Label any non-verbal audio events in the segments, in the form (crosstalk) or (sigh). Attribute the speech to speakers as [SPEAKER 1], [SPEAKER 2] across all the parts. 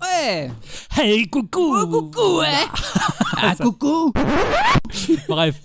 [SPEAKER 1] Ouais
[SPEAKER 2] Hey, coucou
[SPEAKER 1] Oh, coucou, ouais
[SPEAKER 3] (laughs)
[SPEAKER 1] Ah, coucou
[SPEAKER 2] Bref,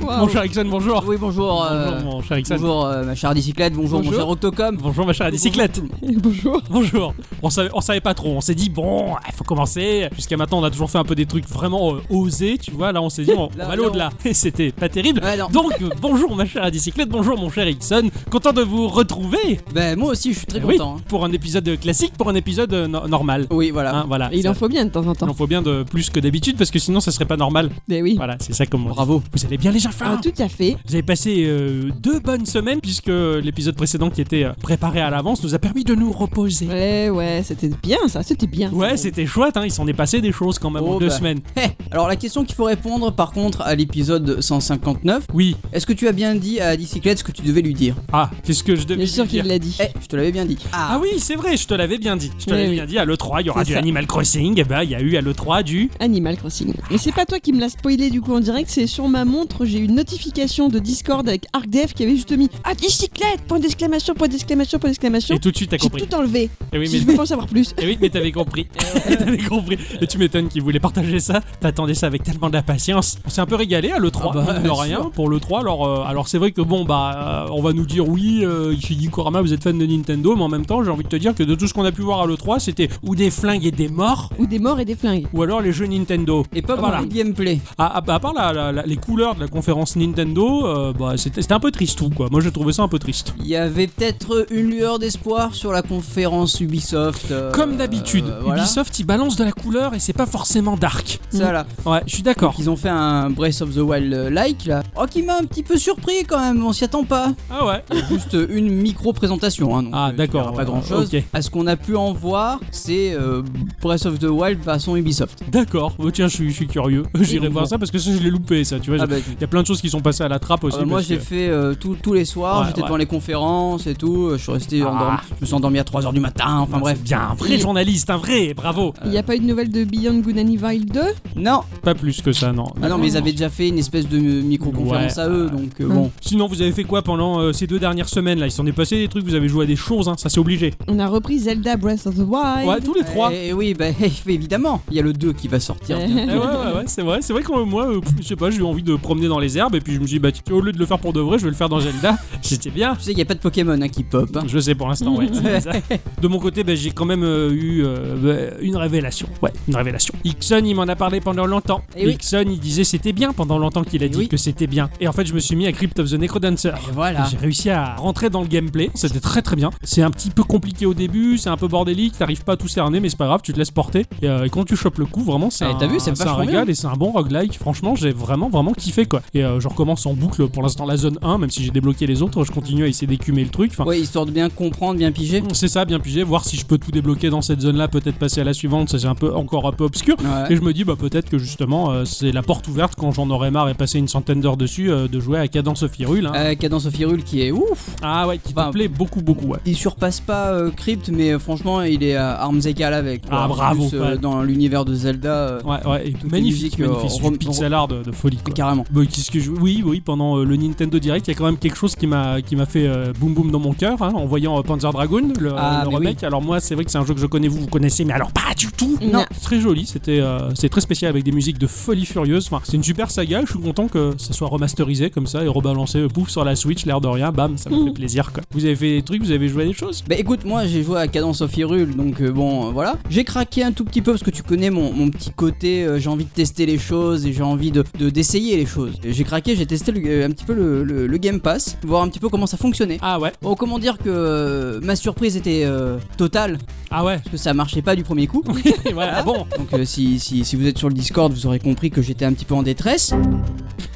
[SPEAKER 1] Waouh.
[SPEAKER 2] mon cher Ixon, bonjour
[SPEAKER 1] Oui, bonjour. euh,
[SPEAKER 2] Bonjour, mon cher Ixon.
[SPEAKER 1] bonjour, euh, ma chère bicyclette, bonjour, mon
[SPEAKER 2] Bonjour.
[SPEAKER 1] cher Octocom.
[SPEAKER 2] Bonjour ma chère la bicyclette
[SPEAKER 3] Bonjour.
[SPEAKER 2] Bonjour on savait, on savait pas trop, on s'est dit bon, il faut commencer. Jusqu'à maintenant on a toujours fait un peu des trucs vraiment euh, osés, tu vois, là on s'est dit on, on
[SPEAKER 1] Là,
[SPEAKER 2] va
[SPEAKER 1] là,
[SPEAKER 2] aller au-delà. (laughs) Et c'était pas terrible.
[SPEAKER 1] Ouais, non.
[SPEAKER 2] Donc euh, bonjour ma chère la bicyclette, bonjour mon cher Ixon, content de vous retrouver
[SPEAKER 1] Ben, moi aussi, je suis très
[SPEAKER 2] Eh oui,
[SPEAKER 1] content. hein.
[SPEAKER 2] pour un épisode classique, pour un épisode euh, no- normal.
[SPEAKER 1] Oui, voilà.
[SPEAKER 2] Hein, voilà.
[SPEAKER 3] Et il en
[SPEAKER 2] Ça-
[SPEAKER 3] faut bien de temps en
[SPEAKER 2] il
[SPEAKER 3] temps.
[SPEAKER 2] en faut bien de plus que d'habitude parce que sinon ça serait pas normal.
[SPEAKER 3] Eh oui.
[SPEAKER 2] Voilà, c'est ça comme on dit.
[SPEAKER 1] Bravo.
[SPEAKER 2] Vous allez bien les gens
[SPEAKER 3] Ah, tout
[SPEAKER 1] (laughs)
[SPEAKER 3] à fait.
[SPEAKER 2] Vous avez passé euh, deux bonnes semaines puisque l'épisode précédent qui était euh, préparé à l'avance nous a permis de nous reposer.
[SPEAKER 3] Ouais, ouais, c'était bien ça, c'était bien.
[SPEAKER 2] Ouais, c'était chouette, hein, il s'en est passé des choses quand même
[SPEAKER 1] Oh
[SPEAKER 2] en deux
[SPEAKER 1] bah.
[SPEAKER 2] semaines.
[SPEAKER 1] Hé, alors, la question qu'il faut répondre, par contre, à l'épisode 159,
[SPEAKER 2] Oui,
[SPEAKER 1] est-ce que tu as bien dit à la bicyclette ce que tu devais lui dire
[SPEAKER 2] ah, qu'est-ce que je devais
[SPEAKER 3] Bien sûr
[SPEAKER 2] lui dire
[SPEAKER 3] qu'il l'a dit.
[SPEAKER 1] Eh, je te l'avais bien dit.
[SPEAKER 2] Ah oui, c'est vrai, je te l'avais bien dit. Je te
[SPEAKER 3] Oui,
[SPEAKER 2] l'avais
[SPEAKER 3] oui.
[SPEAKER 2] bien dit, à l'E3, il y aura
[SPEAKER 3] C'est
[SPEAKER 2] du
[SPEAKER 3] ça.
[SPEAKER 2] Animal Crossing, et bah il y a eu à l'E3 du...
[SPEAKER 3] Animal Crossing. Et c'est pas toi qui me l'as spoilé du coup en direct, c'est sur ma montre, j'ai eu une notification de Discord avec ArcDev qui avait juste mis Ah, bicyclette Point d'exclamation, point d'exclamation, point d'exclamation.
[SPEAKER 2] Et tout de suite, t'as
[SPEAKER 3] J'ai
[SPEAKER 2] compris.
[SPEAKER 3] tout enlevé.
[SPEAKER 2] Et oui,
[SPEAKER 3] si je
[SPEAKER 2] mais...
[SPEAKER 3] veux en savoir plus.
[SPEAKER 2] eh oui, mais
[SPEAKER 1] (laughs)
[SPEAKER 2] t'avais compris.
[SPEAKER 1] Eh
[SPEAKER 2] t'avais compris. Et tu m'étonnes qu'il voulait partager ça. T'attendais ça avec tellement d'impatience. On s'est un peu régalé à l'E3,
[SPEAKER 1] Ah bah,
[SPEAKER 2] mine de
[SPEAKER 1] bien
[SPEAKER 2] rien,
[SPEAKER 1] sûr.
[SPEAKER 2] pour l'E3. Alors, euh, alors c'est vrai que bon, bah, euh, on va nous dire oui, euh, Ishigi Kurama, vous êtes fan de Nintendo, mais en même temps, j'ai envie de te dire que de tout ce qu'on a pu voir à l'E3, c'était ou des flingues et des morts,
[SPEAKER 3] Ou des morts et des flingues.
[SPEAKER 2] ou alors les jeux Nintendo.
[SPEAKER 1] Et pas
[SPEAKER 2] Ah, Voilà.
[SPEAKER 1] beaucoup de gameplay.
[SPEAKER 2] À, à- à part la- la- la- les couleurs de la conférence Nintendo, euh, bah, c'était c'était un peu triste tout quoi. Moi j'ai trouvé ça un peu triste.
[SPEAKER 1] Il y avait peut-être une lueur d'espoir sur la conférence Ubisoft. euh,
[SPEAKER 2] Comme d'habitude,
[SPEAKER 1] euh, voilà.
[SPEAKER 2] Ubisoft il balance de la couleur et c'est pas forcément dark.
[SPEAKER 1] Ça, là.
[SPEAKER 2] Ouais, je suis d'accord.
[SPEAKER 1] (laughs) Ils ont fait un Breath of the Wild euh, like là. Oh, qui m'a un petit peu surpris quand même, on s'y attend pas. (laughs)
[SPEAKER 2] Ah ouais.
[SPEAKER 1] Juste euh, une micro-présentation, hein, donc,
[SPEAKER 2] Ah,
[SPEAKER 1] euh, tu
[SPEAKER 2] d'accord,
[SPEAKER 1] verras
[SPEAKER 2] ouais,
[SPEAKER 1] Pas grand chose.
[SPEAKER 2] ok.
[SPEAKER 1] À ce qu'on a pu en voir, c'est euh, Breath of the Wild façon Ubisoft.
[SPEAKER 2] D'accord. Bah, tiens, je suis, je suis curieux. (laughs) J'irai
[SPEAKER 1] bon.
[SPEAKER 2] voir ça parce que ça je l'ai loupé ça. Tu vois,
[SPEAKER 1] Ah,
[SPEAKER 2] je-
[SPEAKER 1] bah,
[SPEAKER 2] il y a plein de choses qui sont passées à la trappe aussi.
[SPEAKER 1] euh, moi
[SPEAKER 2] parce
[SPEAKER 1] j'ai
[SPEAKER 2] que-
[SPEAKER 1] fait euh, tout- tous les soirs,
[SPEAKER 2] Ouais,
[SPEAKER 1] j'étais
[SPEAKER 2] ouais.
[SPEAKER 1] devant les conférences et tout, euh, je suis resté
[SPEAKER 2] Ah.
[SPEAKER 1] endormi, je me suis endormi à 3h du matin, enfin
[SPEAKER 2] Ouais,
[SPEAKER 1] bref.
[SPEAKER 2] Ah, c'est bien, un vrai journaliste, un vrai, bravo.
[SPEAKER 3] Il n'y a pas eu de nouvelles de Beyond Good and Evil 2
[SPEAKER 1] Non,
[SPEAKER 2] Pas plus que ça, non.
[SPEAKER 1] ah non mais ils avaient déjà fait une espèce de euh, micro-conférence
[SPEAKER 2] Ouais.
[SPEAKER 1] à eux, donc euh,
[SPEAKER 3] Hum.
[SPEAKER 1] bon.
[SPEAKER 2] Sinon, vous avez fait quoi pendant euh, ces deux dernières semaines là Il s'en est passé des trucs, vous avez joué à des choses, hein, ça c'est obligé.
[SPEAKER 3] On a repris Zelda Breath of the Wild.
[SPEAKER 2] Ouais, tous les (laughs) trois.
[SPEAKER 1] Et oui, bah (laughs) évidemment, il y a le 2 qui va sortir.
[SPEAKER 3] Ouais.
[SPEAKER 2] Eh ouais, ouais, ouais, c'est vrai, c'est vrai que euh, moi, euh, pff, je sais pas, j'ai eu envie de promener dans les herbes et puis je me suis dit, bah, tiens, au lieu de le faire pour de vrai, je vais le faire dans Zelda. (laughs) C'était bien.
[SPEAKER 1] Tu sais, il n'y a pas de Pokémon hein, qui pop. hein.
[SPEAKER 2] Je sais pour
[SPEAKER 1] (laughs)
[SPEAKER 2] l'instant, ouais. c'est ça. De mon côté, bah, j'ai quand même euh, eu euh, bah, une révélation. Ouais, une révélation. Ixon, il m'en a parlé pendant longtemps.
[SPEAKER 1] Eh oui.
[SPEAKER 2] Ixon, il disait c'était bien pendant longtemps qu'il a
[SPEAKER 1] Eh
[SPEAKER 2] dit
[SPEAKER 1] oui. Ah.
[SPEAKER 2] que c'était bien. Et en fait, je me suis mis à Crypt of the Necrodancer.
[SPEAKER 1] Et voilà.
[SPEAKER 2] J'ai réussi à rentrer dans le gameplay, c'était très très bien. C'est un petit peu compliqué au début, c'est un peu bordélique, t'arrives pas à tout cerner, mais c'est pas grave, tu te laisses porter. Et, euh, et quand tu chopes le coup, vraiment, c'est
[SPEAKER 1] Eh,
[SPEAKER 2] un,
[SPEAKER 1] t'as vu, c'est
[SPEAKER 2] c'est un
[SPEAKER 1] vachement
[SPEAKER 2] régal
[SPEAKER 1] bien.
[SPEAKER 2] et c'est un bon roguelike. Franchement, j'ai vraiment vraiment kiffé quoi. Et euh, je recommence en boucle pour l'instant la zone 1, même si j'ai débloqué les autres, je continue à essayer d'écumer le truc. Enfin,
[SPEAKER 1] Ouais, histoire de bien comprendre, bien piger.
[SPEAKER 2] c'est ça, bien pigé, voir si je peux tout débloquer dans cette zone là, peut-être passer à la suivante, ça c'est un peu encore un peu obscur. Et
[SPEAKER 1] Ouais.
[SPEAKER 2] je me dis, bah, peut-être que justement, euh, c'est la porte ouverte quand j'en aurai marre et passer une centaine d'heures dessus euh, de jouer à Cadence of Hyrule, hein.
[SPEAKER 1] Euh, Cadence of Hyrule qui est ouf.
[SPEAKER 2] Ah ouais, qui
[SPEAKER 1] Enfin,
[SPEAKER 2] te plaît beaucoup, beaucoup, ouais.
[SPEAKER 1] Il surpasse pas euh, Crypt, mais euh, franchement, il est à armes égales avec. quoi.
[SPEAKER 2] Ah,
[SPEAKER 1] En
[SPEAKER 2] bravo,
[SPEAKER 1] plus, euh,
[SPEAKER 2] ouais.
[SPEAKER 1] Dans l'univers de Zelda, euh,
[SPEAKER 2] Ouais, ouais, et
[SPEAKER 1] Toutes
[SPEAKER 2] magnifique,
[SPEAKER 1] les musiques,
[SPEAKER 2] magnifique,
[SPEAKER 1] euh,
[SPEAKER 2] c'est du
[SPEAKER 1] rem-
[SPEAKER 2] pixel art de, de folie. Quoi.
[SPEAKER 1] carrément.
[SPEAKER 2] Bah, qu'est-ce que je- Oui, oui, pendant euh, le Nintendo Direct, il y a quand même quelque chose qui m'a qui m'a fait euh, boum boum dans mon cœur hein, en voyant euh, Panzer Dragoon, le,
[SPEAKER 1] Ah,
[SPEAKER 2] le
[SPEAKER 1] mais
[SPEAKER 2] remake. Alors moi, c'est vrai que c'est un jeu que je connais, vous vous connaissez, mais alors pas du tout.
[SPEAKER 3] Non.
[SPEAKER 2] C'est très joli, c'était euh, c'est très spécial avec des musiques de folie furieuse. Enfin, c'est une super saga. Je suis content que ça soit remasterisé comme ça et rebalancé euh, pouf sur la Switch, l'air de rien, bam, ça me
[SPEAKER 3] Mm.
[SPEAKER 2] fait plaisir. Quoi. Vous avez fait des trucs, vous avez joué à des choses.
[SPEAKER 1] Bah écoute, moi j'ai joué à Cadence of Hyrule, donc euh, bon, euh, voilà. J'ai craqué un tout petit peu parce que tu connais mon, mon petit côté, euh, j'ai envie de tester les choses et j'ai envie de de- d'essayer les choses. Et J'ai craqué, j'ai testé le- euh, un petit peu le, le- le Game Pass, voir un petit peu comment ça fonctionnait.
[SPEAKER 2] Ah ouais,
[SPEAKER 1] Bon, comment dire que euh, ma surprise était euh, totale, (laughs)
[SPEAKER 2] ah ouais.
[SPEAKER 1] parce que ça marchait pas du premier coup.
[SPEAKER 2] ouais, ah bon.
[SPEAKER 1] Donc euh, si, si, si vous êtes sur le Discord, vous aurez compris que j'étais un petit peu en détresse.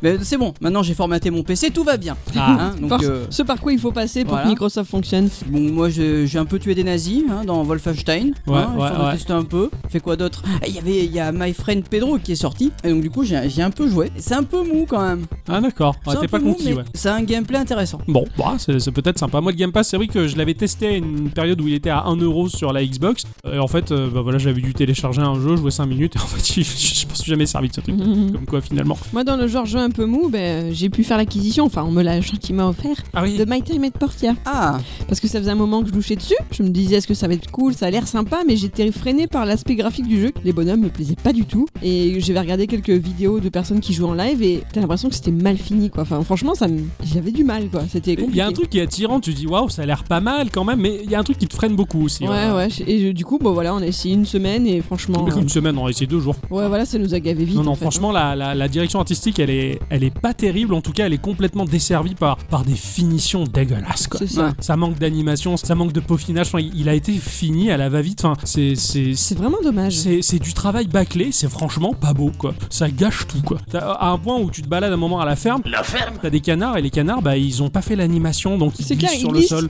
[SPEAKER 1] Mais c'est bon, maintenant j'ai formaté mon PC, tout va bien.
[SPEAKER 2] Ah.
[SPEAKER 1] Hein, donc
[SPEAKER 3] Force-
[SPEAKER 1] euh,
[SPEAKER 3] Ce par quoi il faut passer pour
[SPEAKER 1] voilà.
[SPEAKER 3] que Microsoft fonctionne.
[SPEAKER 1] bon, moi j'ai j'ai un peu tué des nazis hein, dans Wolfenstein.
[SPEAKER 2] Ouais,
[SPEAKER 1] hein,
[SPEAKER 2] ouais,
[SPEAKER 1] histoire de
[SPEAKER 2] ouais.
[SPEAKER 1] tester un peu. Fait quoi d'autre Ah, Il y avait il y a My Friend Pedro qui est sorti. Et donc du coup j'ai j'ai un peu joué. C'est un peu mou quand même.
[SPEAKER 2] Ah d'accord. Ouais,
[SPEAKER 1] C'est un
[SPEAKER 2] T'es
[SPEAKER 1] peu
[SPEAKER 2] pas
[SPEAKER 1] mou,
[SPEAKER 2] conquis,
[SPEAKER 1] mais
[SPEAKER 2] ouais.
[SPEAKER 1] C'est un gameplay intéressant.
[SPEAKER 2] Bon, bah, c'est c'est peut-être sympa. Moi, le Game Pass, c'est vrai que je l'avais testé à une période où il était à 1€ sur la la Xbox. Et en fait, euh, bah voilà, j'avais dû télécharger un jeu, jouer 5 minutes, (laughs) et en fait, je, je, je me suis jamais servi de ce truc.
[SPEAKER 3] Mhm.
[SPEAKER 2] Comme quoi, finalement.
[SPEAKER 3] Moi, dans le genre jeu un peu mou, ben, j'ai pu faire l'acquisition, enfin, on me l'a gentiment offert,
[SPEAKER 2] Ah oui,
[SPEAKER 3] de My Time at Portia.
[SPEAKER 1] Ah,
[SPEAKER 3] Parce que ça faisait un moment que je louchais dessus. Je me disais, est-ce que ça va être cool Ça a l'air sympa, mais j'étais freinée par l'aspect graphique du jeu. Les bonhommes me plaisaient pas du tout. Et j'avais regardé quelques vidéos de personnes qui jouent en live et t'as l'impression que c'était mal fini, quoi. Enfin, franchement, ça me... j'avais du mal, quoi. C'était compliqué.
[SPEAKER 2] Il y a un truc qui est attirant, tu dis waouh, ça a l'air pas mal quand même, mais il y a un truc qui te freine beaucoup aussi. hein.
[SPEAKER 3] Ouais,
[SPEAKER 2] voilà.
[SPEAKER 3] ouais. Et je- du coup, bon, voilà, on a essayé une semaine et franchement.
[SPEAKER 2] Mais
[SPEAKER 3] euh,
[SPEAKER 2] Une semaine, on a essayé deux jours.
[SPEAKER 3] Ouais, voilà, ça nous a gavé vite.
[SPEAKER 2] non, non,
[SPEAKER 3] en fait. hein.
[SPEAKER 2] franchement, la, la- la direction artistique, elle est, elle est pas terrible. En tout cas, elle est complètement desservie par, par des finitions dégueulasses. Quoi.
[SPEAKER 3] C'est ça.
[SPEAKER 1] Ouais.
[SPEAKER 2] Ça manque d'animation, ça manque de peaufinage. Enfin, il il a été fini à la va-vite. Enfin, c'est- c'est
[SPEAKER 3] C'est vraiment dommage.
[SPEAKER 2] C'est, c'est du travail bâclé, c'est franchement pas beau quoi. Ça gâche tout quoi. T'as- à un point où tu te balades un moment à la ferme, la ferme T'as des canards et les canards bah ils ont pas fait l'animation donc ils
[SPEAKER 3] C'est
[SPEAKER 2] glissent
[SPEAKER 3] clair,
[SPEAKER 2] sur
[SPEAKER 3] ils
[SPEAKER 2] le
[SPEAKER 3] glissent. (laughs)
[SPEAKER 2] sol.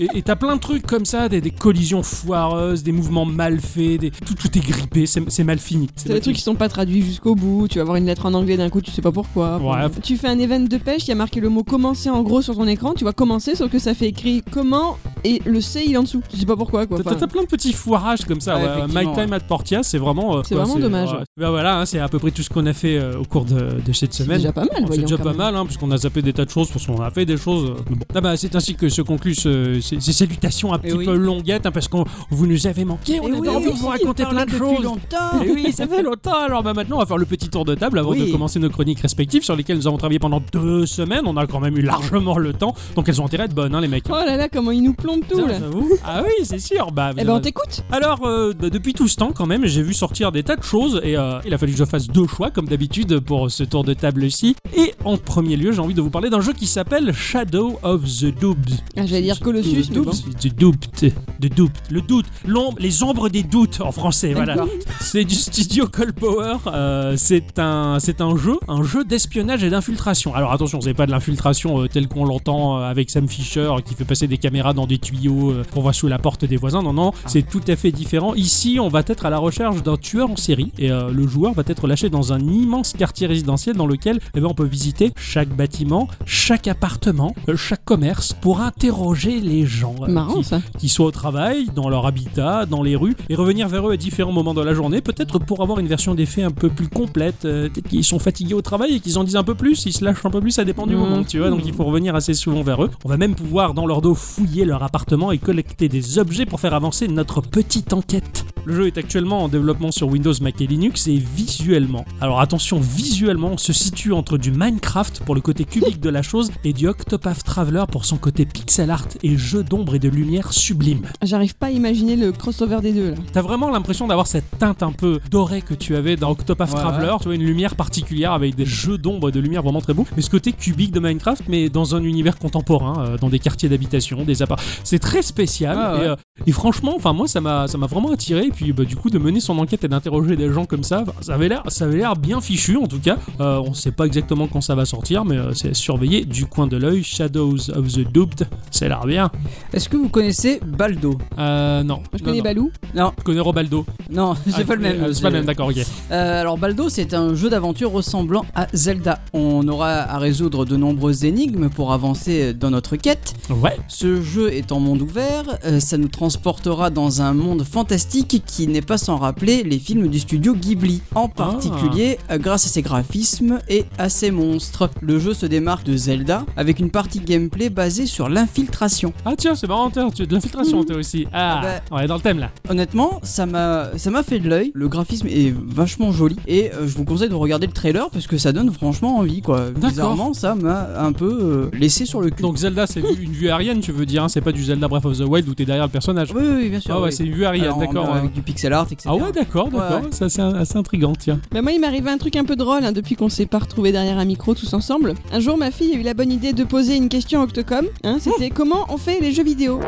[SPEAKER 2] et, et t'as plein de trucs comme ça, des, des collisions foireuses, des mouvements mal faits, des- tout, tout est grippé, c'est, c'est mal fini.
[SPEAKER 3] C'est des trucs qui sont pas traduits jusqu'au bout. Tu vas avoir une lettre en anglais d'un coup, tu sais pas pourquoi. Enfin,
[SPEAKER 2] Ouais.
[SPEAKER 3] Tu fais un event de pêche, il y a marqué le mot commencer en gros sur ton écran. Tu vois commencer, sauf que ça fait écrit comment et le C il est en dessous. Tu sais pas pourquoi quoi.
[SPEAKER 2] T'as- T'as
[SPEAKER 3] Enfin,
[SPEAKER 2] t'as plein de petits foirages comme ça.
[SPEAKER 1] Ouais,
[SPEAKER 2] ouais. My
[SPEAKER 1] effectivement,
[SPEAKER 2] Time at Portia, c'est vraiment. euh,
[SPEAKER 3] C'est
[SPEAKER 2] quoi,
[SPEAKER 3] vraiment dommage,
[SPEAKER 2] ouais.
[SPEAKER 3] ouais.
[SPEAKER 2] Ben voilà, hein, c'est à peu près tout ce qu'on a fait euh, au cours de, de cette
[SPEAKER 3] c'est
[SPEAKER 2] semaine.
[SPEAKER 3] déjà pas mal,
[SPEAKER 2] C'est
[SPEAKER 3] voyons.
[SPEAKER 2] déjà
[SPEAKER 3] quand
[SPEAKER 2] pas
[SPEAKER 3] même.
[SPEAKER 2] mal, hein, puisqu'on a zappé des tas de choses, parce qu'on a fait des choses. euh, mais bon. Ah bah, c'est ainsi que se concluent ce- ces, ces salutations un
[SPEAKER 1] Eh
[SPEAKER 2] petit
[SPEAKER 1] oui.
[SPEAKER 2] peu longuettes, hein, parce qu'on vous nous avez manqué, on
[SPEAKER 1] Eh
[SPEAKER 2] avait
[SPEAKER 1] oui,
[SPEAKER 2] envie de
[SPEAKER 1] oui,
[SPEAKER 2] vous raconter
[SPEAKER 1] on
[SPEAKER 2] plein
[SPEAKER 1] parlait
[SPEAKER 2] de
[SPEAKER 1] depuis
[SPEAKER 2] choses.
[SPEAKER 1] longtemps.
[SPEAKER 2] (laughs) Eh oui, ça fait longtemps. Alors bah maintenant, on va faire le petit tour de table avant
[SPEAKER 1] Oui.
[SPEAKER 2] de commencer nos chroniques respectives sur lesquelles nous avons travaillé pendant deux semaines. On a quand même eu largement le temps, donc elles ont intérêt à être bonnes, hein, les mecs.
[SPEAKER 3] Oh là là, comment il nous plombe tout
[SPEAKER 2] Putain,
[SPEAKER 3] là.
[SPEAKER 2] j'avoue. Ah oui, c'est sûr. Bah, vous
[SPEAKER 3] Eh ben on
[SPEAKER 2] avez-
[SPEAKER 3] t'écoute.
[SPEAKER 2] alors, euh, bah, depuis tout ce temps, quand même, j'ai vu sortir des tas de choses et euh, il a fallu que je fasse deux choix, comme d'habitude, pour ce tour de table-ci. Et en premier lieu, j'ai envie de vous parler d'un jeu qui s'appelle Shadow of the Doubs.
[SPEAKER 3] Ah, J'allais dire Colossus, mais bon.
[SPEAKER 2] Du doute, de doute, le doute, l'ombre, les ombres des doutes en français, voilà.
[SPEAKER 1] D'accord.
[SPEAKER 2] C'est du studio Cold Power. euh, c'est un, c'est un jeu, un jeu d'espionnage et d'infiltration. Alors attention, c'est pas de l'infiltration euh, telle qu'on l'entend euh, avec Sam Fisher euh, qui fait passer des caméras dans des tuyaux euh, qu'on voit sous la porte des voisins. Non, non, c'est tout à fait différent. Ici, on va être à la recherche d'un tueur en série et euh, le joueur va être lâché dans un immense quartier résidentiel dans lequel eh ben, on peut visiter chaque bâtiment, chaque appartement, euh, chaque commerce pour interroger les gens. euh, qui-
[SPEAKER 3] Marrant ça.
[SPEAKER 2] qui soient au travail, dans leur habitat, dans les rues, et revenir vers eux à différents moments de la journée, peut-être pour avoir une version des faits un peu plus complète. euh, peut-être qu'ils sont fatigués au travail et qu'ils en disent un peu plus, ils se lâchent un peu plus, ça dépend du
[SPEAKER 3] Mmh.
[SPEAKER 2] moment, tu vois. Donc il faut revenir assez souvent vers eux. On va même pouvoir, dans leur dos, fouiller leur appartement et collecter des objets pour faire avancer notre petite enquête. Le jeu est actuellement en développement sur Windows, Mac et Linux et visuellement. Alors attention, visuellement, on se situe entre du Minecraft pour le côté cubique de la chose et du Octopath Traveler pour son côté pixel art et jeu d'ombre et de lumière sublime.
[SPEAKER 3] J'arrive pas à imaginer le crossover des deux là.
[SPEAKER 2] T'as vraiment l'impression d'avoir cette teinte un peu dorée que tu avais dans Octopath
[SPEAKER 1] Ouais,
[SPEAKER 2] Traveler, tu vois une lumière particulière avec des jeux d'ombre et de lumière vraiment très beaux, mais ce côté cubique de Minecraft, mais dans un univers contemporain, euh, dans des quartiers d'habitation, des apparts. C'est très spécial
[SPEAKER 1] Ah,
[SPEAKER 2] et,
[SPEAKER 1] ouais.
[SPEAKER 2] euh, et franchement, enfin moi ça m'a ça m'a vraiment attiré et puis bah, du coup de mener son enquête et d'interroger des gens comme ça, enfin, ça avait l'air ça avait l'air bien fichu en tout cas. Euh, on sait pas exactement quand ça va sortir, mais euh, c'est à surveiller du coin de l'œil. Shadows of the Doomed, c'est l'air bien.
[SPEAKER 1] Est-ce que vous connaissez Baldo
[SPEAKER 2] Euh, non.
[SPEAKER 3] Moi, je
[SPEAKER 2] Non,
[SPEAKER 3] connais
[SPEAKER 2] non.
[SPEAKER 3] Balou.
[SPEAKER 1] Non,
[SPEAKER 2] Je connais Robaldo.
[SPEAKER 1] non, (laughs) c'est
[SPEAKER 2] Ah,
[SPEAKER 1] pas le même.
[SPEAKER 2] euh, C'est pas le même, d'accord, ok.
[SPEAKER 1] Euh, alors Baldo, c'est un jeu d'aventure ressemblant à Zelda. On aura à résoudre de nombreuses énigmes pour avancer dans notre quête.
[SPEAKER 2] Ouais.
[SPEAKER 1] Ce jeu est en monde ouvert, euh, ça nous transportera dans un monde fantastique qui n'est pas sans rappeler les films du studio Ghibli, en particulier euh, grâce à ses graphismes et à ses monstres. Le jeu se démarque de Zelda avec une partie gameplay basée sur l'infiltration.
[SPEAKER 2] Ah tiens, c'est marrant, t'as- tu as de l'infiltration, toi aussi. Ah,
[SPEAKER 1] Ah
[SPEAKER 2] on est dans le thème là.
[SPEAKER 1] Honnêtement, ça m'a ça m'a fait de l'œil, le graphisme est vachement joli et euh, je vous conseille de regarder le trailer parce que ça donne franchement envie quoi. Bizarrement, ça m'a un peu euh, laissé sur le cul.
[SPEAKER 2] Donc Zelda, c'est une vue aérienne, tu veux dire, hein, c'est pas du Zelda Breath of the Wild où t'es derrière le personnage.
[SPEAKER 1] oui, oui, oui, bien sûr.
[SPEAKER 2] ah ouais,
[SPEAKER 1] oui.
[SPEAKER 2] c'est une vue aérienne,
[SPEAKER 1] Alors,
[SPEAKER 2] d'accord. ouais.
[SPEAKER 1] Avec du pixel art, etc.
[SPEAKER 2] Ah ouais, d'accord, d'accord,
[SPEAKER 1] Ouais,
[SPEAKER 2] ça c'est un- assez intriguant, tiens.
[SPEAKER 3] Bah moi, il m'est arrivé un truc un peu drôle hein, depuis qu'on s'est pas retrouvés derrière un micro tous ensemble. Un jour, ma fille a eu la bonne idée de poser une question à Octocom. hein, C'était comment on fait les jeux vidéo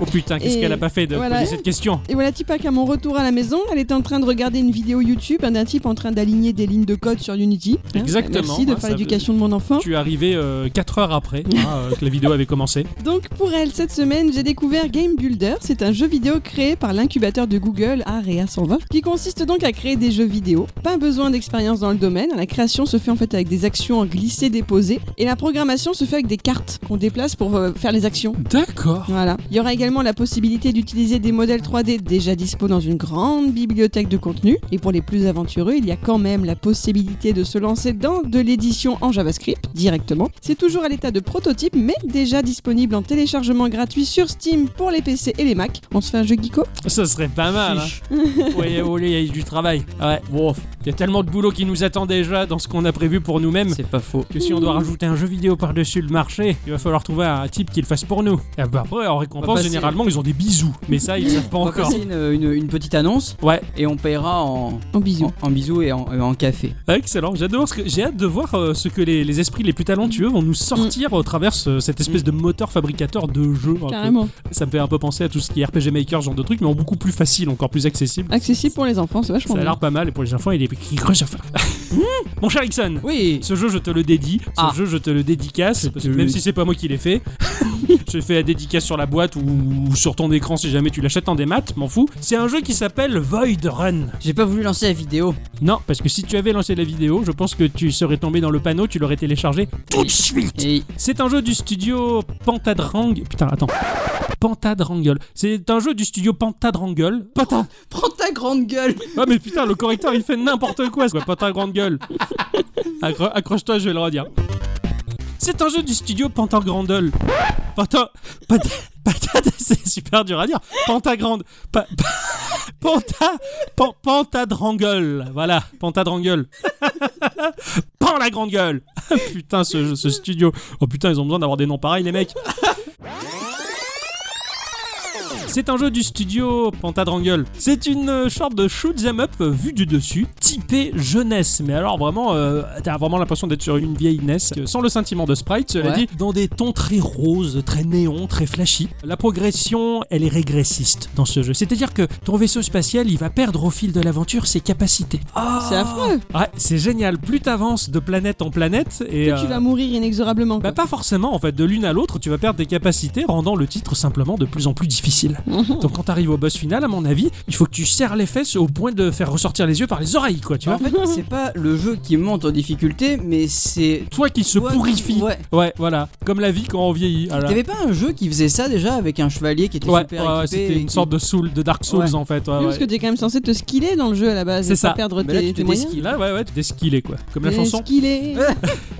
[SPEAKER 2] Oh putain, qu'est-ce
[SPEAKER 3] Et
[SPEAKER 2] qu'elle a pas fait de
[SPEAKER 3] voilà.
[SPEAKER 2] poser cette question
[SPEAKER 3] Et voilà, Tipa, qu'à mon retour à la maison, elle était en train de regarder une vidéo YouTube hein, d'un type en train d'aligner des lignes de code sur Unity. hein.
[SPEAKER 2] Exactement,
[SPEAKER 3] Merci de
[SPEAKER 2] hein,
[SPEAKER 3] faire
[SPEAKER 2] ça-
[SPEAKER 3] l'éducation de mon enfant.
[SPEAKER 2] Tu es arrivé 4 heures après hein, euh, que la vidéo avait commencé.
[SPEAKER 3] Donc pour elle, cette semaine, j'ai découvert Game Builder. C'est un jeu vidéo créé par l'incubateur de Google, Area 120, qui consiste donc à créer des jeux vidéo. Pas besoin d'expérience dans le domaine. La création se fait en fait avec des actions en glisser-déposer. Et la programmation se fait avec des cartes qu'on déplace pour euh, faire les actions.
[SPEAKER 2] D'accord.
[SPEAKER 3] Voilà. Il y aura également également la possibilité d'utiliser des modèles 3D déjà dispo dans une grande bibliothèque de contenu. Et pour les plus aventureux, il y a quand même la possibilité de se lancer dans de l'édition en JavaScript directement. C'est toujours à l'état de prototype, mais déjà disponible en téléchargement gratuit sur Steam pour les PC et les Mac. On se fait un jeu geeko
[SPEAKER 2] Ça serait pas mal. hein.
[SPEAKER 1] Chiche.
[SPEAKER 2] Ouais, oh, il y a eu du travail. Ouais, wow. Il y a tellement de boulot qui nous attend déjà dans ce qu'on a prévu pour nous-mêmes
[SPEAKER 1] C'est pas faux.
[SPEAKER 2] que si on doit rajouter un jeu vidéo par-dessus le marché, il va falloir trouver un type qui le fasse pour nous. Et bah après,
[SPEAKER 1] Ah
[SPEAKER 2] en
[SPEAKER 1] On va
[SPEAKER 2] récompense,
[SPEAKER 1] passer-
[SPEAKER 2] généralement, ils ont des bisous. Mais ça, ils savent pas
[SPEAKER 1] On va
[SPEAKER 2] encore.
[SPEAKER 1] passer une, une- une petite annonce
[SPEAKER 2] Ouais,
[SPEAKER 1] et on paiera en,
[SPEAKER 3] En bisous.
[SPEAKER 1] en,
[SPEAKER 2] Oh,
[SPEAKER 1] en bisous et en, et en café.
[SPEAKER 2] excellent. J'ai hâte de voir ce que, j'ai hâte de voir, euh, ce que les, les esprits les plus talentueux vont nous sortir
[SPEAKER 1] Mm.
[SPEAKER 2] au travers ce- cette espèce de moteur fabricateur de jeux. un peu.
[SPEAKER 3] Carrément.
[SPEAKER 2] Ça me fait un peu penser à tout ce qui est RPG Maker, ce genre de truc, mais en beaucoup plus facile, encore plus accessible.
[SPEAKER 3] Accessible pour les enfants, c'est vachement
[SPEAKER 2] Ça a
[SPEAKER 3] bien.
[SPEAKER 2] l'air pas mal et pour les enfants, il est écrit
[SPEAKER 1] (laughs)
[SPEAKER 2] Grushofer. Mon cher Ixon,
[SPEAKER 1] Oui,
[SPEAKER 2] ce jeu, je te le dédie. Ce
[SPEAKER 1] Ah.
[SPEAKER 2] jeu, je te le dédicace. Parce que
[SPEAKER 1] te-
[SPEAKER 2] même si c'est pas moi qui
[SPEAKER 1] (laughs)
[SPEAKER 2] l'ai fait, je fais la dédicace sur la boîte ou sur ton écran si jamais tu l'achètes en démat, m'en fous. C'est un jeu qui s'appelle Void Run.
[SPEAKER 1] j'ai pas voulu lancer la vidéo.
[SPEAKER 2] Non, parce que si tu avais lancé la vidéo, je pense que tu serais tombé dans le panneau, tu l'aurais téléchargé tout de suite.
[SPEAKER 1] Et
[SPEAKER 2] C'est un jeu du studio Pantadrang. Putain, attends. Pantadrangle. C'est un jeu du studio Pantadrangle. Panta.
[SPEAKER 1] prends ta grande gueule.
[SPEAKER 2] Ah mais putain, le correcteur il fait n'importe quoi, c'est pas ta grande gueule. Accro- Accroche-toi, je vais le redire. C'est un jeu du studio Pantagrandel. Panta... Panta... Panta... (laughs) C'est super dur à dire. Pantagrande... Pa... pa- (laughs) Panta... Pan... Pantadrangle. Voilà, Pantadrangle. Pan la grande gueule. (laughs) putain, ce, jeu- ce studio. Oh putain, ils ont besoin d'avoir des noms pareils, les mecs. C'est un jeu du studio Pantadrangle. C'est une euh, sorte de shoot'em up euh, vue du dessus, typé jeunesse. Mais alors vraiment, euh, t'as vraiment l'impression d'être sur une vieille NES, euh, sans le sentiment de sprite, cela
[SPEAKER 1] Ouais.
[SPEAKER 2] dit, dans des tons très roses, très néons, très flashy. La progression, elle est régressiste dans ce jeu. C'est-à-dire que ton vaisseau spatial, il va perdre au fil de l'aventure ses capacités.
[SPEAKER 3] Ah. C'est affreux.
[SPEAKER 2] Ouais, c'est génial. Plus t'avances de planète en planète, et
[SPEAKER 3] Que tu
[SPEAKER 2] euh,
[SPEAKER 3] vas mourir inexorablement.
[SPEAKER 2] bah
[SPEAKER 3] quoi.
[SPEAKER 2] pas forcément en fait, de l'une à l'autre tu vas perdre des capacités rendant le titre simplement de plus en plus difficile.
[SPEAKER 3] Mhm.
[SPEAKER 2] Donc quand t'arrives au boss final à mon avis, il faut que tu serres les fesses au point de faire ressortir les yeux par les oreilles quoi, tu
[SPEAKER 3] Ah.
[SPEAKER 2] vois.
[SPEAKER 1] En fait, c'est pas le jeu qui monte en difficulté, mais c'est.
[SPEAKER 2] Toi qui se
[SPEAKER 1] Ouais,
[SPEAKER 2] pourrifie.
[SPEAKER 1] Ouais.
[SPEAKER 2] Ouais, voilà, comme la vie quand on vieillit. voilà.
[SPEAKER 1] T'avais pas un jeu qui faisait ça déjà avec un chevalier qui était
[SPEAKER 2] Ouais,
[SPEAKER 1] super
[SPEAKER 2] ouais, ouais,
[SPEAKER 1] équipé
[SPEAKER 2] c'était
[SPEAKER 1] et
[SPEAKER 2] une
[SPEAKER 1] qui-
[SPEAKER 2] sorte de soul, de Dark Souls
[SPEAKER 1] Ouais.
[SPEAKER 2] en fait. ouais,
[SPEAKER 3] Oui,
[SPEAKER 2] ouais.
[SPEAKER 3] Parce que t'es quand même censé te skiller dans le jeu à la base.
[SPEAKER 2] C'est
[SPEAKER 3] et
[SPEAKER 2] ça.
[SPEAKER 3] Pas perdre
[SPEAKER 1] Mais là,
[SPEAKER 3] tes,
[SPEAKER 1] tu te
[SPEAKER 3] tes moyens.
[SPEAKER 1] déskilles.
[SPEAKER 2] Là, ouais, ouais, t'es skillé quoi, comme la
[SPEAKER 3] T'es
[SPEAKER 2] chanson.
[SPEAKER 3] skillé.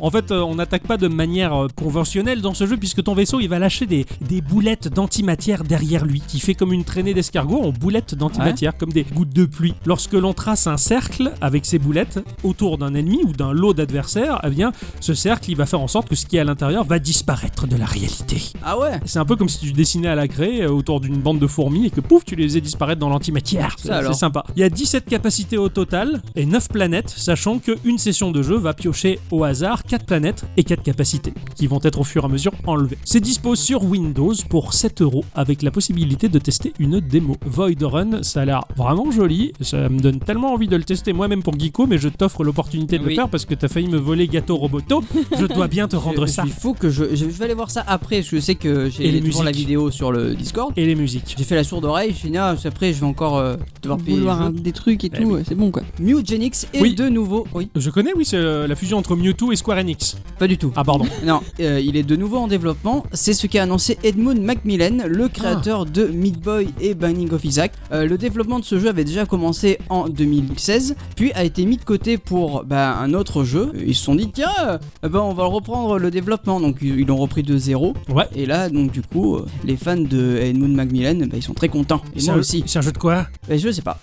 [SPEAKER 2] En fait, euh, on n'attaque pas de manière euh, conventionnelle dans ce jeu puisque ton vaisseau il va lâcher des, des boulettes d'antimatière derrière lui qui fait comme une traînée d'escargots en boulettes d'antimatière, comme des gouttes de pluie. Lorsque l'on trace un cercle avec ces boulettes autour d'un ennemi ou d'un lot d'adversaires, eh bien, ce cercle il va faire en sorte que ce qui est à l'intérieur va disparaître de la réalité.
[SPEAKER 1] Ah ouais
[SPEAKER 2] C'est un peu comme si tu dessinais à la craie euh, autour d'une bande de fourmis et que pouf, tu les faisais disparaître dans l'antimatière. C'est
[SPEAKER 1] Ça alors.
[SPEAKER 2] c'est sympa. Il y a 17 capacités au total et 9 planètes, sachant qu'une session de jeu va piocher au hasard 4 planètes et 4 capacités qui vont être au fur et à mesure enlevées. C'est dispo sur Windows pour 7 euros avec la possibilité de tester une démo. Void Run, ça a l'air vraiment joli. Ça me donne tellement envie de le tester moi-même pour Geeko, mais je t'offre l'opportunité de le
[SPEAKER 1] Oui.
[SPEAKER 2] faire parce que t'as failli me voler Gâteau Roboto. je dois bien te
[SPEAKER 1] (laughs)
[SPEAKER 2] rendre
[SPEAKER 1] Je-
[SPEAKER 2] ça.
[SPEAKER 1] Il faut que je, je. je vais aller voir ça après, parce que je sais que
[SPEAKER 2] Et les
[SPEAKER 1] j'ai toujours la
[SPEAKER 2] musiques.
[SPEAKER 1] vidéo sur le Discord.
[SPEAKER 2] Et les musiques.
[SPEAKER 1] J'ai fait la sourde oreille, je me suis dit, ah, après, je vais encore euh, devoir payer.
[SPEAKER 3] Vouloir
[SPEAKER 1] le
[SPEAKER 3] un-
[SPEAKER 1] jeu.
[SPEAKER 3] des trucs et
[SPEAKER 2] Eh
[SPEAKER 3] tout,
[SPEAKER 2] oui.
[SPEAKER 3] ouais, c'est bon quoi.
[SPEAKER 1] Mutagenics est
[SPEAKER 2] Oui.
[SPEAKER 1] de nouveau. Oui,
[SPEAKER 2] Je connais, oui, c'est euh, la fusion entre Mewtwo et Square Enix.
[SPEAKER 1] pas du tout.
[SPEAKER 2] Ah, pardon.
[SPEAKER 1] Non, euh, il est de nouveau en développement. C'est ce qu'a annoncé Edmund Macmillan,
[SPEAKER 2] Ah.
[SPEAKER 1] le créateur de Meat Boy et Binding of Isaac. Euh, le développement de ce jeu avait déjà commencé en 2016, puis a été mis de côté pour bah, un autre jeu. Ils se sont dit tiens, euh, ben, on va reprendre le développement, donc ils ils l'ont repris de zéro.
[SPEAKER 2] Ouais.
[SPEAKER 1] Et là, donc du coup, euh, les fans de Edmund Macmillan, bah, ils sont très contents. Et
[SPEAKER 2] C'est
[SPEAKER 1] moi
[SPEAKER 2] un-
[SPEAKER 1] aussi.
[SPEAKER 2] C'est un jeu de quoi
[SPEAKER 1] Bah, je sais pas.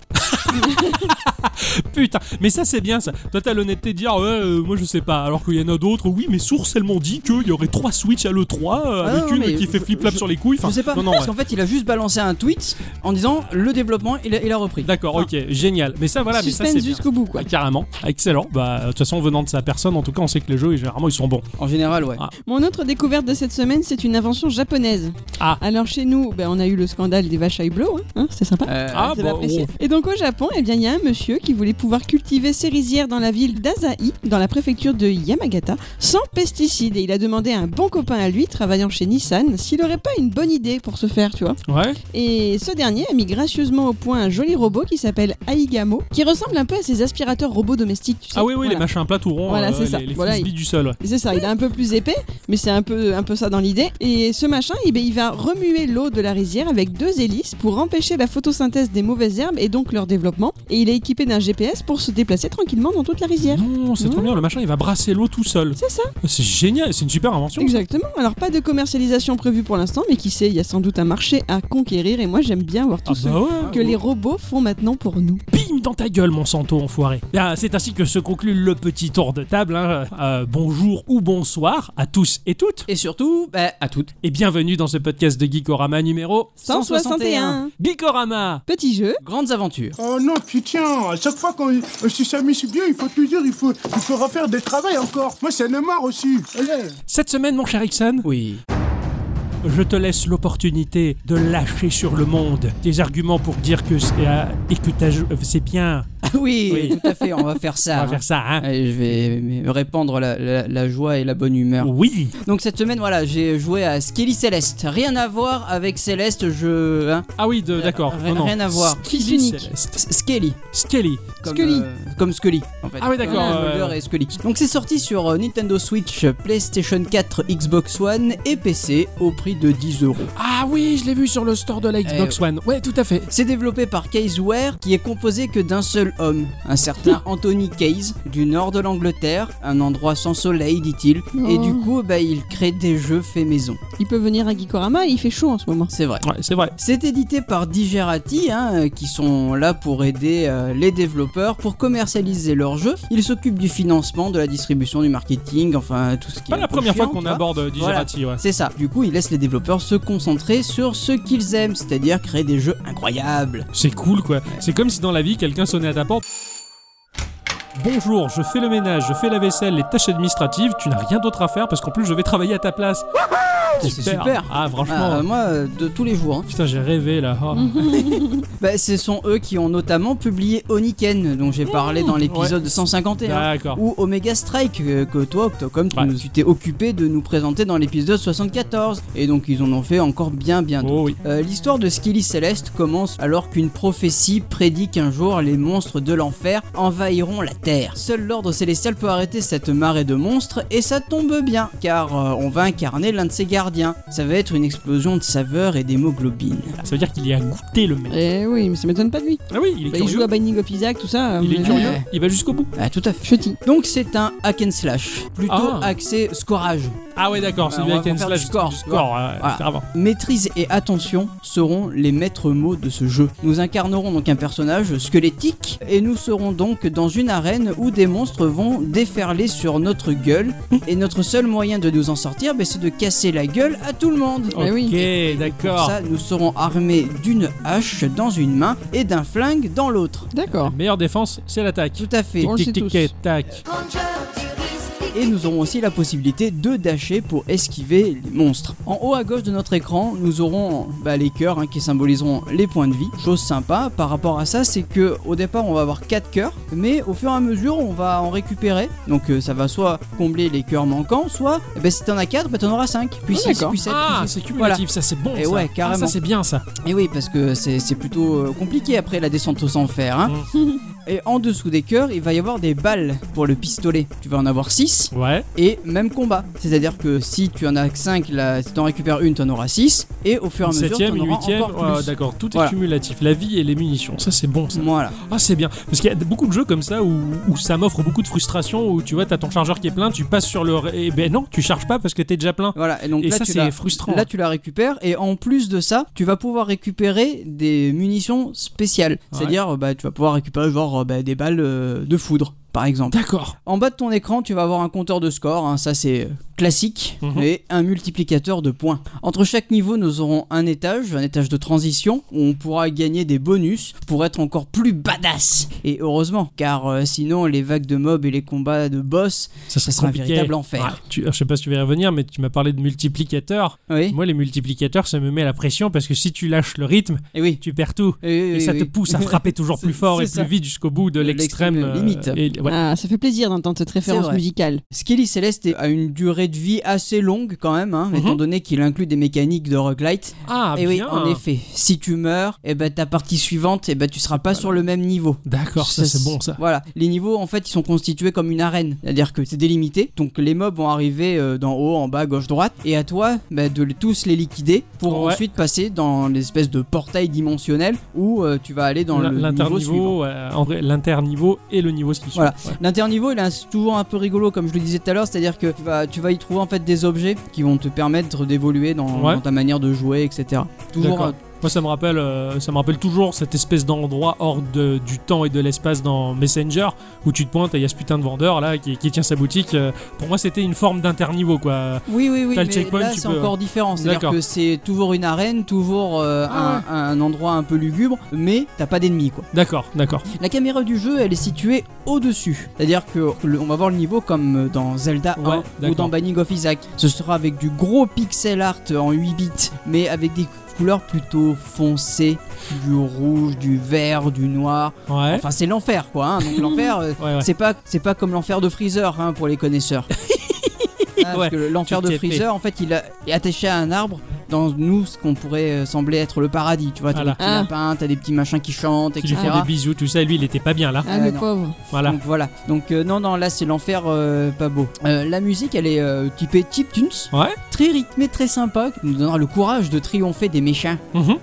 [SPEAKER 2] Putain, mais ça c'est bien ça. Toi t'as l'honnêteté de dire ouais, euh, moi je sais pas. Alors qu'il y en a d'autres, oui, mes sources elles m'ont dit qu'il y aurait trois Switch à l'E3 euh,
[SPEAKER 1] Ah
[SPEAKER 2] avec
[SPEAKER 1] non,
[SPEAKER 2] une
[SPEAKER 1] mais
[SPEAKER 2] qui fait
[SPEAKER 1] je-
[SPEAKER 2] flip-flap
[SPEAKER 1] je-
[SPEAKER 2] sur les couilles. Enfin,
[SPEAKER 1] je sais pas.
[SPEAKER 2] Non, non,
[SPEAKER 1] Parce
[SPEAKER 2] ouais.
[SPEAKER 1] qu'en fait, il a juste balancé un tweet en disant le développement, il a, il a repris.
[SPEAKER 2] D'accord, ok, génial. Mais ça voilà, mais ça
[SPEAKER 3] Suspense
[SPEAKER 2] c'est bien.
[SPEAKER 3] jusqu'au bout quoi.
[SPEAKER 2] Ah, carrément, excellent. Bah, de toute façon, venant de sa personne, en tout cas, on sait que les jeux, généralement, ils sont bons.
[SPEAKER 1] En général, ouais.
[SPEAKER 2] Ah.
[SPEAKER 3] Mon autre découverte de cette semaine, c'est une invention japonaise.
[SPEAKER 2] Ah.
[SPEAKER 3] Alors chez nous, ben, on a eu le scandale des vaches à hublot, hein, hein, c'était sympa.
[SPEAKER 1] Euh,
[SPEAKER 2] Ah,
[SPEAKER 3] Vous
[SPEAKER 2] bah,
[SPEAKER 3] avez apprécié.
[SPEAKER 2] oh.
[SPEAKER 3] Et donc au Japon, Japon, eh bien, il y a un monsieur qui voulait pouvoir cultiver ses rizières dans la ville d'Asahi, dans la préfecture de Yamagata, sans pesticides. Et il a demandé à un bon copain à lui, travaillant chez Nissan, s'il aurait pas une bonne idée pour ce faire, tu vois.
[SPEAKER 2] Ouais.
[SPEAKER 3] Et ce dernier a mis gracieusement au point un joli robot qui s'appelle Aigamo, qui ressemble un peu à ces aspirateurs robots domestiques. tu sais.
[SPEAKER 2] Ah oui, oui, les
[SPEAKER 3] Voilà.
[SPEAKER 2] machins plats tout ronds.
[SPEAKER 3] Voilà,
[SPEAKER 2] euh,
[SPEAKER 3] c'est ça.
[SPEAKER 2] Les, les
[SPEAKER 3] Voilà,
[SPEAKER 2] frisbees du sol. ouais.
[SPEAKER 3] Et C'est ça, il est un peu plus épais, mais c'est un peu, un peu ça dans l'idée. Et ce machin, eh ben, il va remuer l'eau de la rizière avec deux hélices pour empêcher la photosynthèse des mauvaises herbes et donc leur développement. Et il est équipé d'un GPS pour se déplacer tranquillement dans toute la rizière.
[SPEAKER 2] Non, c'est trop
[SPEAKER 3] Ouais.
[SPEAKER 2] bien, le machin il va brasser l'eau tout seul.
[SPEAKER 3] C'est ça,
[SPEAKER 2] C'est génial, c'est une super invention.
[SPEAKER 3] exactement. Alors pas de commercialisation prévue pour l'instant, mais qui sait, il y a sans doute un marché à conquérir. Et moi j'aime bien voir tout
[SPEAKER 2] Ah
[SPEAKER 3] ce
[SPEAKER 2] bah ouais.
[SPEAKER 3] que les robots font maintenant pour nous.
[SPEAKER 2] Bim dans ta gueule, Monsanto, enfoiré. Ah, c'est ainsi que se conclut le petit tour de table. hein. Euh, bonjour ou bonsoir à tous et toutes,
[SPEAKER 1] Et surtout, bah, à toutes.
[SPEAKER 2] et bienvenue dans ce podcast de Geekorama numéro
[SPEAKER 3] 161
[SPEAKER 2] Geekorama.
[SPEAKER 3] Petit jeu,
[SPEAKER 1] Grandes aventures.
[SPEAKER 4] Oh non, putain, à chaque fois qu'on euh, si ça m'est bien, il faut toujours, il faut, il faut refaire des travail encore. Moi, ça ne marre aussi. Allez.
[SPEAKER 2] Cette semaine, mon cher Ixon,
[SPEAKER 1] Oui.
[SPEAKER 2] je te laisse l'opportunité de lâcher sur le monde tes arguments pour dire que c'est ah, et que t'as jou- euh, c'est bien.
[SPEAKER 1] Ah oui,
[SPEAKER 2] Oui.
[SPEAKER 1] tout à fait, on va faire
[SPEAKER 2] On
[SPEAKER 1] ça.
[SPEAKER 2] va
[SPEAKER 1] hein.
[SPEAKER 2] faire ça, hein.
[SPEAKER 1] Allez, je vais me répandre la, la- la joie et la bonne humeur.
[SPEAKER 2] Oui.
[SPEAKER 1] Donc cette semaine, voilà, j'ai joué à Skelly Céleste. Rien à voir avec Céleste, je... hein,
[SPEAKER 2] Ah oui, de- d'accord.
[SPEAKER 1] rien-
[SPEAKER 2] Non, non.
[SPEAKER 1] rien à voir.
[SPEAKER 2] Skelly
[SPEAKER 3] Fils unique.
[SPEAKER 2] Céleste.
[SPEAKER 1] S- Skelly.
[SPEAKER 2] Skelly.
[SPEAKER 1] Comme,
[SPEAKER 3] Scully.
[SPEAKER 1] euh, comme Scully, en fait.
[SPEAKER 2] Ah oui, d'accord,
[SPEAKER 1] Comme
[SPEAKER 2] ouais,
[SPEAKER 1] Mulder
[SPEAKER 2] ouais.
[SPEAKER 1] et Scully. Donc c'est sorti sur euh, Nintendo Switch, PlayStation 4, Xbox One et PC au prix de 10 euros.
[SPEAKER 2] Ah oui, je l'ai vu sur le store de la Xbox
[SPEAKER 1] Eh
[SPEAKER 2] One. Ouais, tout à fait.
[SPEAKER 1] C'est développé par Caseware qui est composé que d'un seul homme, un certain Anthony Case, du nord de l'Angleterre, un endroit sans soleil dit-il, et
[SPEAKER 3] Oh.
[SPEAKER 1] du coup bah, il crée des jeux faits maison.
[SPEAKER 3] il peut venir à Gikorama, il fait chaud en ce moment.
[SPEAKER 1] C'est vrai.
[SPEAKER 2] Ouais, c'est vrai.
[SPEAKER 1] C'est édité par Digerati, hein, euh, qui sont là pour aider euh, les développeurs pour commercialiser leurs jeux. Ils s'occupent du financement, de la distribution, du marketing, enfin tout ce qui
[SPEAKER 2] Pas
[SPEAKER 1] est.
[SPEAKER 2] la
[SPEAKER 1] un peu
[SPEAKER 2] première fois
[SPEAKER 1] chiant,
[SPEAKER 2] qu'on
[SPEAKER 1] tu vois.
[SPEAKER 2] aborde Digerati, ouais.
[SPEAKER 1] C'est ça. Du coup, ils laissent les développeurs se concentrer sur ce qu'ils aiment, c'est-à-dire créer des jeux incroyables.
[SPEAKER 2] C'est cool quoi. C'est comme si dans la vie quelqu'un sonnait à ta porte. Bonjour, je fais le ménage, je fais la vaisselle, les tâches administratives, tu n'as rien d'autre à faire parce qu'en plus je vais travailler à ta place.
[SPEAKER 1] C'est super.
[SPEAKER 2] Ah franchement.
[SPEAKER 1] Ah, euh, Mhm. moi, euh, de tous les jours. hein.
[SPEAKER 2] Putain, j'ai rêvé là. Oh.
[SPEAKER 1] Bah, ce sont eux qui ont notamment publié Oniken, dont j'ai parlé dans l'épisode 151.
[SPEAKER 2] Mmh, D'accord.
[SPEAKER 1] ou Omega Strike euh, que toi Octocom tu
[SPEAKER 2] Ouais.
[SPEAKER 1] nous- tu t'es occupé de nous présenter dans l'épisode 74 et donc ils en ont fait encore bien bien d'autres.
[SPEAKER 2] Oh oui.
[SPEAKER 1] Euh, L'histoire de Skilly Céleste commence alors qu'une prophétie prédit qu'un jour les monstres de l'enfer envahiront la Terre. Seul l'ordre célestial peut arrêter cette marée de monstres et ça tombe bien car euh, on va incarner l'un de ses gardiens. Ça va être une explosion de saveurs et d'hémoglobine.
[SPEAKER 2] Ça veut dire qu'il y a goûté le mec.
[SPEAKER 3] Eh oui, mais ça m'étonne pas de lui.
[SPEAKER 2] Ah oui, il est
[SPEAKER 3] Bah, il
[SPEAKER 2] curieux.
[SPEAKER 3] joue à Binding of Isaac, tout ça.
[SPEAKER 2] Il
[SPEAKER 3] on
[SPEAKER 2] est
[SPEAKER 3] a-
[SPEAKER 2] curieux.
[SPEAKER 1] Ouais.
[SPEAKER 2] Il va jusqu'au bout.
[SPEAKER 1] Ah tout à fait.
[SPEAKER 3] Chutis.
[SPEAKER 1] Donc c'est un hack and slash, plutôt
[SPEAKER 2] Ah.
[SPEAKER 1] axé scorage.
[SPEAKER 2] Ah ouais, d'accord. C'est
[SPEAKER 1] Ouais, Bah,
[SPEAKER 2] bien
[SPEAKER 1] on va
[SPEAKER 2] qu'il y a une
[SPEAKER 1] faire du
[SPEAKER 2] slash
[SPEAKER 1] score,
[SPEAKER 2] du
[SPEAKER 1] tu
[SPEAKER 2] score. ouais,
[SPEAKER 1] Voilà.
[SPEAKER 2] carrément.
[SPEAKER 1] Maîtrise et attention seront les maîtres mots de ce jeu. Nous incarnerons donc un personnage squelettique et nous serons donc dans une arène où des monstres vont déferler sur notre
[SPEAKER 2] (laughs)
[SPEAKER 1] gueule et notre seul moyen de nous en sortir ben, c'est de casser la gueule à tout le monde.
[SPEAKER 2] Eh
[SPEAKER 3] Ouais, oui.
[SPEAKER 2] Ok, Ah.
[SPEAKER 1] Pour
[SPEAKER 2] d'accord.
[SPEAKER 1] Bah ça, nous serons armés d'une hache dans une main et d'un flingue dans l'autre.
[SPEAKER 2] La
[SPEAKER 3] D'accord.
[SPEAKER 2] meilleure défense, c'est l'attaque.
[SPEAKER 1] Tout à fait.
[SPEAKER 3] On le sait
[SPEAKER 2] Tic, tic,
[SPEAKER 3] tous.
[SPEAKER 2] tic, tac.
[SPEAKER 1] Et nous aurons aussi la possibilité de dasher pour esquiver les monstres. En haut à gauche de notre écran, nous aurons bah, les cœurs hein, qui symboliseront les points de vie. Chose sympa par rapport à ça, c'est que au départ on va avoir 4 cœurs, mais au fur et à mesure on va en récupérer. Donc euh, ça va soit combler les cœurs manquants, soit eh ben, si t'en as 4, bah, t'en auras 5, puis 6,
[SPEAKER 3] Ah, d'accord.
[SPEAKER 1] puis 7.
[SPEAKER 2] Ah,
[SPEAKER 1] puis
[SPEAKER 2] c'est cumulatif,
[SPEAKER 1] Voilà.
[SPEAKER 2] ça c'est bon.
[SPEAKER 1] Et
[SPEAKER 2] ça.
[SPEAKER 1] ouais,
[SPEAKER 2] Ah,
[SPEAKER 1] carrément.
[SPEAKER 2] ça c'est bien ça.
[SPEAKER 1] Et oui, parce que c'est c'est plutôt euh, compliqué après la descente aux enfers. Hein.
[SPEAKER 2] Mmh.
[SPEAKER 1] (laughs) Et en dessous des cœurs, il va y avoir des balles pour le pistolet. Tu vas en avoir 6.
[SPEAKER 2] Ouais.
[SPEAKER 1] et même combat. C'est-à-dire que si tu en as 5, là, si t'en récupères une, t'en auras 6, et au fur et à
[SPEAKER 2] Une
[SPEAKER 1] mesure,
[SPEAKER 2] septième,
[SPEAKER 1] t'en
[SPEAKER 2] une
[SPEAKER 1] auras
[SPEAKER 2] huitième,
[SPEAKER 1] encore
[SPEAKER 2] ouais,
[SPEAKER 1] plus.
[SPEAKER 2] d'accord, tout est
[SPEAKER 1] Voilà.
[SPEAKER 2] cumulatif, la vie et les munitions, ça c'est bon ça.
[SPEAKER 1] Voilà.
[SPEAKER 2] Ah c'est bien, parce qu'il y a beaucoup de jeux comme ça où, où ça m'offre beaucoup de frustration, où tu vois t'as ton chargeur qui est plein, tu passes sur le... Et ben non, tu charges pas parce que t'es déjà plein.
[SPEAKER 1] Voilà, et donc
[SPEAKER 2] et
[SPEAKER 1] là,
[SPEAKER 2] ça
[SPEAKER 1] tu
[SPEAKER 2] c'est
[SPEAKER 1] la...
[SPEAKER 2] frustrant. hein.
[SPEAKER 1] là, tu la récupères, et en plus de ça, tu vas pouvoir récupérer des munitions spéciales.
[SPEAKER 2] Ouais.
[SPEAKER 1] C'est-à-dire, bah, tu vas pouvoir récupérer genre euh, bah, des balles euh, de foudre, par exemple.
[SPEAKER 2] D'accord.
[SPEAKER 1] En bas de ton écran, tu vas avoir un compteur de score, hein, ça c'est euh, classique,
[SPEAKER 2] Mhm.
[SPEAKER 1] et un multiplicateur de points. Entre chaque niveau, nous aurons un étage, un étage de transition, où on pourra gagner des bonus pour être encore plus badass. Et heureusement, car euh, sinon les vagues de mobs et les combats de boss,
[SPEAKER 2] Ça,
[SPEAKER 1] ça sera un véritable enfer.
[SPEAKER 2] tu, je sais pas si tu vas y revenir, mais tu m'as parlé de multiplicateurs.
[SPEAKER 1] oui,
[SPEAKER 2] Moi, les multiplicateurs, ça me met la pression parce que si tu lâches le rythme,
[SPEAKER 1] et eh oui.
[SPEAKER 2] tu perds tout.
[SPEAKER 1] Et, oui, eh
[SPEAKER 2] Et
[SPEAKER 1] oui,
[SPEAKER 2] ça te
[SPEAKER 1] oui.
[SPEAKER 2] pousse à frapper toujours plus
[SPEAKER 1] (laughs) C'est-
[SPEAKER 2] fort et
[SPEAKER 1] c'est
[SPEAKER 2] plus
[SPEAKER 1] ça.
[SPEAKER 2] vite jusqu'au bout de
[SPEAKER 1] De
[SPEAKER 2] l'extrême
[SPEAKER 1] l'extrême
[SPEAKER 2] euh,
[SPEAKER 1] limite.
[SPEAKER 2] et- ouais.
[SPEAKER 3] Ah, ça fait plaisir d'entendre cette référence
[SPEAKER 1] vrai.
[SPEAKER 3] musicale.
[SPEAKER 1] Skelly Celeste a une durée de vie assez longue quand même, hein,
[SPEAKER 2] Mhm.
[SPEAKER 1] étant donné qu'il inclut des mécaniques de roguelite.
[SPEAKER 2] Ah,
[SPEAKER 1] et
[SPEAKER 2] bien.
[SPEAKER 1] oui, en effet, si tu meurs, et ben ta partie suivante, et ben tu seras pas sur le même niveau.
[SPEAKER 2] D'accord, ça c'est bon ça.
[SPEAKER 1] Voilà, les niveaux en fait ils sont constitués comme une arène, c'est-à-dire que c'est délimité, donc les mobs vont arriver euh, d'en haut, en bas, gauche, droite, et à toi bah, de les- tous les liquider pour
[SPEAKER 2] Ouais.
[SPEAKER 1] ensuite passer dans l'espèce de portail dimensionnel où euh, tu vas aller dans le
[SPEAKER 2] L-
[SPEAKER 1] niveau suivant.
[SPEAKER 2] L'interniveau, euh, en vrai, l'interniveau et le niveau ce qui suit.
[SPEAKER 1] Voilà.
[SPEAKER 2] Ouais.
[SPEAKER 1] L'interniveau il est toujours un peu rigolo comme je le disais tout à l'heure, c'est-à-dire que tu vas, tu vas y trouver en fait des objets qui vont te permettre d'évoluer dans,
[SPEAKER 2] Ouais.
[SPEAKER 1] dans ta manière de jouer, etc. Toujours
[SPEAKER 2] D'accord.
[SPEAKER 1] euh,
[SPEAKER 2] Moi, ça me rappelle, euh, ça me rappelle toujours cette espèce d'endroit hors de- du temps et de l'espace dans Messenger où tu te pointes et il y a ce putain de vendeur là qui, qui tient sa boutique. Euh, Pour moi, c'était une forme d'interniveau quoi.
[SPEAKER 1] Oui, oui, oui,
[SPEAKER 2] T'as le
[SPEAKER 1] mais
[SPEAKER 2] checkpoint,
[SPEAKER 1] là
[SPEAKER 2] tu
[SPEAKER 1] c'est
[SPEAKER 2] peux- hein.
[SPEAKER 1] encore différent. C'est-à-dire
[SPEAKER 2] D'accord.
[SPEAKER 1] que c'est toujours une arène, toujours euh,
[SPEAKER 2] Ah
[SPEAKER 1] un, un endroit un peu lugubre, mais t'as pas d'ennemis quoi.
[SPEAKER 2] D'accord, d'accord.
[SPEAKER 1] La caméra du jeu, elle est située au-dessus. C'est-à-dire que le- on va voir le niveau comme dans Zelda
[SPEAKER 2] Ouais,
[SPEAKER 1] 1 ou
[SPEAKER 2] d'accord.
[SPEAKER 1] dans Banning of Isaac. Ce sera avec du gros pixel art en 8 bits, mais avec des couleurs plutôt foncées, du rouge, du vert, du noir.
[SPEAKER 2] Ouais.
[SPEAKER 1] Enfin, c'est l'enfer quoi. hein. Donc
[SPEAKER 2] (laughs)
[SPEAKER 1] l'enfer, euh,
[SPEAKER 2] Ouais, ouais.
[SPEAKER 1] c'est pas c'est pas comme l'enfer de Freezer hein, pour les
[SPEAKER 2] (laughs)
[SPEAKER 1] connaisseurs. Ah, parce
[SPEAKER 2] Ouais,
[SPEAKER 1] que l'enfer
[SPEAKER 2] tu
[SPEAKER 1] de
[SPEAKER 2] t'es fait.
[SPEAKER 1] Freezer, en fait, il a- est attaché à un arbre dans nous ce qu'on pourrait euh, sembler être le paradis. Tu vois, t'as
[SPEAKER 2] Voilà.
[SPEAKER 1] des petits
[SPEAKER 3] Ah.
[SPEAKER 1] lapins, t'as des petits machins qui chantent,
[SPEAKER 2] Qui lui
[SPEAKER 1] etc.
[SPEAKER 2] font des bisous, tout ça. Et lui, il était pas bien là.
[SPEAKER 3] Ah,
[SPEAKER 1] Euh,
[SPEAKER 3] le
[SPEAKER 1] non.
[SPEAKER 3] pauvre.
[SPEAKER 2] Voilà.
[SPEAKER 1] Donc voilà. Donc euh, non, non, là c'est l'enfer, euh, pas beau. Euh, la musique, elle est euh, typée chiptunes.
[SPEAKER 2] Ouais.
[SPEAKER 1] Très rythmée, très sympa, qui nous donnera le courage de triompher des méchants.
[SPEAKER 2] Mhm.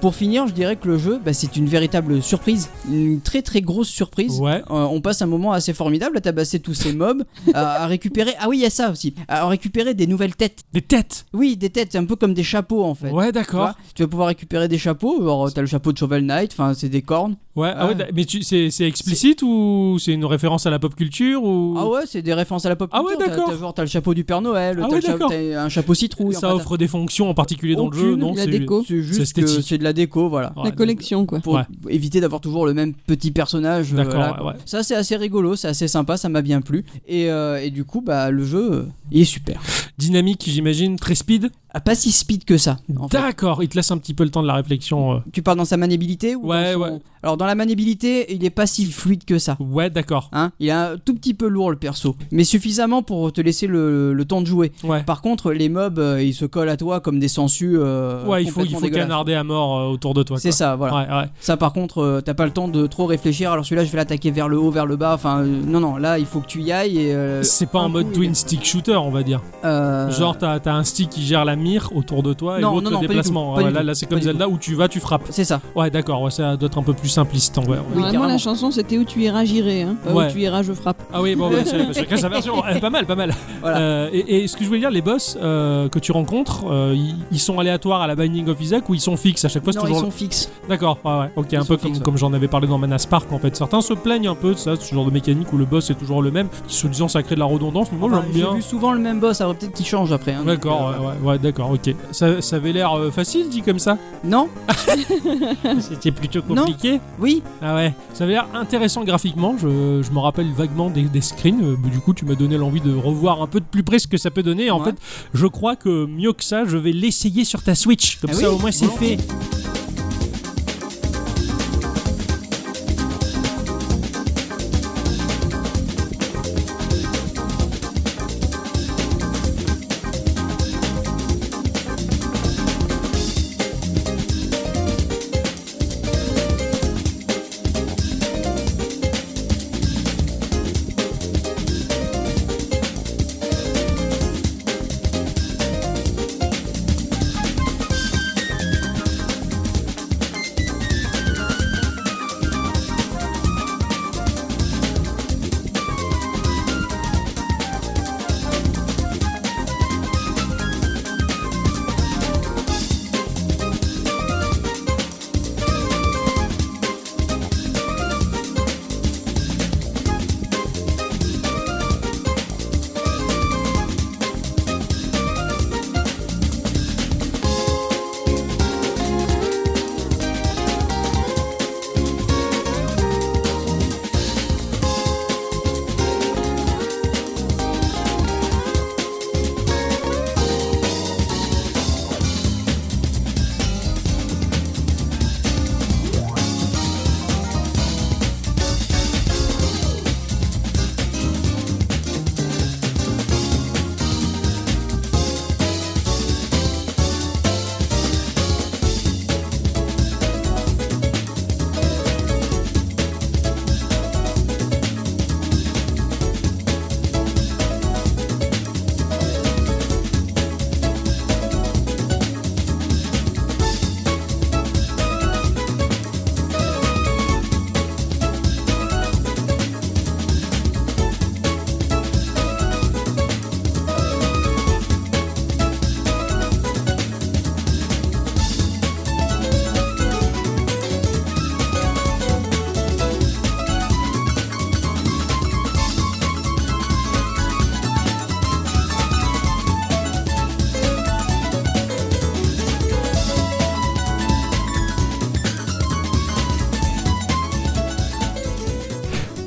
[SPEAKER 1] Pour finir, je dirais que le jeu, bah, c'est une véritable surprise. Une très très grosse surprise.
[SPEAKER 2] Ouais.
[SPEAKER 1] Euh, on passe un moment assez formidable à tabasser tous ces
[SPEAKER 2] (laughs)
[SPEAKER 1] mobs, à, à récupérer. Ah oui, il y a ça aussi. À récupérer des nouvelles têtes.
[SPEAKER 2] Des têtes.
[SPEAKER 1] Oui, des têtes, un peu comme des chapeaux en fait.
[SPEAKER 2] Ouais,
[SPEAKER 1] Tu vois,
[SPEAKER 2] d'accord.
[SPEAKER 1] tu vas pouvoir récupérer des chapeaux, genre euh, t'as le chapeau de Shovel Knight, enfin c'est des cornes.
[SPEAKER 2] Ouais, ah ouais,
[SPEAKER 1] Ah.
[SPEAKER 2] d'a- mais tu- c'est c'est explicite ou c'est une référence à la pop culture ou
[SPEAKER 1] Ah ouais, c'est des références à la pop
[SPEAKER 2] Ah
[SPEAKER 1] culture.
[SPEAKER 2] ouais,
[SPEAKER 1] T'as-
[SPEAKER 2] d'accord.
[SPEAKER 1] T'as genre t'as le chapeau du Père Noël,
[SPEAKER 2] Ah
[SPEAKER 1] t'as
[SPEAKER 2] ouais,
[SPEAKER 1] le cha-
[SPEAKER 2] d'accord.
[SPEAKER 1] t'as un chapeau citrouille.
[SPEAKER 2] ça
[SPEAKER 1] enfin,
[SPEAKER 2] offre des fonctions en particulier dans le jeu
[SPEAKER 1] Aucune,
[SPEAKER 2] Non,
[SPEAKER 3] la
[SPEAKER 2] c'est-
[SPEAKER 3] déco,
[SPEAKER 1] t'as- C'est
[SPEAKER 2] c'est
[SPEAKER 1] juste que
[SPEAKER 2] esthétique.
[SPEAKER 1] c'est de la déco, voilà.
[SPEAKER 2] Ouais,
[SPEAKER 3] la collection, quoi.
[SPEAKER 1] Pour
[SPEAKER 2] Ouais.
[SPEAKER 1] éviter d'avoir toujours le même petit personnage. euh,
[SPEAKER 2] D'accord,
[SPEAKER 1] voilà.
[SPEAKER 2] ouais, ouais.
[SPEAKER 1] Ça c'est assez rigolo, c'est assez sympa, ça m'a bien plu. Et, euh, et du coup, bah le jeu, euh, il est super.
[SPEAKER 2] Dynamique, j'imagine, très speed.
[SPEAKER 1] Ah, pas si speed que ça. en fait.
[SPEAKER 2] D'accord, il te laisse un petit peu le temps de la réflexion. euh.
[SPEAKER 1] Tu parles dans sa maniabilité ou
[SPEAKER 2] Ouais,
[SPEAKER 1] dans son-
[SPEAKER 2] ouais.
[SPEAKER 1] Alors dans la maniabilité, il est pas si fluide que ça.
[SPEAKER 2] Ouais, d'accord.
[SPEAKER 1] Hein il est un tout petit peu lourd le perso, mais suffisamment pour te laisser le- le temps de jouer.
[SPEAKER 2] Ouais.
[SPEAKER 1] Par contre, les mobs, euh, ils se collent à toi comme des sangsues. euh,
[SPEAKER 2] ouais, il faut, il
[SPEAKER 1] complètement
[SPEAKER 2] faut
[SPEAKER 1] dégueulasses.
[SPEAKER 2] canarder à mort euh, autour de toi.
[SPEAKER 1] C'est
[SPEAKER 2] quoi.
[SPEAKER 1] ça, voilà.
[SPEAKER 2] Ouais, ouais.
[SPEAKER 1] Ça, par contre, euh, t'as pas le temps de trop réfléchir. Alors celui-là, je vais l'attaquer vers le haut, vers le bas. Enfin, euh, non, non, là, il faut que tu y ailles. Et, euh,
[SPEAKER 2] C'est pas
[SPEAKER 1] un
[SPEAKER 2] en mode
[SPEAKER 1] coup, il
[SPEAKER 2] twin
[SPEAKER 1] est-
[SPEAKER 2] stick shooter, on va dire.
[SPEAKER 1] euh,
[SPEAKER 2] Genre, t'as t'as un stick qui gère la mire autour de toi et
[SPEAKER 1] Non, non, non,
[SPEAKER 2] l'autre le
[SPEAKER 1] pas du
[SPEAKER 2] déplacement.
[SPEAKER 1] tout, pas
[SPEAKER 2] Ouais,
[SPEAKER 1] du
[SPEAKER 2] là,
[SPEAKER 1] tout,
[SPEAKER 2] là, c'est
[SPEAKER 1] pas
[SPEAKER 2] comme
[SPEAKER 1] du
[SPEAKER 2] Zelda où tu vas, tu frappes.
[SPEAKER 1] C'est ça.
[SPEAKER 2] Ouais, d'accord, ouais, ça doit être un peu plus simpliste en vrai. ouais.
[SPEAKER 1] Oui,
[SPEAKER 3] Normalement,
[SPEAKER 1] carrément.
[SPEAKER 3] la chanson, c'était Où tu iras, j'irai. Hein. Pas
[SPEAKER 2] Ouais.
[SPEAKER 3] Où tu iras, je frappe.
[SPEAKER 2] Ah oui, bon, ouais, c'est- chacun sa version. Ouais, pas mal, pas mal.
[SPEAKER 1] Voilà.
[SPEAKER 2] Euh, et, et ce que je voulais dire, les boss euh, que tu rencontres, euh, ils, ils sont aléatoires à la Binding of Isaac ou ils sont fixes à chaque fois c'est
[SPEAKER 1] non, ils
[SPEAKER 2] toujours...
[SPEAKER 1] sont fixes.
[SPEAKER 2] D'accord, ouais, ouais, ok, un
[SPEAKER 1] sont
[SPEAKER 2] peu
[SPEAKER 1] fixes,
[SPEAKER 2] comme,
[SPEAKER 1] ouais.
[SPEAKER 2] comme j'en avais parlé dans Manas Park en fait. Certains se plaignent un peu de ça, ce genre de mécanique où le boss est toujours le même, qui se disant ça crée de la redondance, mais moi
[SPEAKER 1] Enfin,
[SPEAKER 2] Oh, j'aime
[SPEAKER 1] Ah bah, J'ai vu
[SPEAKER 2] bien.
[SPEAKER 1] souvent le même boss. Alors peut-être qu'il change après. hein,
[SPEAKER 2] D'accord,
[SPEAKER 1] donc, euh,
[SPEAKER 2] ouais, ouais, ouais, d'accord, ok. Ça, ça avait l'air euh, facile dit comme ça.
[SPEAKER 1] Non
[SPEAKER 2] (laughs) C'était plutôt
[SPEAKER 1] Non.
[SPEAKER 2] compliqué.
[SPEAKER 1] Oui
[SPEAKER 2] Ah ouais, ça avait l'air intéressant graphiquement. Je, je me rappelle vaguement des, des screens. euh, mais Du coup, tu m'as donné l'envie de revoir un peu de plus près ce que ça peut donner. En
[SPEAKER 1] Ouais.
[SPEAKER 2] fait, je crois que mieux que ça, je vais l'essayer sur ta Switch. Comme
[SPEAKER 1] Ah
[SPEAKER 2] ça,
[SPEAKER 1] oui,
[SPEAKER 2] au moins, c'est
[SPEAKER 1] volontiers.
[SPEAKER 2] fait.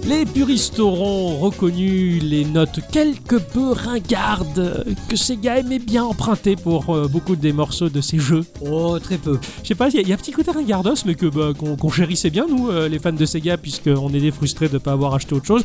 [SPEAKER 2] Les puristes auront reconnu les notes quelque peu ringardes que Sega aimait bien emprunter pour euh, beaucoup des morceaux de ses jeux.
[SPEAKER 1] Oh, très peu.
[SPEAKER 2] Je sais pas, il y, a- y a un petit côté ringardos, mais que bah, qu'on qu'on chérissait bien, nous, euh, les fans de Sega, puisqu'on est des frustrés de ne pas avoir acheté autre chose.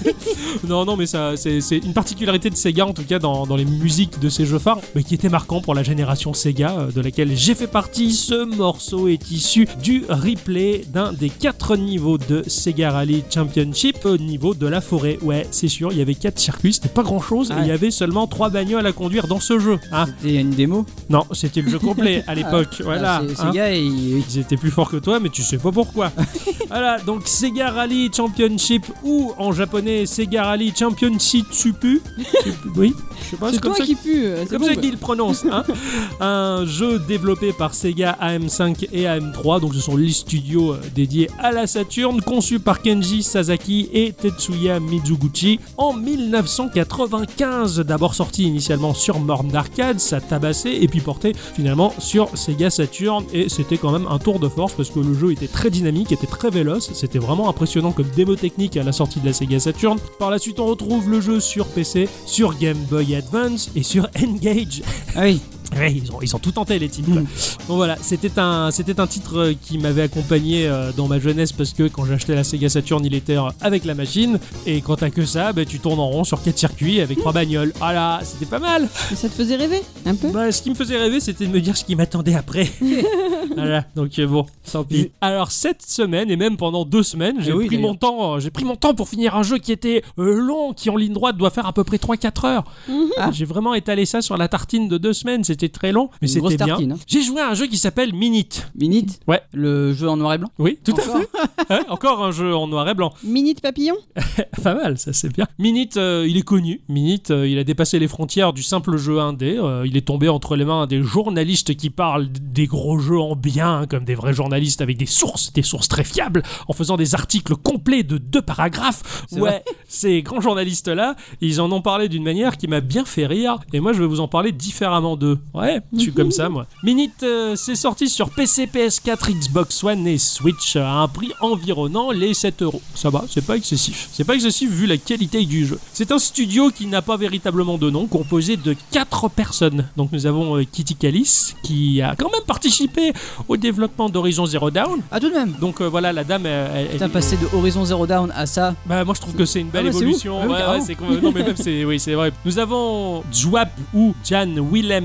[SPEAKER 2] (laughs) non, non, mais ça, c'est c'est une particularité de Sega, en tout cas dans, dans les musiques de ces jeux phares, mais qui était marquant pour la génération Sega, euh, de laquelle j'ai fait partie. Ce morceau est issu du replay d'un des quatre niveaux de Sega Rally Championship au niveau de la forêt. Ouais, c'est sûr, il y avait quatre circuits, c'était pas grand chose,
[SPEAKER 1] Ah
[SPEAKER 2] et il y
[SPEAKER 1] ouais.
[SPEAKER 2] avait seulement trois bagnoles à conduire dans ce jeu. Hein
[SPEAKER 1] C'était une démo.
[SPEAKER 2] non, c'était le jeu complet
[SPEAKER 1] (laughs)
[SPEAKER 2] à l'époque. voilà.
[SPEAKER 1] Ah, c'est-
[SPEAKER 2] hein.
[SPEAKER 1] Sega, il-
[SPEAKER 2] Ils étaient plus forts que toi, mais tu sais pas
[SPEAKER 3] (laughs)
[SPEAKER 2] pourquoi. voilà, donc Sega Rally Championship ou en japonais Sega Rally Championship
[SPEAKER 3] (laughs)
[SPEAKER 2] Supu. Oui, je sais pas,
[SPEAKER 3] C'est
[SPEAKER 2] c'est comme
[SPEAKER 3] toi
[SPEAKER 2] ça
[SPEAKER 3] qui pue. euh, c'est
[SPEAKER 2] comme
[SPEAKER 3] bon,
[SPEAKER 2] ça
[SPEAKER 3] bah.
[SPEAKER 2] qu'ils le prononcent. hein. un jeu développé par Sega AM5 et AM3, donc ce sont les studios euh, dédiés à la Saturn, conçu par Kenji Sasaki et Tetsuya Mizuguchi en 1995. D'abord sorti initialement sur Morne d'arcade, ça tabassait et puis porté finalement sur Sega Saturn et c'était quand même un tour de force parce que le jeu était très dynamique, était très véloce, c'était vraiment impressionnant comme démo technique à la sortie de la Sega Saturn. Par la suite, on retrouve le jeu sur PC, sur Game Boy Advance et sur Engage.
[SPEAKER 1] Ah oui.
[SPEAKER 2] Ouais, ils, ont, ils ont tout tenté les types. quoi.
[SPEAKER 1] Mm.
[SPEAKER 2] Donc voilà, c'était un, c'était un titre euh, qui m'avait accompagné euh, dans ma jeunesse parce que quand j'ai acheté la Sega Saturn, il était euh, avec la machine. Et quand t'as que ça, bah, tu tournes en rond sur quatre circuits avec trois bagnoles. Ah là, c'était pas mal.
[SPEAKER 3] Mais ça te faisait rêver un peu
[SPEAKER 2] Bah, ce qui me faisait rêver, c'était de me dire ce qui m'attendait après. voilà, donc euh, bon, tant pis. Alors cette semaine et même pendant deux semaines, j'ai
[SPEAKER 1] Eh oui,
[SPEAKER 2] pris mon temps. euh, J'ai pris mon temps pour finir un jeu qui était euh, long, qui en ligne droite doit faire à peu près 3-4 heures.
[SPEAKER 3] Mhm.
[SPEAKER 1] Ah.
[SPEAKER 2] J'ai vraiment étalé ça sur la tartine de deux semaines. C'était très long, mais
[SPEAKER 1] Une grosse
[SPEAKER 2] c'était bien.
[SPEAKER 1] tartine, hein.
[SPEAKER 2] J'ai joué à un jeu qui s'appelle Minute.
[SPEAKER 1] Minute
[SPEAKER 2] Ouais.
[SPEAKER 1] Le jeu en noir et blanc
[SPEAKER 2] Oui, tout
[SPEAKER 1] Encore
[SPEAKER 2] à fait. Hein, Encore un jeu en noir et blanc.
[SPEAKER 3] Minute papillon
[SPEAKER 2] (laughs) Pas mal, ça c'est bien. Minute, euh, il est connu. Minute, euh, il a dépassé les frontières du simple jeu indé. Euh, il est tombé entre les mains des journalistes qui parlent d- des gros jeux en bien, hein, comme des vrais journalistes avec des sources, des sources très fiables, en faisant des articles complets de deux paragraphes.
[SPEAKER 1] C'est
[SPEAKER 2] Ouais, (laughs) ces grands journalistes-là, ils en ont parlé d'une manière qui m'a bien fait rire. Et moi, je vais vous en parler différemment d'eux. Ouais, je suis comme ça, moi. Minute, euh, c'est sorti sur PC, PS4, Xbox One et Switch à un prix environnant les 7 euros. Ça va, c'est pas excessif. C'est pas excessif vu la qualité du jeu. C'est un studio qui n'a pas véritablement de nom, composé de 4 personnes. Donc nous avons euh, Kitty Callis, qui a quand même participé au développement d'Horizon Zero Dawn.
[SPEAKER 1] Ah, tout de même
[SPEAKER 2] Donc euh, voilà, la dame, euh, elle- elle-
[SPEAKER 1] Putain, passer de Horizon Zero Down à ça.
[SPEAKER 2] bah moi je trouve que c'est une belle
[SPEAKER 1] Ah ouais, c'est
[SPEAKER 2] évolution.
[SPEAKER 1] ouf. Ah oui,
[SPEAKER 2] Ouais, ouais,
[SPEAKER 1] carrément.
[SPEAKER 2] c'est con- non mais même c'est oui c'est vrai. Nous avons Zwap ou Jan Willem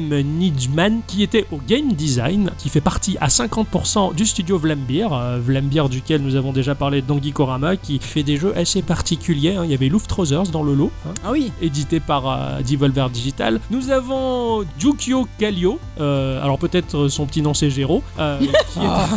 [SPEAKER 2] Nijman qui était au game design, qui fait partie à 50% du studio Vlambir, euh, Vlambir duquel nous avons déjà parlé d'Anguille Korama, qui fait des jeux assez particuliers. hein. Il y avait Loof Trousers dans le lot. hein
[SPEAKER 1] Ah oui
[SPEAKER 2] édité par euh, Devolver Digital. Nous avons Yukio Kallio, euh, alors peut-être euh, son petit nom c'est Gero, euh, qui, est un,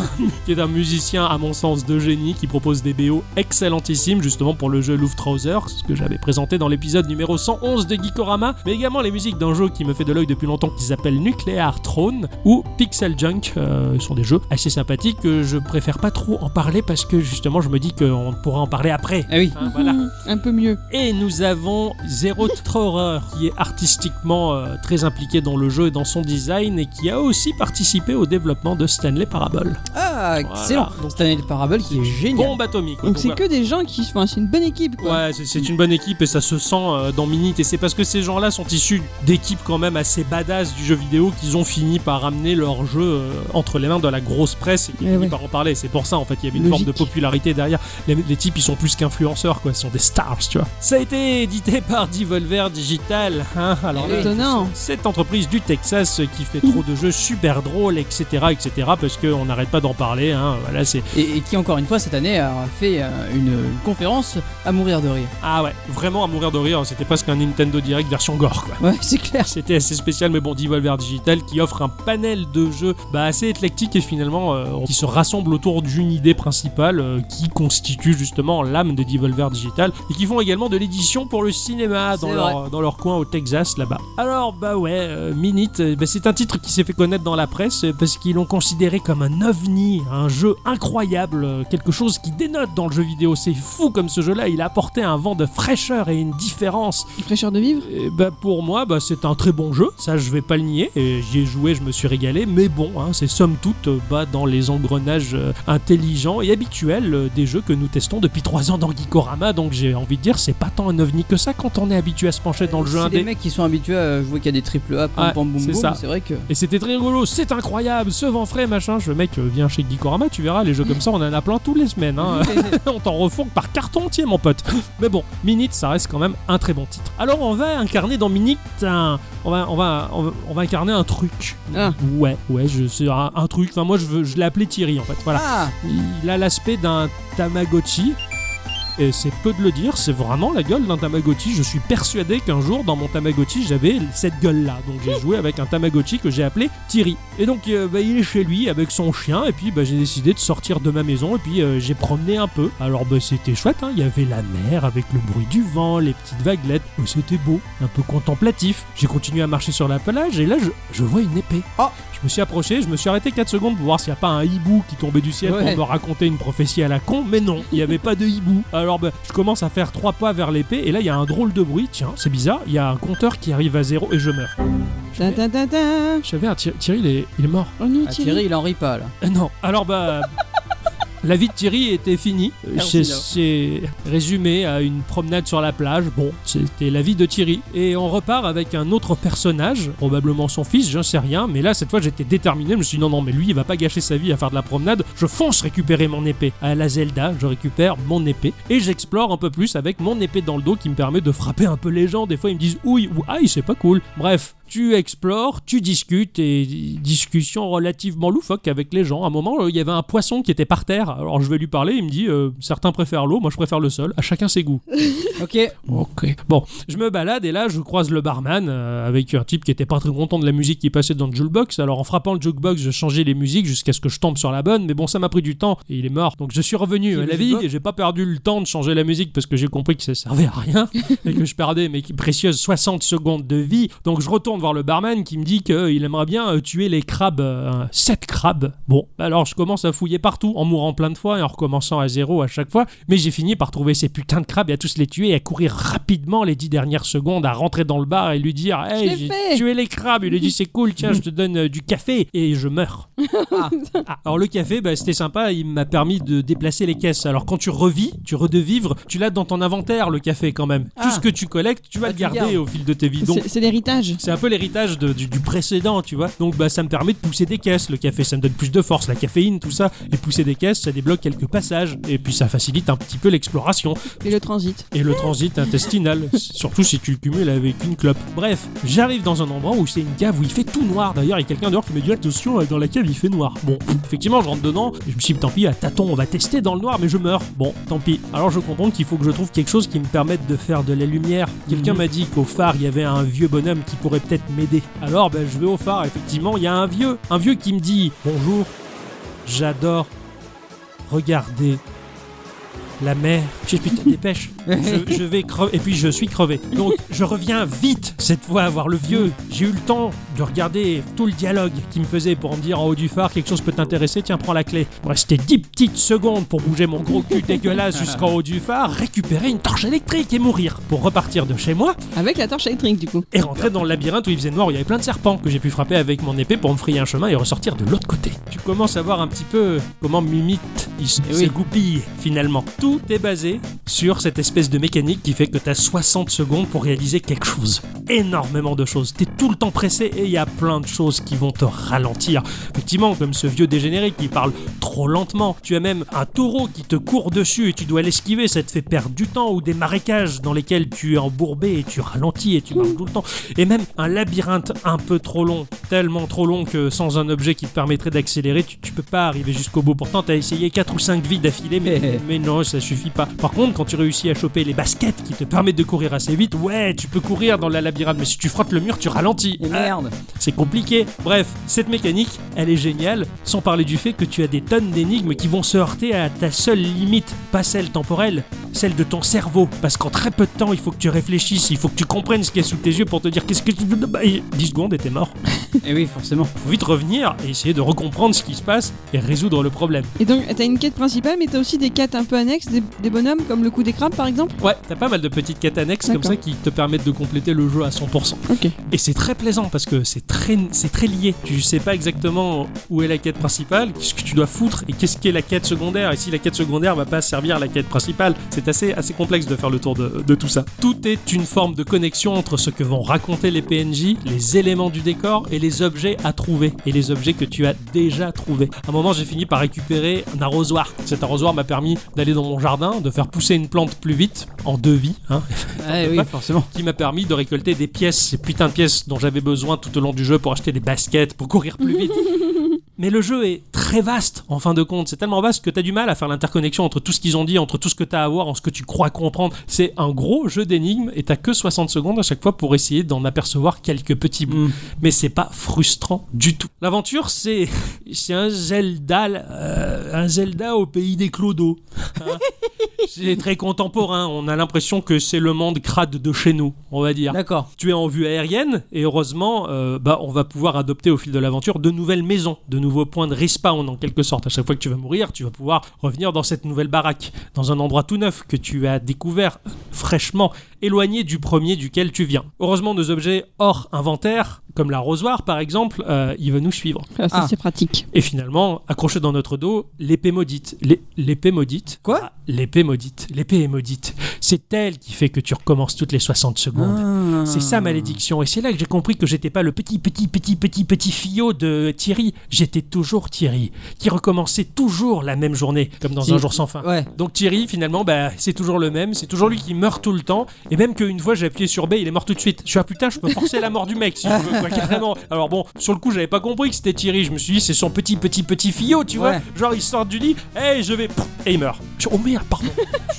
[SPEAKER 2] qui est un musicien à mon sens de génie qui propose des BO excellentissimes justement pour le jeu Loof Trousers que j'avais présenté dans l'épisode numéro 111 de Geekorama, mais également les musiques d'un jeu qui me fait de l'œil depuis longtemps qui s'appelle Nuclear Throne ou Pixel Junk, euh, sont des jeux assez sympathiques que je préfère pas trop en parler parce que justement je me dis qu'on pourra en parler après.
[SPEAKER 1] Ah oui
[SPEAKER 2] Hein, voilà.
[SPEAKER 3] Mhm. Un peu mieux.
[SPEAKER 2] Et nous avons Zero Trorer, qui est artistiquement euh, très impliqué dans le jeu et dans son design, et qui a aussi participé au développement de Stanley Parable.
[SPEAKER 1] Ah, excellent
[SPEAKER 2] Voilà. Donc-
[SPEAKER 1] Cette année de Parable qui est génial
[SPEAKER 2] Bombe atomique. quoi.
[SPEAKER 3] Donc
[SPEAKER 2] Donc
[SPEAKER 3] c'est
[SPEAKER 2] voilà.
[SPEAKER 3] que des gens qui. Enfin, c'est une bonne équipe quoi.
[SPEAKER 2] Ouais, c'est- c'est une bonne équipe et ça se sent euh, dans Minit. Et c'est parce que ces gens-là sont issus d'équipes quand même assez badass du jeu vidéo qu'ils ont fini par amener leur jeu euh, entre les mains de la grosse presse et qu'ils
[SPEAKER 3] Eh
[SPEAKER 2] finissent
[SPEAKER 3] ouais.
[SPEAKER 2] par en parler. C'est pour ça, en fait, il y avait une forme
[SPEAKER 3] Logique.
[SPEAKER 2] de popularité derrière. Les, les types, ils sont plus qu'influenceurs, quoi. Ils sont des stars, tu vois. Ça a été édité par Devolver Digital. hein. Alors là,
[SPEAKER 3] Étonnant.
[SPEAKER 2] cette entreprise du Texas euh, qui fait trop de jeux super drôles, etc., etc., parce qu'on n'arrête pas d'en parler. Hein. Voilà, c'est
[SPEAKER 1] et, et qui, encore une fois, cette année a fait euh, une, une conférence à mourir de rire.
[SPEAKER 2] ah ouais, vraiment à mourir de rire. C'était presque un Nintendo Direct version gore, quoi.
[SPEAKER 1] Ouais, c'est clair.
[SPEAKER 2] C'était assez spécial, mais bon, Devolver Digital qui offre un panel de jeux bah, assez éclectique et finalement euh, qui se rassemble autour d'une idée principale euh, qui constitue justement l'âme de Devolver Digital et qui font également de l'édition pour le cinéma dans
[SPEAKER 1] C'est
[SPEAKER 2] leur, dans leur coin au Texas là-bas. Alors, bah ouais, euh, Minute, euh, bah, c'est un titre qui s'est fait connaître dans la presse euh, parce qu'ils l'ont considéré comme un ovni, un jeu incroyable, euh, quelque chose qui dénote dans le jeu vidéo. C'est fou comme ce jeu-là, il a apporté un vent de fraîcheur et une différence
[SPEAKER 3] Fraîcheur de vivre.
[SPEAKER 2] eh ben, pour moi, bah, c'est un très bon jeu, ça je vais pas le dernier. Et j'y ai joué, je me suis régalé. Mais bon, hein, c'est somme toute euh, pas dans les engrenages euh, intelligents et habituels euh, des jeux que nous testons depuis 3 ans dans Geekorama. Donc j'ai envie de dire, c'est pas tant un ovni que ça quand on est habitué à se pencher dans le jeu
[SPEAKER 1] si
[SPEAKER 2] indé.
[SPEAKER 1] les mecs qui sont habitués à jouer qu'il y a des triple A, pam
[SPEAKER 2] Ouais,
[SPEAKER 1] pam boum
[SPEAKER 2] c'est
[SPEAKER 1] boum,
[SPEAKER 2] ça.
[SPEAKER 1] c'est vrai (laughs) que.
[SPEAKER 2] Et c'était très rigolo, c'est incroyable, ce vent frais, machin. Je mec, euh, viens chez Geekorama, tu verras, les jeux comme ça, on en a plein toutes les semaines. hein.
[SPEAKER 1] Ah,
[SPEAKER 2] (laughs) on t'en refourgue par carton entier, mon pote. Mais bon, Minute, ça reste quand même un très bon titre. Alors, on va incarner dans Minute un. On va, on va, on va, on va incarner un truc.
[SPEAKER 1] Ah.
[SPEAKER 2] Ouais, ouais, je, c'est un, un truc. Enfin, moi, je, veux, je l'ai appelé Thierry, en fait. Voilà.
[SPEAKER 1] Ah
[SPEAKER 2] Il a l'aspect d'un Tamagotchi. Et c'est peu de le dire, c'est vraiment la gueule d'un Tamagotchi. Je suis persuadé qu'un jour, dans mon Tamagotchi, j'avais cette gueule-là. Donc j'ai joué avec un Tamagotchi que j'ai appelé Thierry. Et donc euh, bah, il est chez lui avec son chien. Et puis bah, j'ai décidé de sortir de ma maison. Et puis euh, j'ai promené un peu. Alors bah, c'était chouette, hein. il y avait la mer avec le bruit du vent, les petites vaguelettes. Euh, C'était beau, un peu contemplatif. J'ai continué à marcher sur la pelage et là je, je vois une épée.
[SPEAKER 1] Oh.
[SPEAKER 2] Je me suis approché, je me suis arrêté 4 secondes pour voir s'il n'y a pas un hibou qui tombait du ciel
[SPEAKER 1] Ouais.
[SPEAKER 2] pour me raconter une prophétie à la con, mais non, il n'y avait pas de hibou. Alors bah, je commence à faire trois pas vers l'épée et là il y a un drôle de bruit, tiens, c'est bizarre, il y a un compteur qui arrive à zéro et je meurs.
[SPEAKER 3] Ta ta ta ta.
[SPEAKER 2] Je savais, un Thi- Thierry il est, il est mort.
[SPEAKER 3] On y est,
[SPEAKER 1] Ah,
[SPEAKER 3] Thierry.
[SPEAKER 1] Thierry, il en rit pas là.
[SPEAKER 2] Euh, non, alors bah... La vie de Thierry était finie. Euh,
[SPEAKER 1] Merci,
[SPEAKER 2] C'est
[SPEAKER 1] Laure.
[SPEAKER 2] c'est résumé à une promenade sur la plage. Bon, c'était la vie de Thierry. Et on repart avec un autre personnage, probablement son fils, j'en sais rien. Mais là, cette fois, j'étais déterminé. Je me suis dit non, non, mais lui, il va pas gâcher sa vie à faire de la promenade. Je fonce récupérer mon épée. À la Zelda, je récupère mon épée. Et j'explore un peu plus avec mon épée dans le dos qui me permet de frapper un peu les gens. Des fois, ils me disent ouille ou aïe, c'est pas cool. Bref. Tu explores, tu discutes et discussion relativement loufoque avec les gens. À un moment, euh, il y avait un poisson qui était par terre. Alors je vais lui parler, il me dit euh, certains préfèrent l'eau, moi je préfère le sol. À chacun ses goûts.
[SPEAKER 1] Ok,
[SPEAKER 2] Ok. Bon, je me balade et là, je croise le barman euh, avec un type qui était pas très content de la musique qui passait dans le jukebox. Alors en frappant le jukebox, je changeais les musiques jusqu'à ce que je tombe sur la bonne. Mais bon, ça m'a pris du temps et il est mort. Donc je suis revenu
[SPEAKER 1] Qui,
[SPEAKER 2] à la
[SPEAKER 1] le
[SPEAKER 2] vie
[SPEAKER 1] jukebox
[SPEAKER 2] et j'ai pas perdu le temps de changer la musique parce que j'ai compris que ça servait à rien (laughs) et que je perdais mes précieuses 60 secondes de vie. Donc je retourne voir le barman qui me dit qu'il aimerait bien euh, tuer les crabes, euh, 7 crabes. Bon, alors je commence à fouiller partout en mourant plein de fois et en recommençant à zéro à chaque fois. Mais j'ai fini par trouver ces putains de crabes et à tous les tuer et à courir rapidement les 10 dernières secondes, à rentrer dans le bar et lui dire
[SPEAKER 3] Je
[SPEAKER 2] Hey,
[SPEAKER 3] l'ai
[SPEAKER 2] j'ai
[SPEAKER 3] fait.
[SPEAKER 2] tué les crabes. Il
[SPEAKER 3] (laughs)
[SPEAKER 2] lui dit C'est cool, tiens, je te donne euh, du café. Et je meurs. Ah, alors le café, bah, c'était sympa, il m'a permis de déplacer les caisses. Alors quand tu revis, tu redevivres, tu l'as dans ton inventaire le café quand même.
[SPEAKER 1] Ah.
[SPEAKER 2] Tout ce que tu collectes, tu vas
[SPEAKER 1] Ah,
[SPEAKER 2] le
[SPEAKER 1] tu
[SPEAKER 2] garder
[SPEAKER 1] gardes.
[SPEAKER 2] au fil de tes vies. Donc
[SPEAKER 3] C'est c'est l'héritage.
[SPEAKER 2] c'est un peu l'héritage de- du, du précédent, tu vois. Donc bah ça me permet de pousser des caisses, le café, ça me donne plus de force, la caféine, tout ça. Et pousser des caisses, ça débloque quelques passages. Et puis ça facilite un petit peu l'exploration
[SPEAKER 3] Et le transit.
[SPEAKER 2] et le transit intestinal, surtout si tu le cumules avec une clope. Bref, j'arrive dans un endroit où c'est une cave où il fait tout noir. D'ailleurs, il y a quelqu'un dehors qui me dit attention, euh, dans la cave il fait noir. Bon, pff, effectivement, je rentre dedans. Je me suis dit tant pis, à tâtons, on va tester dans le noir, mais je meurs. Bon, tant pis. Alors je comprends qu'il faut que je trouve quelque chose qui me permette de faire de la lumière. Quelqu'un Mhm. m'a dit qu'au phare il y avait un vieux bonhomme qui pourrait peut-être m'aider. Alors ben, je vais au phare. Effectivement, il y a un vieux, un vieux qui me dit bonjour. J'adore regarder la mer. Je dis, putain, (laughs) dépêche. Je, je vais crever. Et puis je suis crevé. Donc je reviens vite cette fois voir le vieux. J'ai eu le temps de regarder tout le dialogue qu'il me faisait pour me dire en haut du phare quelque chose peut t'intéresser, tiens, prends la clé. Bon, c'était 10 petites secondes pour bouger mon gros cul dégueulasse jusqu'en haut du phare, récupérer une torche électrique et mourir. Pour repartir de chez moi,
[SPEAKER 3] Avec la torche électrique, du coup.
[SPEAKER 2] et rentrer dans le labyrinthe où il faisait noir, où il y avait plein de serpents que j'ai pu frapper avec mon épée pour me frayer un chemin et ressortir de l'autre côté. Tu commences à voir un petit peu comment Mimite il se
[SPEAKER 1] Eh oui.
[SPEAKER 2] se goupille finalement. Tout est basé sur cette espèce de mécanique qui fait que t'as 60 secondes pour réaliser quelque chose. Énormément de choses. T'es tout le temps pressé et il y a plein de choses qui vont te ralentir. Effectivement, comme ce vieux dégénéré qui parle trop lentement. Tu as même un taureau qui te court dessus et tu dois l'esquiver, ça te fait perdre du temps. Ou des marécages dans lesquels tu es embourbé et tu ralentis et tu marches tout le temps. Et même un labyrinthe un peu trop long, tellement trop long que sans un objet qui te permettrait d'accélérer, tu, tu peux pas arriver jusqu'au bout. Pourtant, t'as essayé 4 ou 5 vies d'affilée, mais, mais non, ça suffit pas. Par contre, quand tu réussis à choper les baskets qui te permettent de courir assez vite, ouais, tu peux courir dans la labyrinthe, mais si tu frottes le mur, tu ralentis.
[SPEAKER 1] et
[SPEAKER 2] Ah,
[SPEAKER 1] merde.
[SPEAKER 2] c'est compliqué. Bref, cette mécanique, elle est géniale, sans parler du fait que tu as des tonnes d'énigmes qui vont se heurter à ta seule limite, pas celle temporelle, celle de ton cerveau. Parce qu'en très peu de temps, il faut que tu réfléchisses, il faut que tu comprennes ce qu'il y a sous tes yeux pour te dire qu'est-ce que tu... Bah, 10 secondes et t'es mort. (laughs)
[SPEAKER 1] Et Eh oui, forcément.
[SPEAKER 2] Faut vite revenir et essayer de recomprendre ce qui se passe et résoudre le problème.
[SPEAKER 3] Et donc, t'as une quête principale, mais t'as aussi des quêtes un peu annexes, des, des bonhommes, comme le coup des crabes par exemple.
[SPEAKER 2] Ouais, t'as pas mal de petites quêtes annexes comme
[SPEAKER 3] D'accord.
[SPEAKER 2] ça qui te permettent de compléter le jeu à 100%.
[SPEAKER 3] Ok.
[SPEAKER 2] Et c'est très plaisant parce que c'est très, c'est très lié. Tu sais pas exactement où est la quête principale, ce que tu dois foutre et qu'est-ce qu'est la quête secondaire. Et si la quête secondaire va pas servir à la quête principale, c'est assez, assez complexe de faire le tour de, de tout ça. Tout est une forme de connexion entre ce que vont raconter les PNJ, les éléments du décor et les objets à trouver. Et les objets que tu as déjà trouvés. À un moment, j'ai fini par récupérer un arrosoir. Cet arrosoir m'a permis d'aller dans mon jardin, de faire pousser une plante plus vite, en deux vies, hein,
[SPEAKER 1] Ah, oui, forcément.
[SPEAKER 2] qui m'a permis de récolter des pièces, ces putains de pièces dont j'avais besoin tout au long du jeu pour acheter des baskets, pour courir plus vite. Mais le jeu est très vaste en fin de compte, c'est tellement vaste que t'as du mal à faire l'interconnexion entre tout ce qu'ils ont dit, entre tout ce que t'as à voir, entre ce que tu crois comprendre. C'est un gros jeu d'énigmes et t'as que 60 secondes à chaque fois pour essayer d'en apercevoir quelques petits bouts.
[SPEAKER 1] Mm.
[SPEAKER 2] Mais c'est pas frustrant du tout. L'aventure, c'est c'est un Zelda, euh, un Zelda au pays des clodos. Hein. c'est très contemporain. On a l'impression que c'est le monde crade de chez nous, on va dire
[SPEAKER 1] D'accord.
[SPEAKER 2] tu es en vue aérienne et heureusement euh, bah, on va pouvoir adopter au fil de l'aventure de nouvelles maisons, de nouveaux points de respawn en quelque sorte. À chaque fois que tu vas mourir, tu vas pouvoir revenir dans cette nouvelle baraque, dans un endroit tout neuf que tu as découvert fraîchement, éloigné du premier duquel tu viens. Heureusement nos objets hors inventaire, comme l'arrosoir par exemple, euh, il va nous suivre.
[SPEAKER 3] Ah, ça
[SPEAKER 1] Ah.
[SPEAKER 3] c'est pratique.
[SPEAKER 2] Et finalement, accroché dans notre dos, l'épée maudite. L'é- L'épée maudite
[SPEAKER 1] Quoi
[SPEAKER 2] Ah, L'épée maudite. L'épée est maudite. C'est elle qui fait que tu recommences toutes les 60 secondes.
[SPEAKER 1] Ah.
[SPEAKER 2] C'est ça ma malédiction. Et c'est là que j'ai compris que j'étais pas le petit, petit, petit, petit, petit fillot de Thierry. J'étais toujours Thierry, qui recommençait toujours la même journée, comme dans
[SPEAKER 1] Si.
[SPEAKER 2] Un jour sans fin.
[SPEAKER 1] Ouais.
[SPEAKER 2] Donc Thierry, finalement, bah, c'est toujours le même. C'est toujours lui qui meurt tout le temps. Et même qu'une fois, j'ai appuyé sur B, il est mort tout de suite. Je suis ah putain, je peux forcer la mort du mec si je veux, quoi, carrément. Alors bon, sur le coup, j'avais pas compris que c'était Thierry. Je me suis dit, c'est son petit, petit, petit fillot, tu vois.
[SPEAKER 1] Ouais.
[SPEAKER 2] Genre, il sort du lit, hey, je vais. Pouf, Et il meurt. Je- Oh merde, pardon.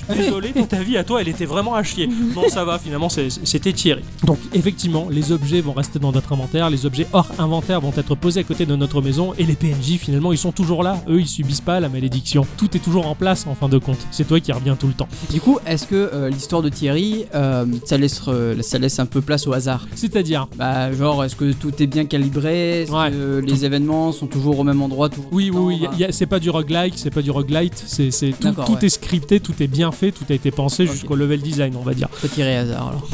[SPEAKER 2] Je suis désolé, mais ta vie à toi, elle était vraiment à chier. Non, ça va, finalement, c'est- c'était Thierry. Donc, effectivement, les objets vont rester dans notre inventaire, les objets hors inventaire vont être posés à côté de notre maison, et les PNJ, finalement, ils sont toujours là. Eux, ils subissent pas la malédiction. Tout est toujours en place, en fin de compte. C'est toi qui reviens tout le temps.
[SPEAKER 1] Du coup, est-ce que euh, l'histoire de Thierry, euh, ça, laisse, re- ça laisse un peu place au hasard
[SPEAKER 2] C'est-à-dire,
[SPEAKER 1] Bah, genre, est-ce que tout est bien calibré Est-ce
[SPEAKER 2] Ouais.
[SPEAKER 1] que les événements sont toujours au même endroit toujours
[SPEAKER 2] oui,
[SPEAKER 1] tout le
[SPEAKER 2] oui,
[SPEAKER 1] temps
[SPEAKER 2] oui, y a- y a- c'est pas du roguelike, c'est pas du roguelite, c'est c'est- tout,
[SPEAKER 1] D'accord,
[SPEAKER 2] tout
[SPEAKER 1] ouais.
[SPEAKER 2] est scripté, tout est bien fait, tout a été pensé
[SPEAKER 1] Ok.
[SPEAKER 2] jusqu'au level design, on va dire.
[SPEAKER 1] Faut tirer hasard alors.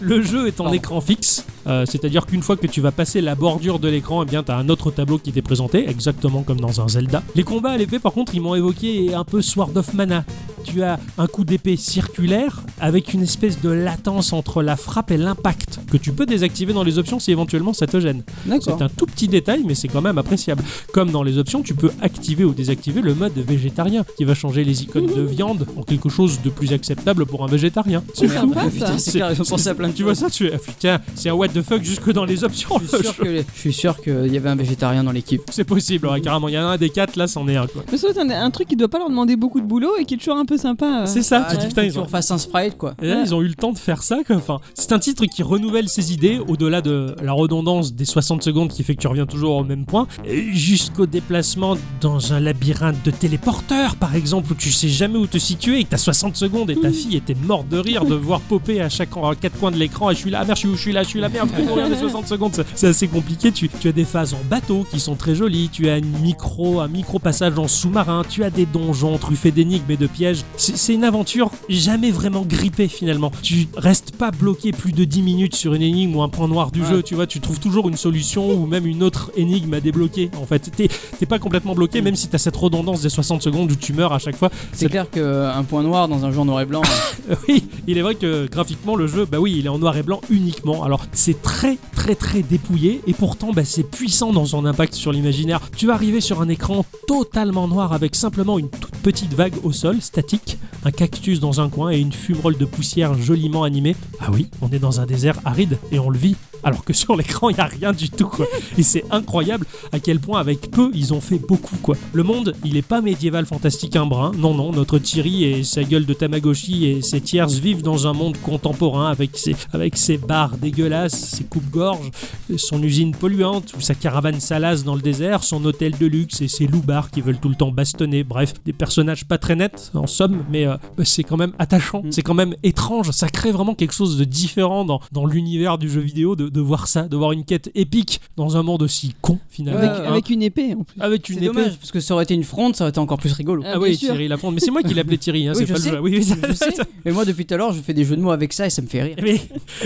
[SPEAKER 2] Le jeu est en
[SPEAKER 1] Pardon.
[SPEAKER 2] écran fixe, euh, c'est-à-dire qu'une fois que tu vas passer la bordure de l'écran, eh bien t'as un autre tableau qui t'est présenté, exactement comme dans un Zelda. Les combats à l'épée, par contre, ils m'ont évoqué un peu Sword of Mana. Tu as un coup d'épée circulaire avec une espèce de latence entre la frappe et l'impact que tu peux désactiver dans les options si éventuellement ça te gêne.
[SPEAKER 1] D'accord.
[SPEAKER 2] C'est un tout petit détail, mais c'est quand même appréciable. Comme dans les options, tu peux activer ou désactiver le mode végétarien qui va changer les icônes de viande en quelque chose de plus acceptable pour un végétarien.
[SPEAKER 1] Oh, merde.
[SPEAKER 3] sympa,
[SPEAKER 1] Putain,
[SPEAKER 3] ça.
[SPEAKER 1] c'est clair, ils ont pensé à plein de
[SPEAKER 2] Tu vois
[SPEAKER 1] choses.
[SPEAKER 2] ça, tu es. ah, putain, c'est un what the fuck jusque dans les options.
[SPEAKER 1] Je
[SPEAKER 2] le
[SPEAKER 1] suis sûr
[SPEAKER 2] jeu.
[SPEAKER 1] que les- je suis sûr qu'il y avait un végétarien dans l'équipe.
[SPEAKER 2] (laughs) C'est possible, ouais, carrément. Il y en a un des quatre, là, c'en est un, quoi.
[SPEAKER 3] Mais ça, c'est un, un truc qui doit pas leur demander beaucoup de boulot et qui est toujours un peu sympa. euh.
[SPEAKER 2] C'est ça,
[SPEAKER 1] Ah,
[SPEAKER 2] tu dis putain, ils ont.
[SPEAKER 1] toujours face un sprite quoi.
[SPEAKER 2] Et là, ils ont eu le temps de faire ça. Quoi. Enfin, c'est un titre qui renouvelle ses idées au-delà de la redondance des 60 secondes qui fait que tu reviens toujours au même point, et jusqu'au déplacement dans un labyrinthe de téléporteurs, par exemple, où tu sais jamais où te situer et que t'as 60 secondes et ta fille était morte de rire de voir popper à chaque à quatre coins de l'écran. Et je suis là, ah, merde, je suis où, je suis là, je suis là, merde,
[SPEAKER 1] (laughs)
[SPEAKER 2] je peux mourir des 60 secondes. C'est- C'est assez compliqué. Tu, tu as des phases en bateau qui sont très jolies. Tu as une micro, un micro passage en sous-marin. Tu as des donjons truffés d'énigmes et de pièges. C'est c'est une aventure jamais vraiment grippée finalement. Tu restes pas bloqué plus de 10 minutes sur une énigme ou un point noir du
[SPEAKER 1] Ouais.
[SPEAKER 2] jeu. Tu vois, tu trouves toujours une solution ou même une autre énigme à débloquer. En fait, t'es t'es pas complètement bloqué, même si t'as cette redondance des 60 secondes où tu meurs à chaque fois.
[SPEAKER 1] C'est clair qu'un point noir dans un jeu en noir et blanc.
[SPEAKER 2] Ah, (laughs) Oui, il est vrai que graphiquement le jeu, bah oui, il est en noir et blanc uniquement. Alors c'est très très très dépouillé et pourtant bah, c'est puissant dans son impact sur l'imaginaire. Tu vas arriver sur un écran totalement noir avec simplement une toute petite vague au sol, statique, un cactus dans un coin et une fumerole de poussière joliment animée. Ah oui, on est dans un désert aride et on le vit. Alors que sur l'écran, il n'y a rien du tout, quoi. Et c'est incroyable à quel point, avec peu, ils ont fait beaucoup, quoi. Le monde, il est pas médiéval fantastique un brin. Non, non, notre Thierry et sa gueule de Tamagotchi et ses tierces vivent dans un monde contemporain avec ses, avec ses bars dégueulasses, ses coupes-gorges, son usine polluante ou sa caravane salace dans le désert, son hôtel de luxe et ses loupards qui veulent tout le temps bastonner. Bref, des personnages pas très nets, en somme, mais euh, bah, c'est quand même attachant,
[SPEAKER 1] Mm.
[SPEAKER 2] c'est quand même étrange. Ça crée vraiment quelque chose de différent dans, dans l'univers du jeu vidéo, de, de voir ça, de voir une quête épique dans un monde aussi con finalement.
[SPEAKER 1] Ouais,
[SPEAKER 3] Avec,
[SPEAKER 2] hein.
[SPEAKER 3] avec une épée en plus.
[SPEAKER 2] Avec
[SPEAKER 1] C'est
[SPEAKER 2] une épée.
[SPEAKER 1] dommage, parce que ça aurait été une fronde, ça aurait été encore plus rigolo.
[SPEAKER 3] Ah,
[SPEAKER 2] Ah
[SPEAKER 3] bien
[SPEAKER 2] oui,
[SPEAKER 3] sûr.
[SPEAKER 2] Thierry Lafronde. Mais c'est moi qui l'appelais Thierry, hein,
[SPEAKER 1] Oui,
[SPEAKER 2] c'est
[SPEAKER 1] je
[SPEAKER 2] pas le
[SPEAKER 1] sais.
[SPEAKER 2] jeu. Oui, oui,
[SPEAKER 1] Je sais, mais moi depuis tout à l'heure je fais des jeux de mots avec ça et ça me fait rire.
[SPEAKER 2] Mais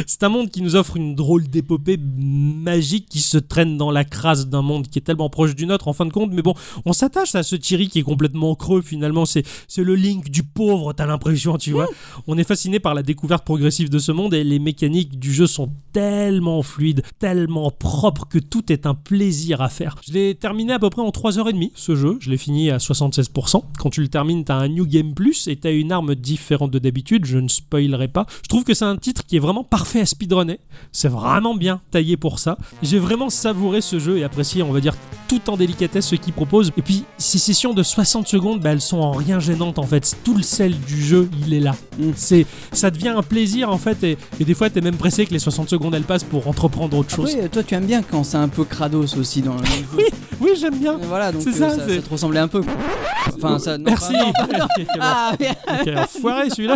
[SPEAKER 2] c'est un monde qui nous offre une drôle d'épopée magique qui se traîne dans la crasse d'un monde qui est tellement proche du nôtre en fin de compte. Mais bon, on s'attache à ce Thierry qui est complètement creux finalement. C'est c'est le Link du pauvre, t'as l'impression, tu vois. On est fasciné par la découverte progressive de ce monde et les mécaniques du jeu sont tellement fluides, tellement propres que tout est un plaisir à faire. Je l'ai terminé à peu près en 3h30 ce jeu. Je l'ai fini à 76%. Quand tu le termines, t'as un New Game Plus et t'as une arme différente de d'habitude. Je ne spoilerai pas. Je trouve que c'est un titre qui est vraiment parfait à speedrunner. C'est vraiment bien taillé pour ça. J'ai vraiment savouré ce jeu et apprécié, on va dire, tout en délicatesse ce qu'il propose. Et puis, ces sessions de 60 secondes, bah, elles sont en rien gênantes en fait. Tout le sel du jeu, il est là.
[SPEAKER 1] Mm.
[SPEAKER 2] C'est, ça devient un plaisir en fait. Et, et des fois, t'es même pressé que les 60 secondes elles passent pour entreprendre autre chose.
[SPEAKER 1] Après, euh, toi tu aimes bien quand c'est un peu crados aussi dans le dans le jeu.
[SPEAKER 2] Oui, j'aime bien.
[SPEAKER 1] Voilà, donc
[SPEAKER 2] C'est
[SPEAKER 1] euh,
[SPEAKER 2] ça,
[SPEAKER 1] ça,
[SPEAKER 2] c'est- Euh,
[SPEAKER 1] ça te ressemblait un peu. quoi. Enfin, ça. non,
[SPEAKER 2] Merci.
[SPEAKER 1] pas-
[SPEAKER 2] (laughs) Quel-
[SPEAKER 1] Ah, mais-
[SPEAKER 2] quel
[SPEAKER 1] (laughs)
[SPEAKER 2] enfoiré, celui-là.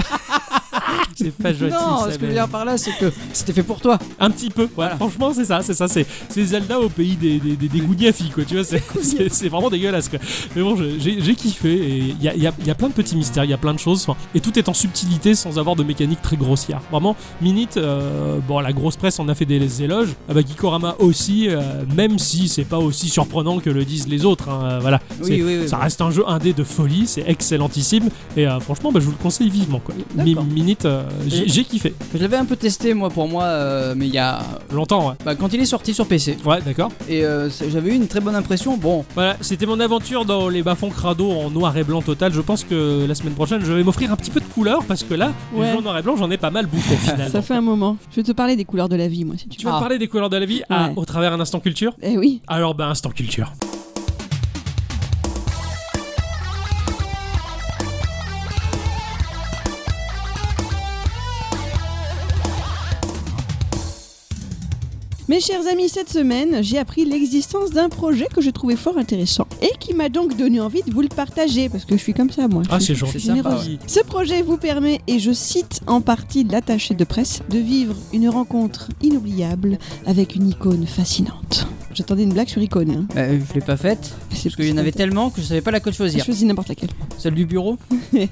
[SPEAKER 2] C'est pas gentil.
[SPEAKER 1] non,
[SPEAKER 2] ça,
[SPEAKER 1] ce que je veux
[SPEAKER 2] mais-
[SPEAKER 1] dire par là, c'est que c'était fait pour toi.
[SPEAKER 2] Un petit peu, ouais, franchement, c'est ça, c'est ça, c'est c'est Zelda au pays des, des, des, des gougnafis, quoi, tu
[SPEAKER 1] (laughs)
[SPEAKER 2] vois, c'est- c'est c'est vraiment dégueulasse, quoi. Mais bon, je- j'ai j'ai kiffé, et il y a, il y a- il y a plein de petits mystères, il y a plein de choses, enfin, et tout est en subtilité sans avoir de mécanique très grossière. Vraiment, Minute, euh, bon, la grosse presse en a fait des éloges, ah bah, Gikorama aussi, euh, même si c'est pas aussi surprenant que le disent les autres, hein, euh, voilà.
[SPEAKER 1] Oui,
[SPEAKER 2] C'est-
[SPEAKER 1] oui, oui.
[SPEAKER 2] Ça reste un jeu indé de folie, c'est excellentissime, et euh, franchement, bah, je vous le conseille vivement, quoi. Mi-
[SPEAKER 1] D'accord.
[SPEAKER 2] Minute, euh, j'ai
[SPEAKER 1] Et-
[SPEAKER 2] j'ai kiffé,
[SPEAKER 1] Je l'avais un peu testé, moi, pour moi, euh, mais il y a.
[SPEAKER 2] longtemps, ouais.
[SPEAKER 1] Bah, quand il est sorti sur PC,
[SPEAKER 2] Ouais, d'accord.
[SPEAKER 1] et euh, c'est- j'avais eu une très bonne impression. Bon,
[SPEAKER 2] Voilà, c'était mon aventure dans les bas-fonds crado en noir et blanc total. Je pense que la semaine prochaine, je vais m'offrir un petit peu de couleur parce que là, les
[SPEAKER 3] Ouais.
[SPEAKER 2] jeux en noir et blanc, j'en ai pas mal bouffé finalement.
[SPEAKER 3] Ça fait un moment. Je vais te parler des couleurs de la vie, moi, si tu
[SPEAKER 2] Tu
[SPEAKER 3] veux.
[SPEAKER 2] vas
[SPEAKER 1] Ah.
[SPEAKER 2] me parler des couleurs de la vie à-
[SPEAKER 3] Ouais.
[SPEAKER 2] au travers un instant culture
[SPEAKER 3] Eh oui.
[SPEAKER 2] Alors, ben, instant culture.
[SPEAKER 3] Mes chers amis, cette semaine, j'ai appris l'existence d'un projet que je trouvais fort intéressant et qui m'a donc donné envie de vous le partager parce que je suis comme ça, moi.
[SPEAKER 2] Ah,
[SPEAKER 3] Je suis (laughs)
[SPEAKER 2] c'est gentil.
[SPEAKER 1] c'est sympa,
[SPEAKER 3] généreuse.
[SPEAKER 1] ouais.
[SPEAKER 3] Ce projet vous permet, et je cite en partie l'attaché de presse, de vivre une rencontre inoubliable avec une icône fascinante. J'attendais une blague sur icône. hein.
[SPEAKER 1] euh, je l'ai pas faite
[SPEAKER 3] C'est
[SPEAKER 1] parce qu'il y en avait tellement que je savais pas laquelle
[SPEAKER 3] J'ai
[SPEAKER 1] choisir.
[SPEAKER 3] choisi n'importe laquelle.
[SPEAKER 1] Celle du bureau.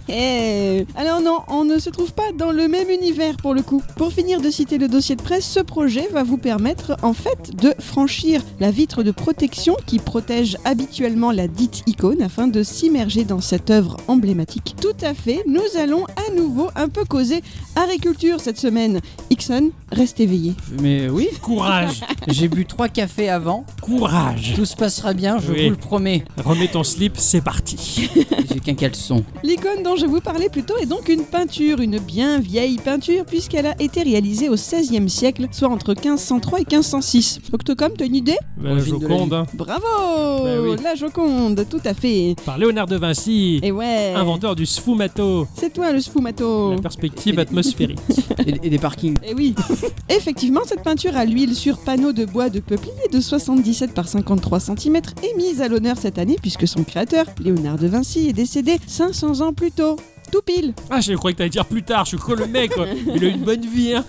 [SPEAKER 3] Eh. Alors non, on ne se trouve pas dans le même univers pour le coup. Pour finir de citer le dossier de presse, ce projet va vous permettre en fait de franchir la vitre de protection qui protège habituellement la dite icône afin de s'immerger dans cette œuvre emblématique. Tout à fait, nous allons à nouveau un peu causer agriculture cette semaine. Ixon, reste éveillé.
[SPEAKER 1] Mais oui,
[SPEAKER 2] Courage,
[SPEAKER 1] j'ai bu trois cafés avant.
[SPEAKER 2] courage.
[SPEAKER 1] Tout se passera bien, je
[SPEAKER 2] Oui.
[SPEAKER 1] vous le promets.
[SPEAKER 2] Remets ton slip, c'est parti.
[SPEAKER 1] J'ai qu'un caleçon.
[SPEAKER 3] L'icône dont je vous parlais plus tôt est donc une peinture, une bien vieille peinture, puisqu'elle a été réalisée au XVIe siècle, soit entre 1503 et 1506. Octocom, t'as une idée
[SPEAKER 2] Ben, la
[SPEAKER 1] Origine de la
[SPEAKER 2] Joconde, hein,
[SPEAKER 3] Bravo
[SPEAKER 2] Bah oui.
[SPEAKER 3] La Joconde, tout à fait.
[SPEAKER 2] par Léonard de Vinci,
[SPEAKER 3] Et ouais,
[SPEAKER 2] inventeur du sfumato,
[SPEAKER 3] c'est toi le sfumato.
[SPEAKER 2] la perspective atmosphérique.
[SPEAKER 1] Et, et des parkings.
[SPEAKER 2] (laughs)
[SPEAKER 3] Et oui. Effectivement, cette peinture à l'huile sur panneau de bois de peuplier de 77 par 53 cm est mise à l'honneur cette année puisque son créateur, Léonard de Vinci, est décédé 500 ans plus tôt. Tout pile.
[SPEAKER 2] Ah, je croyais que t'allais dire plus tard, je suis con le mec, quoi. Il a une bonne vie, hein.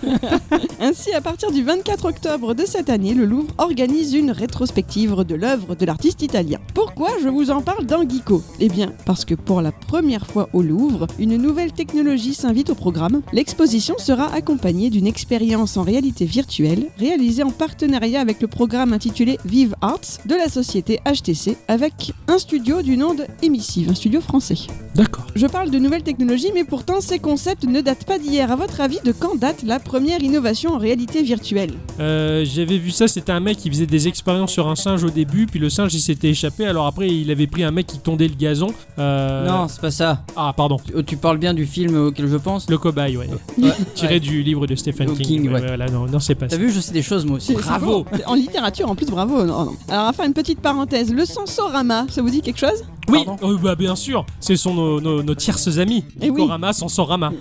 [SPEAKER 3] Ainsi, à partir du 24 octobre de cette année, le Louvre organise une rétrospective de l'œuvre de l'artiste italien. Pourquoi je vous en parle dans Geeko Eh bien, parce que pour la première fois au Louvre, une nouvelle technologie s'invite au programme. L'exposition sera accompagnée d'une expérience en réalité virtuelle réalisée en partenariat avec le programme intitulé Vive Arts de la société HTC avec un studio du nom de Emissive, un studio français.
[SPEAKER 2] D'accord.
[SPEAKER 3] Je parle de nouvelles technologies, mais pourtant ces concepts ne datent pas d'hier. À votre avis, de quand date la première innovation en réalité virtuelle
[SPEAKER 2] Euh, j'avais vu ça, c'était un mec qui faisait des expériences sur un singe au début, puis le singe il s'était échappé, alors après il avait pris un mec qui tondait le gazon. Euh,
[SPEAKER 1] Non, c'est pas ça. Oh,
[SPEAKER 2] Ah, pardon.
[SPEAKER 1] Tu, tu parles bien du film auquel je pense.
[SPEAKER 2] Le cobaye, ouais.
[SPEAKER 1] (laughs) Ouais.
[SPEAKER 2] (laughs) Tiré du livre de Stephen
[SPEAKER 1] Le
[SPEAKER 2] King.
[SPEAKER 1] King, ouais.
[SPEAKER 2] voilà, non, non, c'est pas ça.
[SPEAKER 1] T'as vu, je sais des choses moi aussi.
[SPEAKER 2] Bravo
[SPEAKER 3] En littérature, en plus, bravo. Non, non. Alors, à faire une petite parenthèse, le sensorama, ça vous dit quelque chose
[SPEAKER 2] Oui,
[SPEAKER 1] Pardon
[SPEAKER 2] oh, bah, bien sûr, ce sont nos, nos, nos tierces amis,
[SPEAKER 3] Eh oui.
[SPEAKER 1] (laughs)
[SPEAKER 2] Gikorama, Sensorama.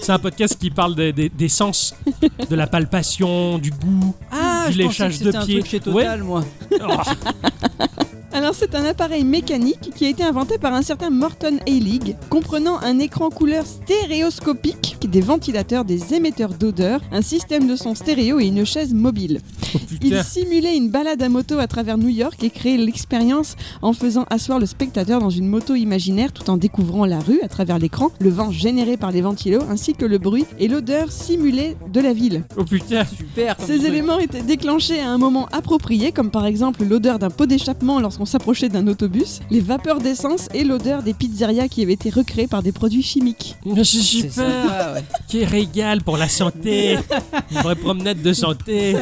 [SPEAKER 2] c'est un podcast qui parle des, des- des sens, de la palpation, du goût.
[SPEAKER 1] Ah,
[SPEAKER 2] Du
[SPEAKER 1] je pensais que
[SPEAKER 2] léchage de
[SPEAKER 1] c'était un
[SPEAKER 2] pied.
[SPEAKER 1] truc chez Total, moi.
[SPEAKER 2] Oh.
[SPEAKER 3] Alors c'est un appareil mécanique qui a été inventé par un certain Morton Heilig, comprenant un écran couleur stéréoscopique, des ventilateurs, des émetteurs d'odeur, un système de son stéréo et une chaise mobile.
[SPEAKER 2] Oh,
[SPEAKER 3] Il
[SPEAKER 2] putain.
[SPEAKER 3] simulait une balade à moto à travers New York et créait l'expérience en faisant asseoir le spectateur dans une moto imaginaire tout en découvrant la rue à travers l'écran, le vent généré par les ventilos ainsi que le bruit et l'odeur simulée de la ville.
[SPEAKER 2] Oh putain.
[SPEAKER 1] Super. comme
[SPEAKER 3] Ces
[SPEAKER 1] truc.
[SPEAKER 3] éléments étaient déclenchés à un moment approprié, comme par exemple l'odeur d'un pot d'échappement lorsqu'on s'approchait d'un autobus, les vapeurs d'essence et l'odeur des pizzerias qui avaient été recréées par des produits chimiques.
[SPEAKER 2] Mais c'est
[SPEAKER 1] C'est
[SPEAKER 2] super.
[SPEAKER 1] sympa, ouais.
[SPEAKER 2] Quel régal pour
[SPEAKER 1] (laughs)
[SPEAKER 2] la santé. Une vraie promenade de santé.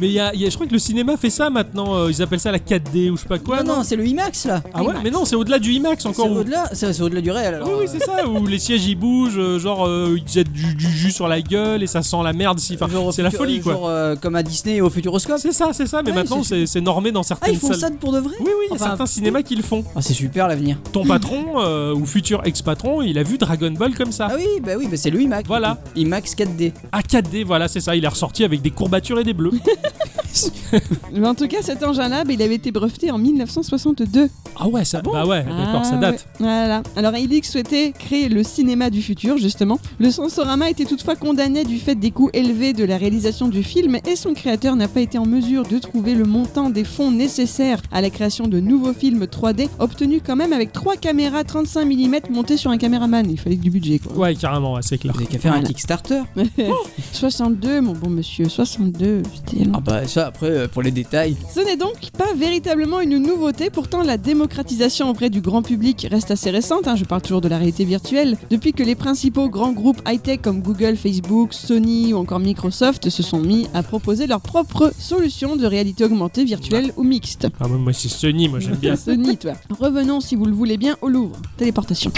[SPEAKER 2] Mais il y a- il y a- je crois que le cinéma fait ça maintenant. euh, Ils appellent ça la 4D ou je sais pas quoi.
[SPEAKER 1] non, non, c'est le IMAX là.
[SPEAKER 2] Ah ouais, mais non, c'est au-delà du IMAX
[SPEAKER 1] C'est
[SPEAKER 2] encore. où-
[SPEAKER 1] au-delà, c'est c'est au-delà du réel. Alors,
[SPEAKER 2] Oui, oui, c'est ça, où les sièges ils bougent, euh, genre euh, ils jettent du, du jus sur la gueule et ça sent la merde. Si, enfin,
[SPEAKER 1] Genre au
[SPEAKER 2] c'est la
[SPEAKER 1] futur-
[SPEAKER 2] folie quoi.
[SPEAKER 1] genre, euh, comme à Disney et au Futuroscope.
[SPEAKER 2] C'est ça, c'est ça, mais
[SPEAKER 1] Ouais,
[SPEAKER 2] maintenant
[SPEAKER 1] c'est-
[SPEAKER 2] c'est c'est normé dans
[SPEAKER 1] Ah,
[SPEAKER 2] certaines
[SPEAKER 1] ils font
[SPEAKER 2] salles.
[SPEAKER 1] ça pour de vrai
[SPEAKER 2] Oui, oui, il y a
[SPEAKER 1] Enfin,
[SPEAKER 2] certains cinémas qui le font.
[SPEAKER 1] Ah, c'est super l'avenir. (clears throat)
[SPEAKER 2] Ton patron euh, ou futur ex-patron, il a vu Dragon Ball comme ça.
[SPEAKER 1] Ah oui, bah oui, bah c'est le IMAX.
[SPEAKER 2] Voilà.
[SPEAKER 1] IMAX 4D.
[SPEAKER 2] À 4D, voilà, c'est ça, il est ressorti avec des courbatures et des bleus.
[SPEAKER 3] Mais en tout cas, cet engin-là, bah, il avait été breveté en 1962.
[SPEAKER 2] Ah ouais, ça Bah ouais, d'accord, ça
[SPEAKER 3] Ah,
[SPEAKER 2] date.
[SPEAKER 3] ouais. Voilà. Alors Helix souhaitait créer le cinéma du futur, justement. Le sensorama était toutefois condamné du fait des coûts élevés de la réalisation du film et son créateur n'a pas été en mesure de trouver le montant des fonds nécessaires à la création de nouveaux films 3D obtenus quand même avec trois caméras 35 mm montées sur un caméraman. Il fallait du budget, quoi. (laughs)
[SPEAKER 2] Ouais, Oh carrément, ouais, c'est clair.
[SPEAKER 1] Vous avez qu'à faire un
[SPEAKER 3] Voilà.
[SPEAKER 1] Kickstarter.
[SPEAKER 3] 62, mon bon monsieur, 62. C'était long.
[SPEAKER 1] Ah bah ça, après, euh, pour les détails.
[SPEAKER 3] Ce n'est donc pas véritablement une nouveauté, pourtant la démocratisation auprès du grand public reste assez récente, hein, je parle toujours de la réalité virtuelle, depuis que les principaux grands groupes high-tech comme Google, Facebook, Sony ou encore Microsoft se sont mis à proposer leurs propres solutions de réalité augmentée, virtuelle ou mixte.
[SPEAKER 2] Ah, moi, moi, c'est Sony, moi
[SPEAKER 3] (laughs)
[SPEAKER 2] j'aime bien.
[SPEAKER 3] Sony, toi. Revenons, si vous le voulez bien, au Louvre. Téléportation.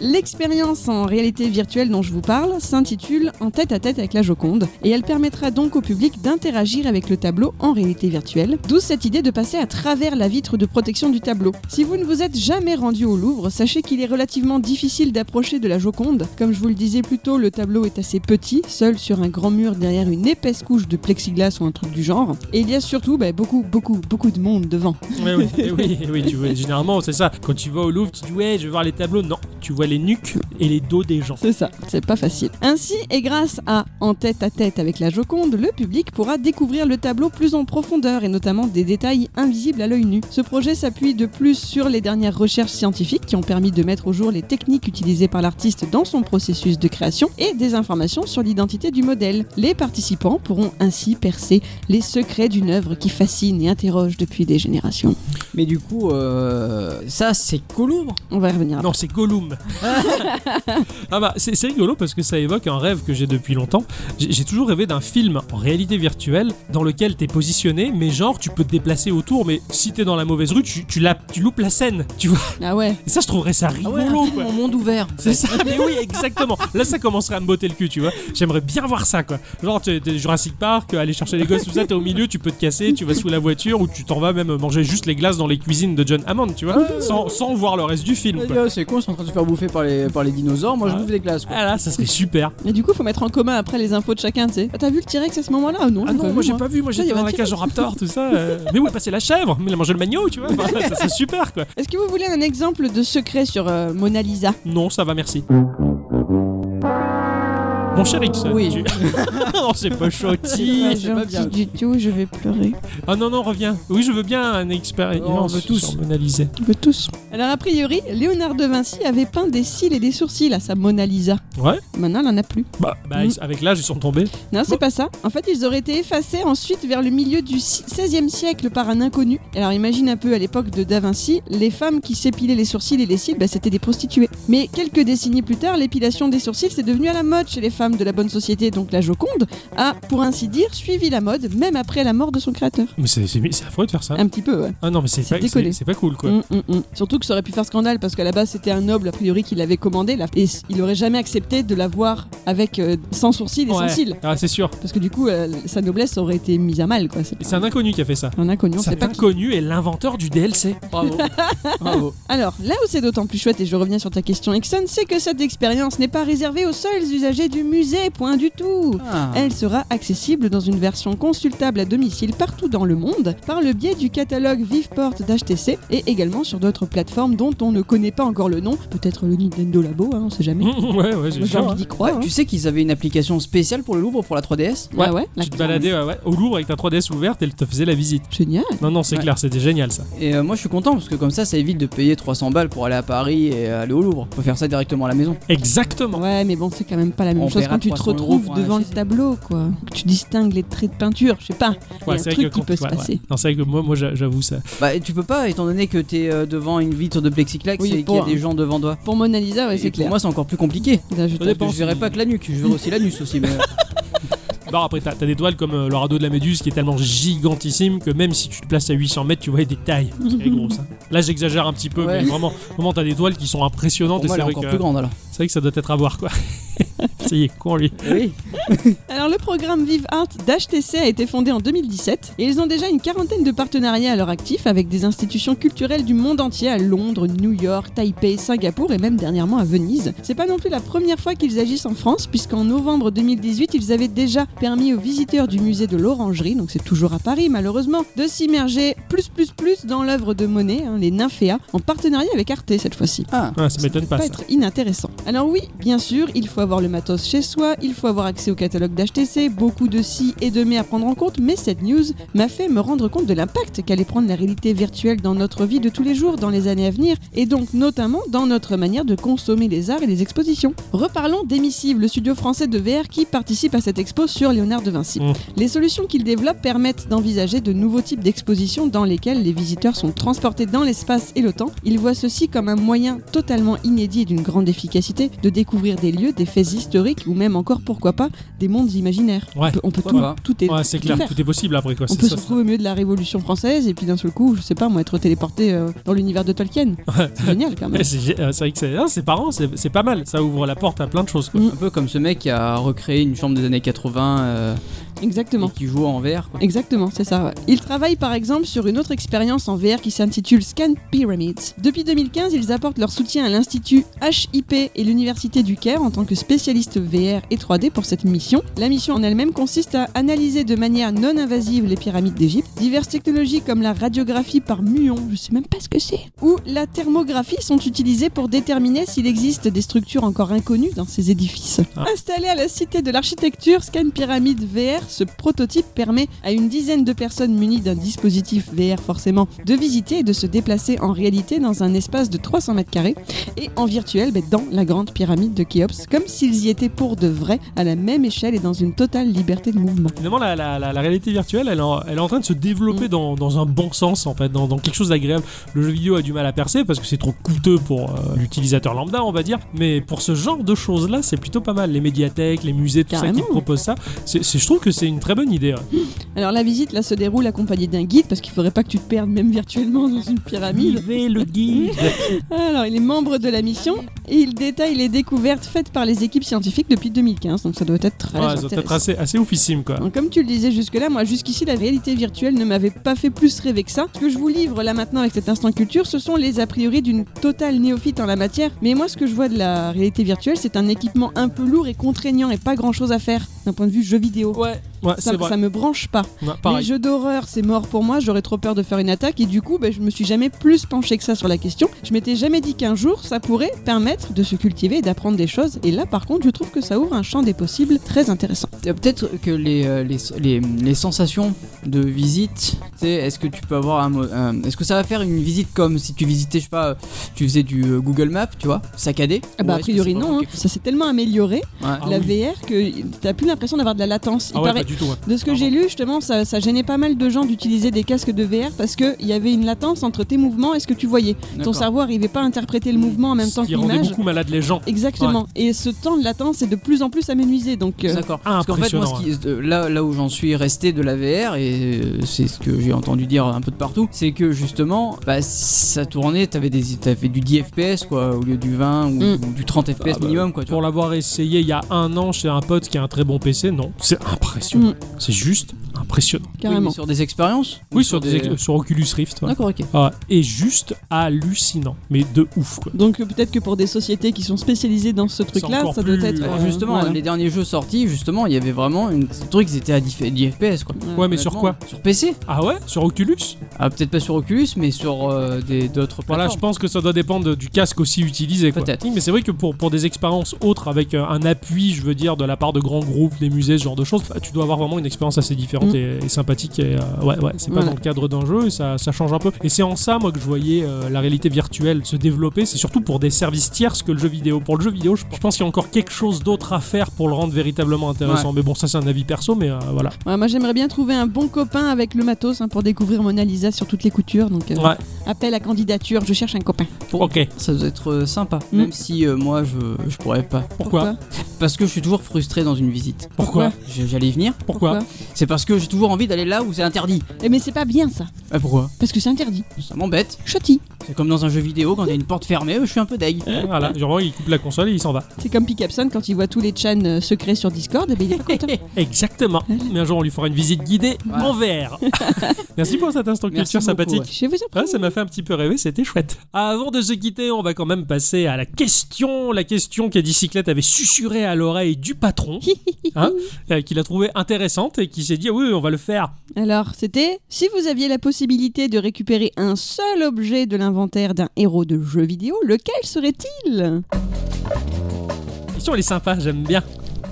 [SPEAKER 3] L'expérience en réalité virtuelle dont je vous parle s'intitule En tête à tête avec la Joconde et elle permettra donc au public d'interagir avec le tableau en réalité virtuelle, d'où cette idée de passer à travers la vitre de protection du tableau. Si vous ne vous êtes jamais rendu au Louvre, sachez qu'il est relativement difficile d'approcher de la Joconde. Comme je vous le disais plus tôt, le tableau est assez petit, seul sur un grand mur derrière une épaisse couche de plexiglas ou un truc du genre, et il y a surtout bah, beaucoup, beaucoup, beaucoup de monde devant.
[SPEAKER 2] Ouais, oui, eh oui, eh oui, tu vois, généralement, c'est ça. Quand tu vas au Louvre, tu dis, ouais, je vais voir les tableaux. Non, tu vois les nuques et les dos des gens.
[SPEAKER 3] C'est ça, c'est pas facile. Ainsi, et grâce à En tête à tête avec la Joconde, le public pourra découvrir le tableau plus en profondeur et notamment des détails invisibles à l'œil nu. Ce projet s'appuie de plus sur les dernières recherches scientifiques qui ont permis de mettre au jour les techniques utilisées par l'artiste dans son processus de création et des informations sur l'identité du modèle. Les participants pourront ainsi percer les secrets d'une œuvre qui fascine et interroge depuis des générations.
[SPEAKER 1] Mais du coup, euh, ça, c'est qu'au Louvre.
[SPEAKER 3] On va y revenir après.
[SPEAKER 2] Non, c'est Gollum. ah bah, c'est c'est rigolo parce que ça évoque un rêve que j'ai depuis longtemps. J'ai j'ai toujours rêvé d'un film en réalité virtuelle dans lequel t'es positionné, mais genre tu peux te déplacer autour, mais si t'es dans la mauvaise rue, tu, tu, la- tu loupes la scène, tu vois.
[SPEAKER 3] Ah ouais,
[SPEAKER 2] Et ça, je trouverais ça rigolo, quoi.
[SPEAKER 1] mon monde ouvert.
[SPEAKER 2] C'est ça, mais oui, exactement. Là, ça commencerait à me botter le cul, tu vois. J'aimerais bien voir ça, quoi. Genre, t'es t'es Jurassic Park, euh, aller chercher les gosses, tout ça, t'es au milieu, tu peux te casser, tu vas sous la voiture ou tu t'en vas même manger juste les glaces dans les cuisines de John Hammond, tu vois, sans, sans voir le reste du film, quoi.
[SPEAKER 1] Bah, C'est con, ils sont en train de se faire bouffer par les, par les dinosaures. Moi, je
[SPEAKER 2] Ah.
[SPEAKER 1] bouffe des glaces. Quoi.
[SPEAKER 2] Ah là, ça serait super.
[SPEAKER 3] mais du coup faut mettre en commun après les infos de chacun, tu sais. Ah, T'as vu le T-Rex à ce moment-là Ah non,
[SPEAKER 2] Ah
[SPEAKER 3] j'ai pas
[SPEAKER 2] non,
[SPEAKER 3] vu,
[SPEAKER 2] moi j'ai
[SPEAKER 3] moi.
[SPEAKER 2] pas vu, moi
[SPEAKER 3] il y
[SPEAKER 2] j'étais
[SPEAKER 3] avait
[SPEAKER 2] dans
[SPEAKER 3] un
[SPEAKER 2] la cage au raptor, tout ça. euh, Mais oui, passer la chèvre, mais il a mangé le magno, tu vois. enfin, ça, c'est super quoi.
[SPEAKER 3] Est-ce que vous voulez un exemple de secret sur euh, Mona Lisa
[SPEAKER 2] Non, ça va, merci. Mon cher X,
[SPEAKER 1] Oui.
[SPEAKER 2] tu- (laughs) non, c'est pas chouti.
[SPEAKER 1] c'est pas bien.
[SPEAKER 3] du tout, je vais pleurer.
[SPEAKER 2] Ah non, non, reviens. Oui, je veux bien un
[SPEAKER 1] Non, on
[SPEAKER 2] expérience
[SPEAKER 1] veut tous.
[SPEAKER 2] sur Mona Lisa.
[SPEAKER 3] Je veux tous. Alors a priori, Léonard de Vinci avait peint des cils et des sourcils à sa Mona Lisa.
[SPEAKER 2] Ouais.
[SPEAKER 3] Maintenant, elle en a plus.
[SPEAKER 2] Bah, bah,
[SPEAKER 3] Mm.
[SPEAKER 2] avec l'âge, ils sont tombés.
[SPEAKER 3] Non, c'est pas ça. En fait, ils auraient été effacés ensuite vers le milieu du 16e siècle par un inconnu. Alors imagine un peu à l'époque de Da Vinci, les femmes qui s'épilaient les sourcils et les cils, bah, c'était des prostituées. Mais quelques décennies plus tard, l'épilation des sourcils c'est devenu à la mode chez les femmes de la bonne société, donc la Joconde a, pour ainsi dire, suivi la mode même après la mort de son créateur.
[SPEAKER 2] Mais c'est c'est- mais c'est affreux de faire ça.
[SPEAKER 3] Un petit peu, ouais.
[SPEAKER 2] Ah non, mais c'est
[SPEAKER 3] C'est
[SPEAKER 2] pas,
[SPEAKER 3] déconné.
[SPEAKER 2] c'est- c'est pas cool quoi.
[SPEAKER 3] Mm, mm, mm. Surtout que ça aurait pu faire scandale parce qu'à la base c'était un noble a priori qui l'avait commandé là, et s- il aurait jamais accepté de la voir avec euh, sans sourcils et sans
[SPEAKER 2] Ouais.
[SPEAKER 3] cils
[SPEAKER 2] Ah, c'est sûr.
[SPEAKER 3] parce que du coup euh, sa noblesse aurait été mise à mal quoi.
[SPEAKER 2] Et C'est un inconnu qui a fait ça.
[SPEAKER 3] un inconnu, on sait
[SPEAKER 2] C'est
[SPEAKER 3] pas Ah
[SPEAKER 2] un inconnu et l'inventeur du DLC.
[SPEAKER 1] (laughs) Bravo. (laughs) Bravo.
[SPEAKER 3] Alors, là où c'est d'autant plus chouette, et je reviens sur ta question, Ixon, c'est que cette expérience n'est pas réservée aux seuls usagers du musée. musée, point du tout.
[SPEAKER 1] Ah.
[SPEAKER 3] Elle sera accessible dans une version consultable à domicile partout dans le monde par le biais du catalogue Viveport d'HTC et également sur d'autres plateformes dont on ne connaît pas encore le nom, peut-être le Nintendo Labo, hein, on sait
[SPEAKER 2] (laughs)
[SPEAKER 3] jamais.
[SPEAKER 2] ouais, ouais, Mmh, c'est
[SPEAKER 3] J'ai
[SPEAKER 2] sûr.
[SPEAKER 3] envie
[SPEAKER 2] hein.
[SPEAKER 3] d'y croire. hein.
[SPEAKER 1] Tu sais qu'ils avaient une application spéciale pour le Louvre pour la 3DS
[SPEAKER 2] Ouais,
[SPEAKER 3] Ah ouais, la
[SPEAKER 2] Tu te
[SPEAKER 3] classe. Ah
[SPEAKER 2] baladais ouais, ouais, au Louvre avec ta 3DS ouverte et elle te faisait la visite.
[SPEAKER 3] Génial.
[SPEAKER 2] Non, non, c'est
[SPEAKER 1] Ouais.
[SPEAKER 2] clair, c'était génial ça.
[SPEAKER 1] Et euh, moi je suis content parce que comme ça ça évite de payer 300 balles pour aller à Paris et aller au Louvre. Faut faire ça directement à la maison.
[SPEAKER 2] Exactement.
[SPEAKER 3] Ouais, mais bon, c'est quand même pas la même
[SPEAKER 1] On
[SPEAKER 3] chose
[SPEAKER 1] verra
[SPEAKER 3] quand tu te
[SPEAKER 1] 300 euros
[SPEAKER 3] retrouves
[SPEAKER 1] pour un
[SPEAKER 3] devant le
[SPEAKER 1] HTC.
[SPEAKER 3] tableau, quoi. Que Tu distingues les traits de peinture, je sais pas. Il y a un
[SPEAKER 2] c'est vrai
[SPEAKER 3] truc
[SPEAKER 2] que
[SPEAKER 3] qui
[SPEAKER 2] quand-
[SPEAKER 3] peut se
[SPEAKER 2] ouais, ouais.
[SPEAKER 3] passer.
[SPEAKER 2] Non, c'est vrai que moi, moi j'a- j'avoue ça.
[SPEAKER 1] Bah et tu peux pas étant donné que t'es euh, devant une vitre de plexiglas
[SPEAKER 3] Oui,
[SPEAKER 1] et qu'il y
[SPEAKER 3] pour-
[SPEAKER 1] a des gens devant toi.
[SPEAKER 3] Pour Mona Lisa, ouais,
[SPEAKER 1] Et
[SPEAKER 3] c'est
[SPEAKER 1] pour
[SPEAKER 3] clair.
[SPEAKER 1] moi c'est encore plus compliqué.
[SPEAKER 3] Là, je
[SPEAKER 2] Ça
[SPEAKER 3] te-
[SPEAKER 2] dépend.
[SPEAKER 1] Je verrai
[SPEAKER 2] si-
[SPEAKER 1] pas que la nuque, je verrai aussi l'anus aussi. Mais...
[SPEAKER 2] Non, Bah, après, t'as t'as des toiles comme euh, le radeau de la Méduse qui est tellement gigantissime que même si tu te places à 800 mètres, tu vois des tailles. C'est très gros ça. Là, j'exagère un petit peu,
[SPEAKER 1] Ouais.
[SPEAKER 2] mais vraiment, vraiment t'as des toiles qui sont impressionnantes
[SPEAKER 1] Pour moi
[SPEAKER 2] et
[SPEAKER 1] elle
[SPEAKER 2] c'est
[SPEAKER 1] est
[SPEAKER 2] vrai,
[SPEAKER 1] encore
[SPEAKER 2] que-
[SPEAKER 1] plus grande alors.
[SPEAKER 2] c'est vrai que ça doit être à voir quoi. (laughs) ça y est, con lui.
[SPEAKER 1] Oui.
[SPEAKER 3] Alors le programme Vive Art d'HTC a été fondé en 2017 et ils ont déjà une quarantaine de partenariats à leur actif avec des institutions culturelles du monde entier à Londres, New York, Taipei, Singapour et même dernièrement à Venise. C'est pas non plus la première fois qu'ils agissent en France puisqu'en novembre 2018 ils avaient déjà permis aux visiteurs du musée de l'Orangerie, donc c'est toujours à Paris malheureusement, de s'immerger plus plus plus dans l'œuvre de Monet, hein, les Nymphéas, en partenariat avec Arte cette fois-ci
[SPEAKER 1] Ah.
[SPEAKER 2] Ouais, ça m'étonne
[SPEAKER 3] peut
[SPEAKER 2] pas ça.
[SPEAKER 3] être inintéressant. Alors oui, bien sûr, il faut avoir le matos chez soi, il faut avoir accès au catalogue d'HTC, beaucoup de si et de mais à prendre en compte, mais cette news m'a fait me rendre compte de l'impact qu'allait prendre la réalité virtuelle dans notre vie de tous les jours dans les années à venir, et donc notamment dans notre manière de consommer les arts et les expositions. Reparlons d'Emissive, le studio français de VR qui participe à cette expo sur Léonard de Vinci.
[SPEAKER 2] Mmh.
[SPEAKER 3] Les solutions qu'il développe permettent d'envisager de nouveaux types d'expositions dans lesquelles les visiteurs sont transportés dans l'espace et le temps. Il voit ceci comme un moyen totalement inédit et d'une grande efficacité de découvrir des lieux, des faits historiques ou même encore, pourquoi pas, des mondes imaginaires.
[SPEAKER 2] Ouais.
[SPEAKER 3] On peut, on peut tout,
[SPEAKER 1] Voilà.
[SPEAKER 3] tout est,
[SPEAKER 2] Ouais, c'est
[SPEAKER 3] tout
[SPEAKER 2] clair,
[SPEAKER 3] faire.
[SPEAKER 2] tout est possible après quoi.
[SPEAKER 3] On
[SPEAKER 2] c'est (laughs)
[SPEAKER 3] peut se
[SPEAKER 2] ça, ça.
[SPEAKER 3] retrouver au milieu de la Révolution française et puis d'un seul coup, je sais pas, moi, être téléporté euh, dans l'univers de Tolkien. C'est génial quand
[SPEAKER 2] (laughs)
[SPEAKER 3] même.
[SPEAKER 2] Ouais, C'est gé- euh, c'est vrai que c'est hein, c'est marrant, c'est c'est pas mal. Ça ouvre la porte à plein de choses. Quoi.
[SPEAKER 1] Un peu comme ce mec qui a recréé une chambre des années 80 euh, et
[SPEAKER 3] Exactement.
[SPEAKER 1] qui joue en verre. quoi.
[SPEAKER 3] Exactement, c'est ça. ouais. Il travaille par exemple sur une autre expérience en VR qui s'intitule Scan Pyramids. Depuis 2015, ils apportent leur soutien à l'Institut HIP et l'Université du Caire en tant que spécialistes VR et 3D pour cette mission. La mission en elle-même consiste à analyser de manière non invasive les pyramides d'Égypte, diverses technologies comme la radiographie par muon, je sais même pas ce que c'est, ou la thermographie sont utilisées pour déterminer s'il existe des structures encore inconnues dans ces édifices.
[SPEAKER 2] Ah.
[SPEAKER 3] Installé à la Cité de l'Architecture, Scan Pyramid VR, ce prototype permet à une dizaine de personnes munies d'un dispositif VR forcément de visiter et de se déplacer en réalité dans un espace de 300 mètres carrés et en virtuel ben, dans la grande pyramide de Khéops, comme s'ils y étaient pour de vrai, à la même échelle et dans une totale liberté de mouvement.
[SPEAKER 2] Finalement, la, la- la- la réalité virtuelle, elle, est en- elle est en train de se
[SPEAKER 3] Mm.
[SPEAKER 2] développer dans, dans un bon sens, en fait, dans, dans quelque chose d'agréable. Le jeu vidéo a du mal à percer parce que c'est trop coûteux pour euh, l'utilisateur lambda, on va dire. Mais pour ce genre de choses-là, c'est plutôt pas mal. Les médiathèques, les musées, tout ça qui
[SPEAKER 3] Carrément.
[SPEAKER 2] te proposent ça, c'est- c'est- je trouve que c'est une très bonne idée. ouais.
[SPEAKER 3] Alors la visite là se déroule accompagnée d'un guide parce qu'il faudrait pas que tu te perdes même virtuellement dans une
[SPEAKER 2] (laughs)
[SPEAKER 3] pyramide.
[SPEAKER 2] Suivez le guide.
[SPEAKER 3] Alors, il est membre de la mission et il détaille les découvertes faites par les équipes scientifiques depuis 2015, donc ça doit être très
[SPEAKER 2] Ouais, ça doit être
[SPEAKER 3] intéressant.
[SPEAKER 2] assez, assez oufissime, quoi.
[SPEAKER 3] Donc, comme tu le disais jusque-là, moi jusqu'ici la réalité virtuelle ne m'avait pas fait plus rêver que ça. Ce que je vous livre là maintenant avec cet instant culture, ce sont les a priori d'une totale néophyte en la matière. Mais moi ce que je vois de la réalité virtuelle, c'est un équipement un peu lourd et contraignant et pas grand-chose à faire d'un point de vue jeu vidéo.
[SPEAKER 2] Ouais, ouais
[SPEAKER 3] Ça,
[SPEAKER 2] c'est vrai.
[SPEAKER 3] ça me branche pas.
[SPEAKER 2] Ouais, pareil.
[SPEAKER 3] Les jeux d'horreur, c'est mort pour moi, j'aurais trop peur de faire une attaque et du coup, ben, je me suis jamais plus penché que ça sur la question. Je m'étais jamais dit qu'un jour, ça pourrait permettre de se cultiver et d'apprendre des choses. Et là, par contre, je trouve que ça ouvre un champ des possibles très intéressant.
[SPEAKER 1] Euh, Peut-être que les, euh, les, les- les sensations de visite, tu sais, est-ce que tu peux avoir un, mo- un- Est-ce que ça va faire une visite comme si tu visitais, je sais pas, euh, tu faisais du euh, Google Maps, tu vois, saccadé
[SPEAKER 3] Ah bah,
[SPEAKER 1] Ou
[SPEAKER 3] a
[SPEAKER 1] est-ce que
[SPEAKER 3] priori,
[SPEAKER 1] c'est pas-
[SPEAKER 3] non. Ah, hein.
[SPEAKER 1] ok.
[SPEAKER 3] Ça s'est tellement amélioré,
[SPEAKER 1] Ouais.
[SPEAKER 3] la
[SPEAKER 2] Ah oui.
[SPEAKER 3] VR, que t'as plus l'impression d'avoir de la latence. Il
[SPEAKER 2] Ah ouais,
[SPEAKER 3] paraît-
[SPEAKER 2] pas du tout. ouais.
[SPEAKER 3] De ce que j'ai lu, justement, ça, ça gênait pas mal de gens d'utiliser des casques de VR parce qu'il y avait une latence entre tes mouvements et ce que tu voyais. Ton
[SPEAKER 1] D'accord.
[SPEAKER 3] cerveau n'arrivait pas à interpréter le mouvement en
[SPEAKER 2] Mm.
[SPEAKER 3] même temps
[SPEAKER 2] Ce
[SPEAKER 3] que
[SPEAKER 2] qui rendait
[SPEAKER 3] l'image.
[SPEAKER 2] beaucoup malade les gens.
[SPEAKER 3] Exactement. Et ce temps de latence est de plus en plus aménuisé. Donc, euh,
[SPEAKER 1] D'accord.
[SPEAKER 2] Ah,
[SPEAKER 1] Parce qu'en fait, moi, ce qui- euh, là, là où j'en suis resté de la VR, et euh, c'est ce que j'ai entendu dire un peu de partout, c'est que justement, bah, ça tournait, t'avais, des, t'avais du 10 FPS, quoi, au lieu du 20 ou,
[SPEAKER 3] Mm.
[SPEAKER 1] ou du 30 FPS
[SPEAKER 2] Ah bah,
[SPEAKER 1] minimum, quoi. Tu
[SPEAKER 2] Pour
[SPEAKER 1] vois.
[SPEAKER 2] l'avoir essayé il y a un an chez un pote qui a un très bon PC, non, c'est impressionnant.
[SPEAKER 3] Mm.
[SPEAKER 2] C'est juste impressionnant.
[SPEAKER 1] Oui, mais
[SPEAKER 3] carrément.
[SPEAKER 1] sur des expériences
[SPEAKER 2] Oui, sur, des... sur Oculus Rift. ouais.
[SPEAKER 3] D'accord, ok.
[SPEAKER 2] Ah, et juste hallucinant, mais de ouf quoi.
[SPEAKER 3] Donc euh, peut-être que pour des sociétés qui sont spécialisées dans ce truc-là,
[SPEAKER 2] encore
[SPEAKER 3] ça doit
[SPEAKER 2] plus-
[SPEAKER 3] être.
[SPEAKER 2] Ouais,
[SPEAKER 1] Alors,
[SPEAKER 3] euh,
[SPEAKER 1] Bah, justement,
[SPEAKER 3] voilà.
[SPEAKER 1] les derniers jeux sortis, justement, il y avait vraiment un truc qui était à 10 FPS quoi.
[SPEAKER 3] Hmm.
[SPEAKER 2] Ouais, mais sur quoi
[SPEAKER 1] Honnêtement, Sur PC
[SPEAKER 2] Ah ouais Sur Oculus
[SPEAKER 1] Ah, peut-être pas sur Oculus, mais sur euh, des- d'autres
[SPEAKER 2] Voilà, je
[SPEAKER 1] plateformes.
[SPEAKER 2] pense que ça doit dépendre du casque aussi utilisé. quoi.
[SPEAKER 1] Peut-être.
[SPEAKER 2] Oui, mais c'est vrai que pour, pour des expériences autres, avec euh, un appui, je veux dire, de la part de grands groupes, des musées, ce genre de choses, bah, tu dois avoir vraiment une expérience assez différente
[SPEAKER 3] Mm.
[SPEAKER 2] et, et sympathique. Et, euh, ouais, ouais, c'est pas
[SPEAKER 3] Voilà.
[SPEAKER 2] dans le cadre d'un jeu, et ça, ça change un peu. Et c'est en ça, moi, que je voyais euh, la réalité virtuelle se développer. C'est surtout pour des services tierces que le jeu vidéo. Pour le jeu vidéo, je, je pense qu'il y a encore quelque chose d'autre à faire pour le rendre véritablement intéressant. Mais bon, ça, c'est un avis perso, mais euh, voilà.
[SPEAKER 3] Ouais, moi j'aimerais bien trouver un bon copain avec le matos hein, pour découvrir Mona Lisa sur toutes les coutures. Donc euh,
[SPEAKER 2] Ouais,
[SPEAKER 3] appel à candidature, je cherche un copain.
[SPEAKER 1] Pour-
[SPEAKER 2] ok.
[SPEAKER 1] Ça doit être euh, sympa,
[SPEAKER 2] Hmm.
[SPEAKER 3] Mm.
[SPEAKER 1] même si euh, moi je, je pourrais pas.
[SPEAKER 2] Pourquoi
[SPEAKER 1] Parce que je suis toujours frustré dans une visite.
[SPEAKER 2] Pourquoi
[SPEAKER 1] J'ai- J'allais y venir.
[SPEAKER 2] Pourquoi
[SPEAKER 1] C'est parce que j'ai toujours envie d'aller là où c'est interdit.
[SPEAKER 3] Eh, mais c'est pas bien ça,
[SPEAKER 1] Ah, pourquoi
[SPEAKER 3] parce que c'est interdit.
[SPEAKER 1] Ça m'embête.
[SPEAKER 3] Choti,
[SPEAKER 1] C'est comme dans un jeu vidéo, quand il y a une porte fermée, je suis un peu
[SPEAKER 2] (laughs)
[SPEAKER 1] deg.
[SPEAKER 2] Voilà, genre, il coupe la console et il s'en va.
[SPEAKER 3] c'est comme Pick Upson quand il voit tous les chans euh, secrets sur Discord, eh ben, il est
[SPEAKER 2] (laughs)
[SPEAKER 3] pas content.
[SPEAKER 2] Exactement.
[SPEAKER 1] Hein
[SPEAKER 2] Mais un jour, on lui fera une visite guidée
[SPEAKER 1] Voilà.
[SPEAKER 2] en
[SPEAKER 1] (laughs)
[SPEAKER 2] VR. Merci pour cette instant
[SPEAKER 1] Merci
[SPEAKER 2] culture
[SPEAKER 1] beaucoup,
[SPEAKER 2] sympathique.
[SPEAKER 1] ouais.
[SPEAKER 3] Je vous en prie.
[SPEAKER 2] Ouais, ça m'a fait un petit peu rêver, c'était chouette. Avant de se quitter, on va quand même passer à la question, la question qu'Adicyclette avait susurrée à l'oreille du patron, hein, euh, qu'il a trouvée intéressante et qui s'est dit ah oui, on va le faire.
[SPEAKER 3] Alors, c'était si vous aviez la possibilité de récupérer un seul objet de l'inventaire d'un héros de jeu vidéo, lequel serait-il
[SPEAKER 2] La question, elle est sympa, j'aime bien.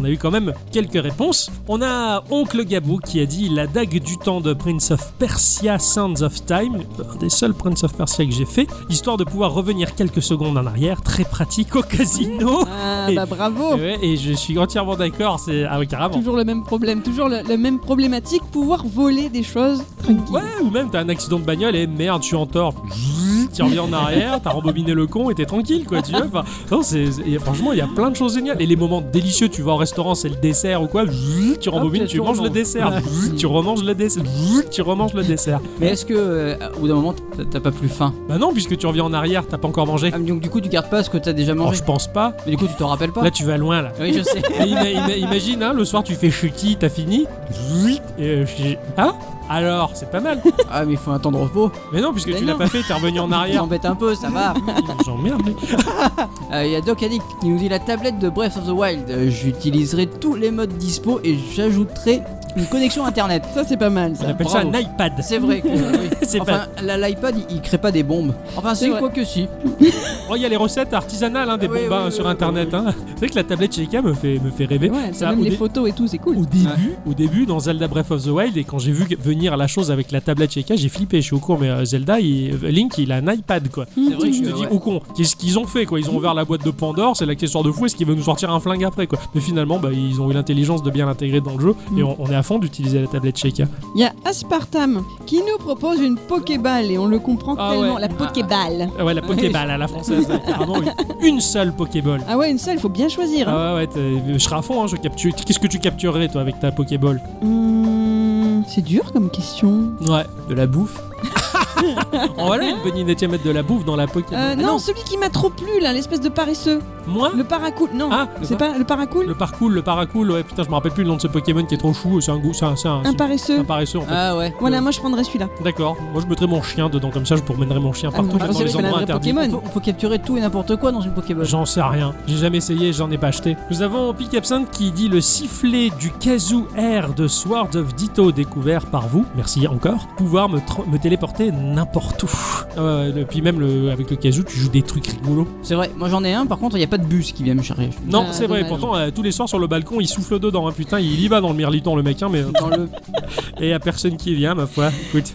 [SPEAKER 2] On a eu quand même quelques réponses. On a Oncle Gabou qui a dit la dague du temps de Prince of Persia Sands of Time, un des seuls Prince of Persia que j'ai fait, histoire de pouvoir revenir quelques secondes en arrière, très pratique au casino.
[SPEAKER 3] Ah
[SPEAKER 2] Et-
[SPEAKER 3] bah bravo.
[SPEAKER 2] Et ouais, et je suis entièrement d'accord, c'est ah oui carrément.
[SPEAKER 3] Toujours le même problème, toujours le- la même problématique, pouvoir voler des choses tranquilles.
[SPEAKER 2] Ouais, ou même t'as un accident de bagnole et merde, tu suis en tort. Tu reviens en arrière, t'as rembobiné le con et t'es tranquille, quoi, tu vois. Enfin, non, c'est, c'est- et franchement, il y a plein de choses géniales. Et les moments délicieux, tu vas au restaurant, c'est le dessert ou quoi. Tu rembobines,
[SPEAKER 1] Hop,
[SPEAKER 2] tu
[SPEAKER 1] tu
[SPEAKER 2] manges le
[SPEAKER 1] remanges.
[SPEAKER 2] dessert. Tu remanges le dessert. Tu remanges le dessert.
[SPEAKER 1] Mais est-ce que, euh, au bout d'un moment, t'as- t'as pas plus faim
[SPEAKER 2] Bah non, puisque tu reviens en arrière, t'as pas encore mangé.
[SPEAKER 1] Ah, mais Donc du coup, tu gardes pas ce que t'as déjà
[SPEAKER 2] Alors,
[SPEAKER 1] mangé.
[SPEAKER 2] Oh, je pense pas.
[SPEAKER 1] Mais du coup, tu t'en rappelles pas
[SPEAKER 2] Là, tu vas loin, là.
[SPEAKER 1] Oui, je
[SPEAKER 2] (laughs)
[SPEAKER 1] sais.
[SPEAKER 2] Et ima- ima- imagine, hein, le soir, tu fais chutis, t'as fini. Et euh, j'ai- hein Alors, c'est pas mal.
[SPEAKER 1] ah, mais il faut un temps de repos.
[SPEAKER 2] Mais non, puisque
[SPEAKER 3] Mais
[SPEAKER 2] tu l'as
[SPEAKER 3] non.
[SPEAKER 2] pas fait, t'es revenu
[SPEAKER 1] (laughs)
[SPEAKER 2] en arrière.
[SPEAKER 1] J'embête un peu, ça va. Euh,
[SPEAKER 2] J'emmerde, lui.
[SPEAKER 1] Il y a Doc Addict qui nous dit la tablette de Breath of the Wild. Euh, J'utiliserai tous les modes dispo et j'ajouterai une connexion internet.
[SPEAKER 3] Ça c'est pas mal.
[SPEAKER 2] On
[SPEAKER 3] Ça.
[SPEAKER 2] appelle
[SPEAKER 1] bravo.
[SPEAKER 2] ça un iPad.
[SPEAKER 1] C'est vrai que. oui.
[SPEAKER 2] C'est
[SPEAKER 1] (laughs) Enfin, la- l'iPad il, il crée pas des bombes. Enfin,
[SPEAKER 3] C'est
[SPEAKER 1] si,
[SPEAKER 3] vrai.
[SPEAKER 1] quoi que si.
[SPEAKER 2] Oh, il y a les recettes artisanales hein, des
[SPEAKER 1] Ah Oui,
[SPEAKER 2] bombas
[SPEAKER 1] oui,
[SPEAKER 2] hein, sur
[SPEAKER 1] oui,
[SPEAKER 2] internet. hein. C'est vrai que la tablette Sheikah me fait, me fait rêver.
[SPEAKER 3] Ouais,
[SPEAKER 2] Ça,
[SPEAKER 3] même
[SPEAKER 2] au,
[SPEAKER 3] les
[SPEAKER 2] dé-
[SPEAKER 3] photos et tout, c'est cool.
[SPEAKER 2] au début, au début, dans Zelda Breath of the Wild, et quand j'ai vu venir la chose avec la tablette Sheikah, j'ai flippé. Je suis au courant, mais euh, Zelda, il- Link, il a un iPad quoi.
[SPEAKER 1] C'est
[SPEAKER 3] Hum.
[SPEAKER 1] vrai
[SPEAKER 2] Tu te
[SPEAKER 1] que,
[SPEAKER 2] dis,
[SPEAKER 1] ouais.
[SPEAKER 2] au con, qu'est-ce qu'ils ont fait quoi Ils ont ouvert la boîte de Pandore, c'est l'accessoire de fou, est-ce qu'ils veulent nous sortir un flingue après quoi Mais finalement, bah, ils ont eu l'intelligence de bien l'intégrer dans le jeu, et
[SPEAKER 3] Mm.
[SPEAKER 2] on, on est à fond d'utiliser la tablette Sheikah.
[SPEAKER 3] Il y a Aspartam qui nous propose une Pokéball et on le comprend
[SPEAKER 2] Ah
[SPEAKER 3] tellement.
[SPEAKER 2] ouais.
[SPEAKER 3] La Pokéball.
[SPEAKER 2] Ah ouais, la Pokéball à la française, ouais, carrément, une- une seule Pokéball.
[SPEAKER 3] Ah ouais, une seule, il faut bien choisir. hein.
[SPEAKER 2] Ah ouais, ouais, t'es- je serais à fond, hein, je capture. Qu'est-ce que tu capturerais toi avec ta Pokéball
[SPEAKER 3] Hum, c'est dur comme question.
[SPEAKER 2] Ouais.
[SPEAKER 1] De la
[SPEAKER 2] (laughs)
[SPEAKER 1] bouffe.
[SPEAKER 2] Oh, voilà une bonne idée de mettre de la bouffe dans la Pokéball.
[SPEAKER 3] Euh,
[SPEAKER 2] Ah
[SPEAKER 3] non, celui qui m'a trop plu là, l'espèce de paresseux.
[SPEAKER 2] Moi
[SPEAKER 3] Le paracool. Non,
[SPEAKER 2] Ah,
[SPEAKER 3] c'est pas le paracool
[SPEAKER 2] le parcool, le paracool, ouais, putain, je me rappelle plus le nom de ce Pokémon qui est trop chou, c'est un goût, c'est un, c'est un-
[SPEAKER 3] Un
[SPEAKER 2] c'est- c'est
[SPEAKER 3] paresseux.
[SPEAKER 2] un paresseux en fait.
[SPEAKER 1] Ah ouais.
[SPEAKER 3] Voilà, moi je prendrais celui-là.
[SPEAKER 2] D'accord, moi je mettrais mon chien dedans, comme ça je promènerais mon chien
[SPEAKER 3] Ah,
[SPEAKER 2] partout,
[SPEAKER 3] mais
[SPEAKER 2] même dans
[SPEAKER 3] c'est
[SPEAKER 2] les
[SPEAKER 3] vrai,
[SPEAKER 2] endroits
[SPEAKER 3] mais la vraie
[SPEAKER 2] interdits.
[SPEAKER 3] Pokémon.
[SPEAKER 1] On peut, on peut capturer tout et n'importe quoi dans une Pokéball.
[SPEAKER 2] J'en sais rien, j'ai jamais essayé, j'en ai pas acheté. Nous avons Pic Absinthe qui dit le sifflet du Kazoo Air de Sword of Ditto découvert par vous, merci encore, pouvoir me, tr- me téléporter n'importe où. Euh, le- puis même le, avec le Kazoo, tu joues des trucs rigolos.
[SPEAKER 1] C'est vrai, moi j'en ai un, par contre, il n'y a pas de bus qui vient me charger.
[SPEAKER 2] Non,
[SPEAKER 3] Ah,
[SPEAKER 2] c'est vrai,
[SPEAKER 3] dommage.
[SPEAKER 2] pourtant euh, tous les soirs sur le balcon, il souffle dedans, hein, putain, il y va dans le mirliton le mec, hein, mais euh,
[SPEAKER 1] Dans le-
[SPEAKER 2] et y a personne qui vient, ma foi. Écoute.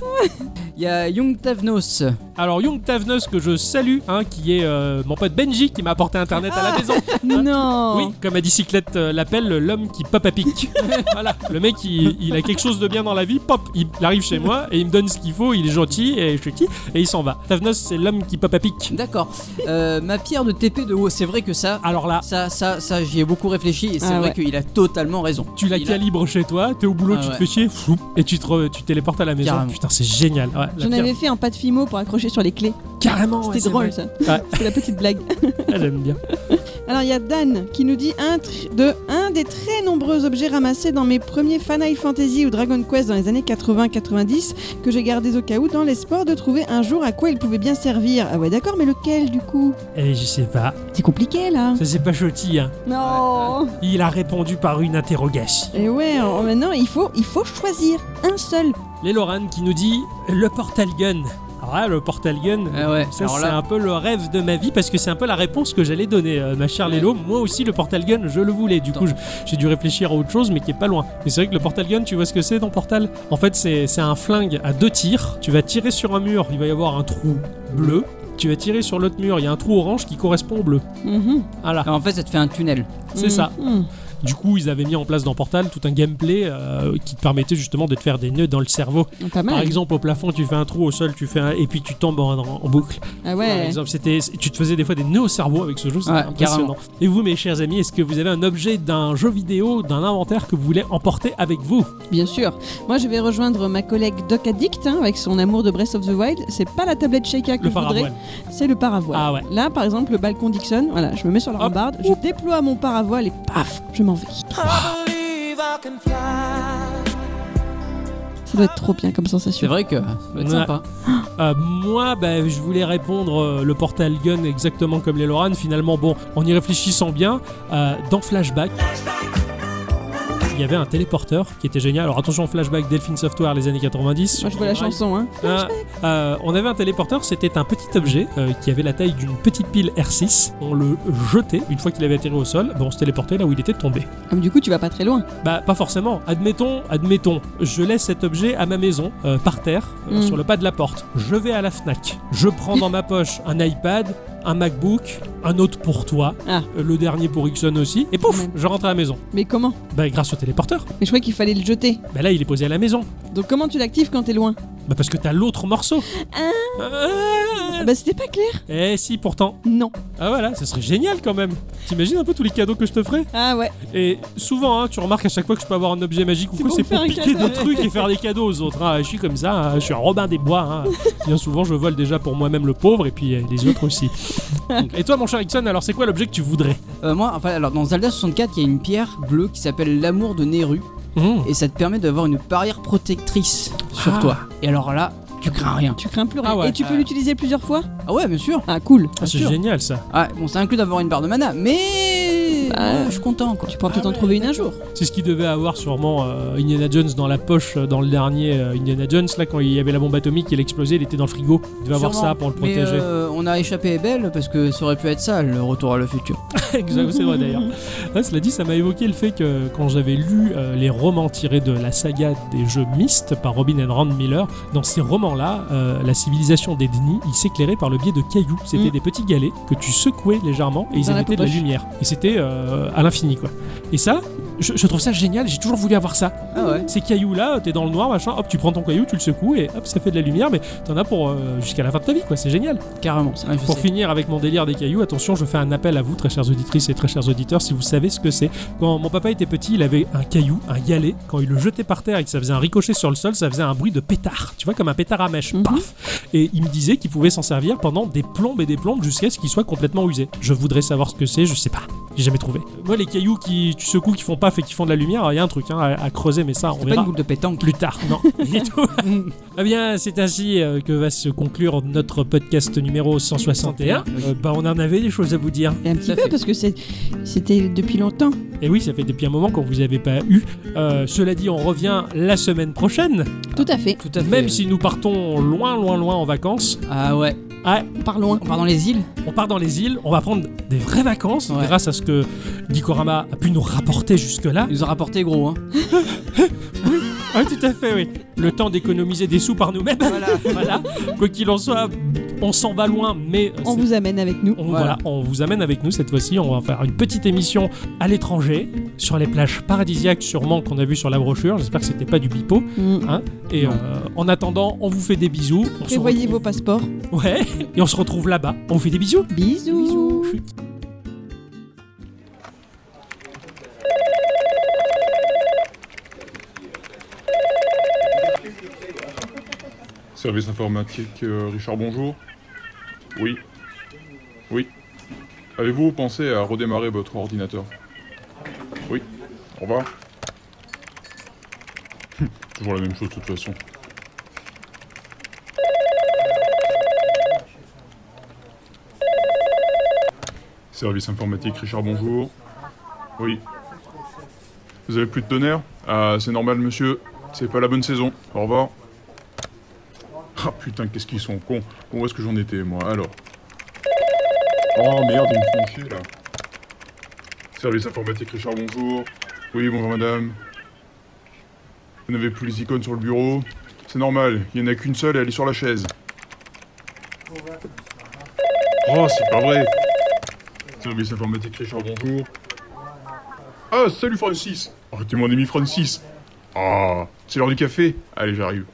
[SPEAKER 1] Il y a Young Tavnos.
[SPEAKER 2] Alors, Young Tavenos, que je salue, hein, qui est euh, mon pote Benji, qui m'a apporté internet à
[SPEAKER 3] Ah.
[SPEAKER 2] la maison.
[SPEAKER 3] non.
[SPEAKER 2] Ah. Oui, comme à bicyclette euh, l'appelle, l'homme qui pop à
[SPEAKER 3] (laughs)
[SPEAKER 2] pic. voilà, le mec, il, il a quelque chose de bien dans la vie, pop, il arrive chez moi et il me donne ce qu'il faut, il est gentil et je suis petit et il s'en va. Tavenos, c'est l'homme qui pop à pic.
[SPEAKER 1] D'accord. Euh, ma pierre de TP de haut, c'est vrai que ça.
[SPEAKER 2] Alors là,
[SPEAKER 1] Ça, ça, ça, j'y ai beaucoup réfléchi et c'est
[SPEAKER 3] Ah
[SPEAKER 1] vrai
[SPEAKER 3] ouais.
[SPEAKER 1] qu'il a totalement raison.
[SPEAKER 2] tu la
[SPEAKER 1] Il a-
[SPEAKER 2] calibres chez toi, t'es au boulot,
[SPEAKER 1] Ah
[SPEAKER 2] tu te
[SPEAKER 1] ouais.
[SPEAKER 2] fais chier, fou, et tu te re- tu téléportes à la maison.
[SPEAKER 1] Carrément.
[SPEAKER 2] Putain, c'est génial. Ouais, la
[SPEAKER 3] J'en
[SPEAKER 2] pierre-
[SPEAKER 3] avais fait un pas de fimo pour accrocher accrochés sur les clés.
[SPEAKER 2] Carrément, ouais,
[SPEAKER 3] C'était
[SPEAKER 2] c'est
[SPEAKER 3] drôle
[SPEAKER 2] vrai.
[SPEAKER 3] ça.
[SPEAKER 2] Ouais.
[SPEAKER 3] C'était la petite blague.
[SPEAKER 2] Ah, J'aime bien.
[SPEAKER 3] Alors il y a Dan qui nous dit un, tr- de, un des très nombreux objets ramassés dans mes premiers Final Fantasy ou Dragon Quest dans les années 80-90 que j'ai gardés au cas où dans l'espoir de trouver un jour à quoi ils pouvaient bien servir. Ah ouais d'accord mais lequel du coup
[SPEAKER 2] Et Eh, je sais pas,
[SPEAKER 3] C'est compliqué là.
[SPEAKER 2] ça c'est pas choti, hein.
[SPEAKER 3] Non.
[SPEAKER 2] Il a répondu par une interrogation.
[SPEAKER 3] Et ouais en- maintenant il faut, il faut choisir un seul.
[SPEAKER 2] Les Loran qui nous dit le portal gun. Alors là, le portal gun,
[SPEAKER 1] Ah ouais,
[SPEAKER 2] ça
[SPEAKER 1] alors
[SPEAKER 2] c'est
[SPEAKER 1] là-
[SPEAKER 2] un peu le rêve de ma vie parce que c'est un peu la réponse que j'allais donner, euh, ma chère Lélo. Moi aussi, le portal gun, je le voulais. Du coup, je- j'ai dû réfléchir à autre chose, mais qui est pas loin. Mais c'est vrai que le portal gun, tu vois ce que c'est dans Portal En fait, c'est c'est un flingue à deux tirs. Tu vas tirer sur un mur, il va y avoir un trou bleu. Tu vas tirer sur l'autre mur, il y a un trou orange qui correspond au bleu.
[SPEAKER 3] Mhm.
[SPEAKER 2] Voilà,
[SPEAKER 1] En fait, ça te fait un tunnel.
[SPEAKER 2] c'est ça.
[SPEAKER 3] Mhm.
[SPEAKER 2] Du coup, ils avaient mis en place dans Portal tout un gameplay euh, qui te permettait justement de te faire des nœuds dans le cerveau.
[SPEAKER 3] Ah, Pas mal.
[SPEAKER 2] Par exemple, au plafond, tu fais un trou, au sol, tu fais un... et puis tu tombes en, en- en boucle.
[SPEAKER 3] ah
[SPEAKER 2] Par
[SPEAKER 3] ouais.
[SPEAKER 2] exemple, c'était, tu te faisais des fois des nœuds au cerveau avec ce jeu, c'était
[SPEAKER 1] Ouais,
[SPEAKER 2] impressionnant. Et vous, mes chers amis, est-ce que vous avez un objet d'un jeu vidéo, d'un inventaire que vous voulez emporter avec vous
[SPEAKER 3] Bien sûr. Moi, je vais rejoindre ma collègue Doc Addict hein, avec son amour de Breath of the Wild. C'est pas la tablette Sheikah que
[SPEAKER 2] Le
[SPEAKER 3] je voudrais,
[SPEAKER 2] paravoile.
[SPEAKER 3] c'est le paravoile.
[SPEAKER 2] Ah ouais.
[SPEAKER 3] Là, par exemple, le balcon Dixon. Voilà, je me mets sur la
[SPEAKER 2] Hop.
[SPEAKER 3] rambarde, je déploie mon paravoile et paf, je m'en vais. Ça doit être trop bien comme
[SPEAKER 1] C'est
[SPEAKER 3] sensation.
[SPEAKER 1] vrai que ça doit être
[SPEAKER 2] Ouais.
[SPEAKER 1] sympa.
[SPEAKER 2] Euh, moi, bah, je voulais répondre euh, le portal gun exactement comme les Loran. Finalement, bon, en y réfléchissant bien, euh, dans Flashback. Il y avait un téléporteur qui était génial. Alors attention, flashback Delphine Software, les années 90.
[SPEAKER 3] Moi, je vois la
[SPEAKER 2] Drive.
[SPEAKER 3] chanson. Hein.
[SPEAKER 2] Ah, euh, on avait un téléporteur, c'était un petit objet euh, qui avait la taille d'une petite pile R6. On le jetait, une fois qu'il avait atterri au sol, ben, on se téléportait là où il était tombé.
[SPEAKER 3] Ah, mais du coup, tu vas pas très loin.
[SPEAKER 2] Bah pas forcément, admettons, admettons, je laisse cet objet à ma maison, euh, par terre, euh,
[SPEAKER 3] Mm.
[SPEAKER 2] sur le pas de la porte. Je vais à la FNAC, je prends dans ma poche un iPad, un MacBook, un autre pour toi,
[SPEAKER 3] Ah.
[SPEAKER 2] euh, le dernier pour Ixon aussi, et pouf,
[SPEAKER 3] Mm.
[SPEAKER 2] je rentre à la maison.
[SPEAKER 3] Mais comment
[SPEAKER 2] Bah grâce au téléporteur,
[SPEAKER 3] Mais je croyais qu'il fallait le jeter.
[SPEAKER 2] bah là il est posé à la maison.
[SPEAKER 3] Donc, comment tu l'actives quand t'es loin
[SPEAKER 2] Bah parce que t'as l'autre morceau.
[SPEAKER 3] Ah.
[SPEAKER 2] Ah.
[SPEAKER 3] Ah, Bah, c'était pas clair.
[SPEAKER 2] Eh si pourtant.
[SPEAKER 3] Non.
[SPEAKER 2] Ah voilà, ça serait génial quand même. T'imagines un peu tous les cadeaux que je te ferais
[SPEAKER 3] Ah ouais.
[SPEAKER 2] Et souvent, hein, tu remarques à chaque fois que je peux avoir un objet magique ou
[SPEAKER 3] C'est
[SPEAKER 2] quoi,
[SPEAKER 3] pour
[SPEAKER 2] c'est
[SPEAKER 3] me
[SPEAKER 2] pour
[SPEAKER 3] faire un
[SPEAKER 2] piquer
[SPEAKER 3] cadeau.
[SPEAKER 2] des trucs et faire des cadeaux aux autres. hein. Je suis comme ça, hein, je suis un Robin des Bois. hein. Bien souvent, je vole déjà pour moi-même le pauvre et puis euh, les autres aussi. Donc, et toi, mon cher Ixon, alors c'est quoi l'objet que tu voudrais
[SPEAKER 1] Euh, moi, enfin, alors dans Zelda 64, il y a une pierre bleue qui s'appelle l'amour de Neru
[SPEAKER 2] Mmh.
[SPEAKER 1] et ça te permet d'avoir une barrière protectrice sur
[SPEAKER 2] Ah.
[SPEAKER 1] toi. Et alors là, tu crains rien.
[SPEAKER 3] Tu crains plus rien.
[SPEAKER 2] Ah ouais.
[SPEAKER 3] Et tu peux
[SPEAKER 1] Ah.
[SPEAKER 3] l'utiliser plusieurs fois
[SPEAKER 1] Ah ouais, bien sûr.
[SPEAKER 3] Ah, cool.
[SPEAKER 2] Ah, c'est
[SPEAKER 1] sûr.
[SPEAKER 2] génial ça.
[SPEAKER 1] Ah, bon, ça inclut d'avoir une barre de mana, mais
[SPEAKER 3] Bah,
[SPEAKER 1] ouais, je suis content quoi.
[SPEAKER 3] Tu pourras
[SPEAKER 2] Ah
[SPEAKER 3] peut-être en
[SPEAKER 2] ouais,
[SPEAKER 3] trouver une un jour.
[SPEAKER 2] C'est ce qu'il devait avoir sûrement euh, Indiana Jones dans la poche euh, dans le dernier euh, Indiana Jones. Là, quand il y avait la bombe atomique, il explosait, il était dans le frigo. Il devait avoir
[SPEAKER 1] Sûrement.
[SPEAKER 2] ça pour le
[SPEAKER 1] Mais,
[SPEAKER 2] protéger.
[SPEAKER 1] euh, on a échappé Belle parce que ça aurait pu être ça, le retour à le futur.
[SPEAKER 2] (laughs) Exact, c'est vrai d'ailleurs. Ouais, cela dit, ça m'a évoqué le fait que quand j'avais lu euh, les romans tirés de la saga des jeux Myst par Robin and Rand Miller, dans ces romans-là, euh, la civilisation des Dni, ils s'éclairaient par le biais de cailloux. C'était
[SPEAKER 3] Mm.
[SPEAKER 2] des petits galets que tu secouais légèrement et ils
[SPEAKER 3] Dans la
[SPEAKER 2] émettaient de la
[SPEAKER 3] popoche.
[SPEAKER 2] lumière. Et c'était euh, à l'infini quoi. Et ça, je, je trouve ça génial, j'ai toujours voulu avoir ça.
[SPEAKER 1] Ah ouais.
[SPEAKER 2] Ces cailloux-là, t'es dans le noir, machin, hop, tu prends ton caillou, tu le secoues et hop, ça fait de la lumière, mais t'en as pour euh, jusqu'à la fin de ta vie quoi, c'est génial.
[SPEAKER 1] Carrément. ça. Ouais, Ah, je
[SPEAKER 2] Pour
[SPEAKER 1] sais.
[SPEAKER 2] finir avec mon délire des cailloux, attention, je fais un appel à vous, très chères auditrices et très chers auditeurs, si vous savez ce que c'est. Quand mon papa était petit, il avait un caillou, un galet. Quand il le jetait par terre et que ça faisait un ricochet sur le sol, ça faisait un bruit de pétard. Tu vois, comme un pétard à mèche.
[SPEAKER 3] Mhm.
[SPEAKER 2] Paf Et il me disait qu'il pouvait s'en servir pendant des plombes et des plombes jusqu'à ce qu'il soit complètement usé. Je voudrais savoir ce que c'est, je sais pas. J'ai jamais trouvé. Moi, les cailloux qui tu secoues, qui font paf et qui font de la lumière, il y a un truc hein, à, à creuser, mais ça, on
[SPEAKER 1] C'est pas une
[SPEAKER 2] verra
[SPEAKER 1] boule de pétanque.
[SPEAKER 2] plus tard, non, du tout. eh bien, c'est ainsi euh, que va se conclure notre podcast numéro 161.
[SPEAKER 1] Oui.
[SPEAKER 2] Euh, bah, on en avait des choses à vous dire.
[SPEAKER 3] Et un
[SPEAKER 1] Tout
[SPEAKER 3] petit
[SPEAKER 1] à
[SPEAKER 3] peu
[SPEAKER 1] fait.
[SPEAKER 3] parce que c'est- c'était depuis longtemps.
[SPEAKER 2] Et oui, ça fait depuis un moment qu'on vous avait pas eu. Euh, cela dit, on revient la semaine prochaine,
[SPEAKER 3] Tout à fait.
[SPEAKER 1] Tout à fait.
[SPEAKER 2] même si nous partons loin, loin, loin en vacances.
[SPEAKER 1] Ah ouais.
[SPEAKER 2] Ah,
[SPEAKER 3] Par loin.
[SPEAKER 1] On part dans les îles.
[SPEAKER 2] on part dans les îles, on va prendre des vraies vacances
[SPEAKER 1] Ouais.
[SPEAKER 2] grâce à ce que Gikorama a pu nous
[SPEAKER 1] (laughs)
[SPEAKER 2] rapporter jusque-là.
[SPEAKER 1] Ils nous ont rapporté gros. Hein.
[SPEAKER 2] Ah, tout à fait, oui. Le temps d'économiser des sous par nous-mêmes.
[SPEAKER 1] Voilà.
[SPEAKER 2] voilà. Quoi qu'il en soit, on s'en va loin, mais euh,
[SPEAKER 3] On
[SPEAKER 2] c'est-
[SPEAKER 3] vous amène avec nous.
[SPEAKER 2] On,
[SPEAKER 1] Voilà.
[SPEAKER 2] voilà. on vous amène avec nous cette fois-ci. On va faire une petite émission à l'étranger, sur les plages paradisiaques, sûrement qu'on a vu sur la brochure. J'espère que c'était pas du bipo.
[SPEAKER 3] Mm.
[SPEAKER 2] Et
[SPEAKER 1] Non.
[SPEAKER 2] euh, en attendant, on vous fait des bisous. On se
[SPEAKER 3] Prévoyez vos
[SPEAKER 2] retrouve-
[SPEAKER 3] passeports.
[SPEAKER 2] Ouais. Et on se retrouve là-bas. On vous fait des bisous.
[SPEAKER 3] Bisous.
[SPEAKER 5] Service informatique, euh, Richard, bonjour. Oui. Oui. Avez-vous pensé à redémarrer votre ordinateur Oui. Au revoir. Hum, (laughs) Toujours la même chose de toute façon. Service informatique, Richard, bonjour. Oui. Vous avez plus de tonnerre Ah, c'est normal, monsieur. C'est pas la bonne saison. Au revoir. Ah putain, qu'est-ce qu'ils sont cons. Bon, Où est-ce que j'en étais, moi Alors. Oh merde, ils me font chier, là. Service informatique, Richard, bonjour. Oui, bonjour, madame. Vous n'avez plus les icônes sur le bureau C'est normal, il n'y en a qu'une seule et elle est sur la chaise. Oh, c'est pas vrai Service informatique, Richard, bonjour. Ah, salut Francis Oh, tu m'en as mis Francis Ah, c'est l'heure du café Allez, j'arrive.